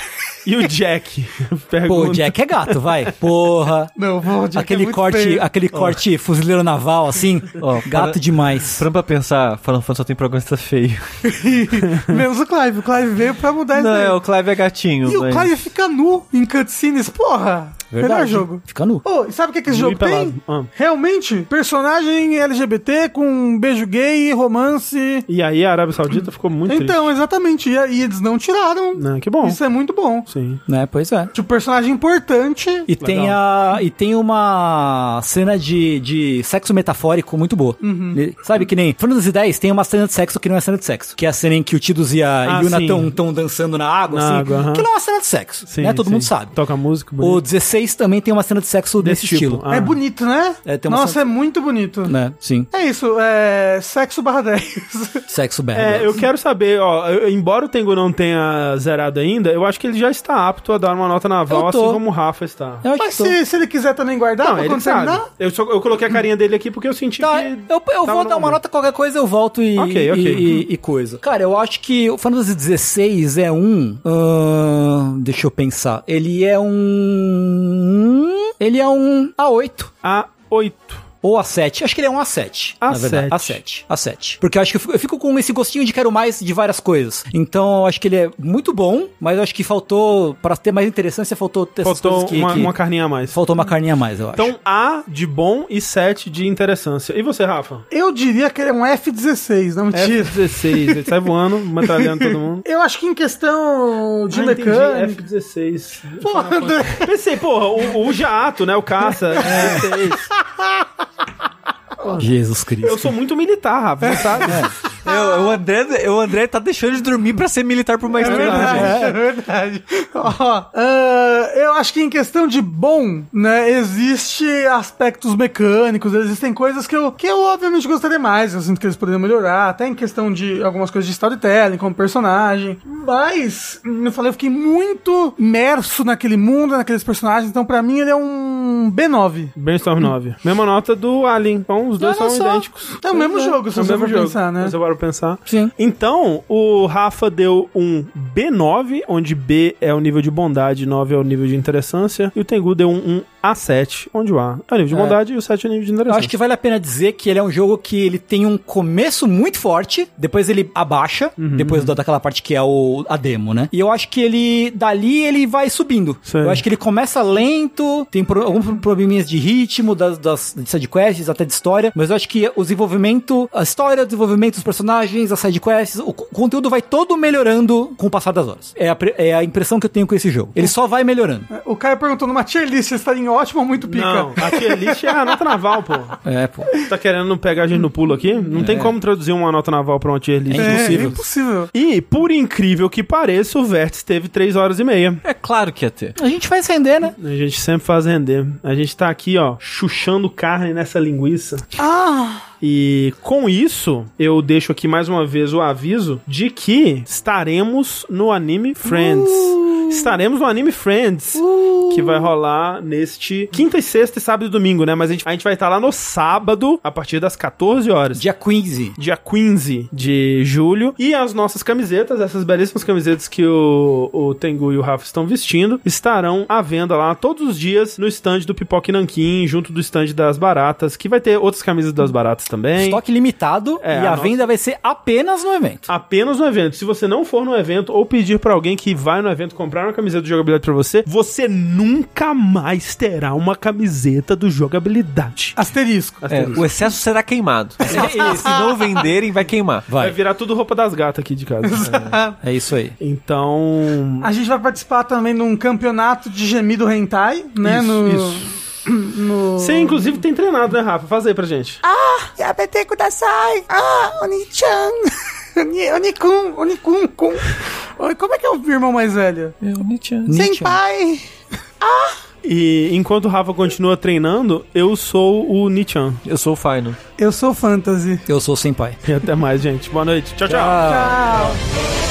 E o Jack?
Pô,
Pergunta.
o Jack é gato, vai. Porra.
Não, pô, o Jack é
aquele
muito
corte,
feio.
aquele corte fuzileiro naval, assim.
Ó,
gato
para-
demais.
Pra pensar, Final Fantasy só tem protagonista feio.
Menos o Clive. O Clive veio pra mudar isso
Não,
daí.
é, o Clive é gatinho.
E o
mas-
Clive fica nu em cutscenes, porra. Melhor jogo.
Fica nu.
Ô, e sabe o que, que esse
Nu e
jogo tem?
pelado. Ah.
Realmente, personagem LGBT com beijo gay, romance.
E aí a Arábia Saudita ficou muito triste.
Então, exatamente. E, e eles não tiraram.
Não, que bom.
Isso é muito bom.
Sim.
Né, pois é.
Tipo, personagem importante.
E tem, a, e tem uma cena de, de sexo metafórico muito boa.
Uhum.
Ne- Sabe que nem Final Fantasy X tem uma cena de sexo que não é cena de sexo. Que é a cena em que o Tidus e a
Ah,
Yuna
sim.
estão dançando na água,
Na
assim.
água, aham.
Que não é uma cena de sexo,
Sim,
né? Todo
sim.
mundo sabe.
Toca música,
O
bonito.
16 também tem uma cena de sexo desse,
Desse tipo,
estilo.
ah.
É bonito, né?
É, tem uma
Nossa,
sen-
é muito bonito.
Né? Sim.
É isso, é sexo barra 10.
Sexo bad. né?
É, eu quero saber, ó, eu- embora o Tengu não tenha zerado ainda, eu acho que ele já está apto a dar uma nota naval,
Eu
assim
tô.
como o Rafa está.
Eu acho
Mas
que tô.
se, se ele quiser também guardar
Não,
pra
ele
quando
sabe.
terminar,
Eu, só, eu coloquei a carinha dele aqui porque eu senti
Tá,
que...
eu, eu
tava
vou
no
dar uma
momento.
nota qualquer coisa, eu volto e,
Ok, ok.
e- e coisa. Cara, eu acho que o Final Fantasy 16 é um. ahn, deixa eu pensar. Ele é um. Ele é um A8.
A 8.
Ou A7. Acho que ele é um A7. na verdade.
A7.
A7. A7. Porque eu acho que eu fico, eu fico com esse gostinho de quero mais de várias coisas. Então eu acho que ele é muito bom, mas eu acho que faltou. Pra ter mais interessância, faltou ter essas
Faltou
coisas que.
uma,
que-
uma carninha a mais.
Faltou uma carninha a mais, eu acho.
Então, A de bom e 7 de interessância. E você, Rafa?
eu diria que ele é um F16, não mentira.
F16, ele sai voando, metralhando todo mundo.
Eu acho que em questão de
Ah, entendi,
mecânica.
F16.
Porra, André.
Pensei, porra, o, o Jato, né? O caça. F16.
Jesus Cristo.
Eu sou muito militar, Rafa, você sabe?
Eu- o, André, o André tá deixando de dormir pra ser militar por mais
É
tempo.
verdade,
gente.
é verdade. Ó, ah, eu acho que em questão de bom, né, existe aspectos mecânicos, existem coisas que eu, que eu obviamente gostaria mais, eu sinto que eles poderiam melhorar, até em questão de algumas coisas de storytelling, como personagem, mas, hum, eu falei, eu fiquei muito imerso naquele mundo, naqueles personagens, então pra mim ele é um B9.
Brainstorm 9. Mesma nota do Alien. Então, os dois
Olha
são
só.
idênticos.
É o mesmo jogo, se
É o
você
mesmo
for
jogo,
pensar, né?
Se você for pensar.
Sim.
Então, o Rafa deu um B9, onde B é o nível de bondade, 9 é o nível de interessância. E o Tengu deu um, um A7, onde o A é o nível de
É.
bondade e o 7 é o nível de
Eu
interessância.
acho que vale a pena dizer que ele é um jogo que ele tem um começo muito forte, depois ele abaixa, depois da- daquela parte que é o, a demo, né? E eu acho que ele, dali, ele vai subindo.
Sei.
Eu acho que ele começa lento, tem pro- alguns probleminhas de ritmo, das, das de sidequests, até de história, mas eu acho que o desenvolvimento, a história, o desenvolvimento dos personagens, as sidequests, o co- conteúdo vai todo melhorando com o passar das horas. É a, pre- é a impressão que eu tenho com esse jogo. Ele só vai melhorando.
É, O cara perguntou numa tier list, se está em ótimo ou muito pica?
Não, a tier list é a nota naval, pô.
É, pô.
Tá querendo pegar a gente no pulo aqui? Não tem como traduzir uma nota naval pra uma tier list.
É. impossível.
É, impossível.
E, por incrível que pareça, o Vértice teve 3 horas e meia.
É claro que ia ter.
A gente vai render, né?
A gente sempre faz render. A gente tá aqui, ó, chuchando carne nessa linguiça.
Ah,
E com isso, eu deixo aqui mais uma vez o aviso de que estaremos no anime Friends. Estaremos no anime Friends, que vai rolar neste quinta e sexta, e sábado e domingo, né? Mas a gente, a gente vai estar lá no sábado, a partir das 14 horas
Dia 15.
dia 15 de julho. E as nossas camisetas, essas belíssimas camisetas que o, o Tengu e o Rafa estão vestindo, estarão à venda lá todos os dias no stand do Pipoque Nanquim, junto do stand das baratas, que vai ter outras camisas das baratas também.
Estoque limitado
É,
e
a
a,
nossa-
venda vai ser apenas no evento.
Apenas no evento. Se você não for no evento ou pedir pra alguém que vai no evento comprar uma camiseta de jogabilidade pra você, você nunca mais terá uma camiseta do jogabilidade.
asterisco.
É, o excesso será queimado. Se se não venderem, vai queimar.
Vai
Vai.
virar tudo roupa das gatas aqui de casa.
É isso aí.
Então,
A gente vai participar também de um campeonato de gemido hentai, né?
Isso,
no...
isso.
no-
Você, inclusive, tem treinado, né, Rafa? Faz aí pra gente.
Yabete kudasai! Ah, Oni-chan! Oni- Onikun! Onikun! Kun. Oi, Como é que é o irmão mais velho?
Nietzsche.
Senpai!
E enquanto o Rafa continua treinando, eu sou o Nichan.
Eu sou o Final.
Eu sou fantasy.
Eu sou o Senpai.
E até mais, gente. Boa noite. Tchau, tchau.
Tchau!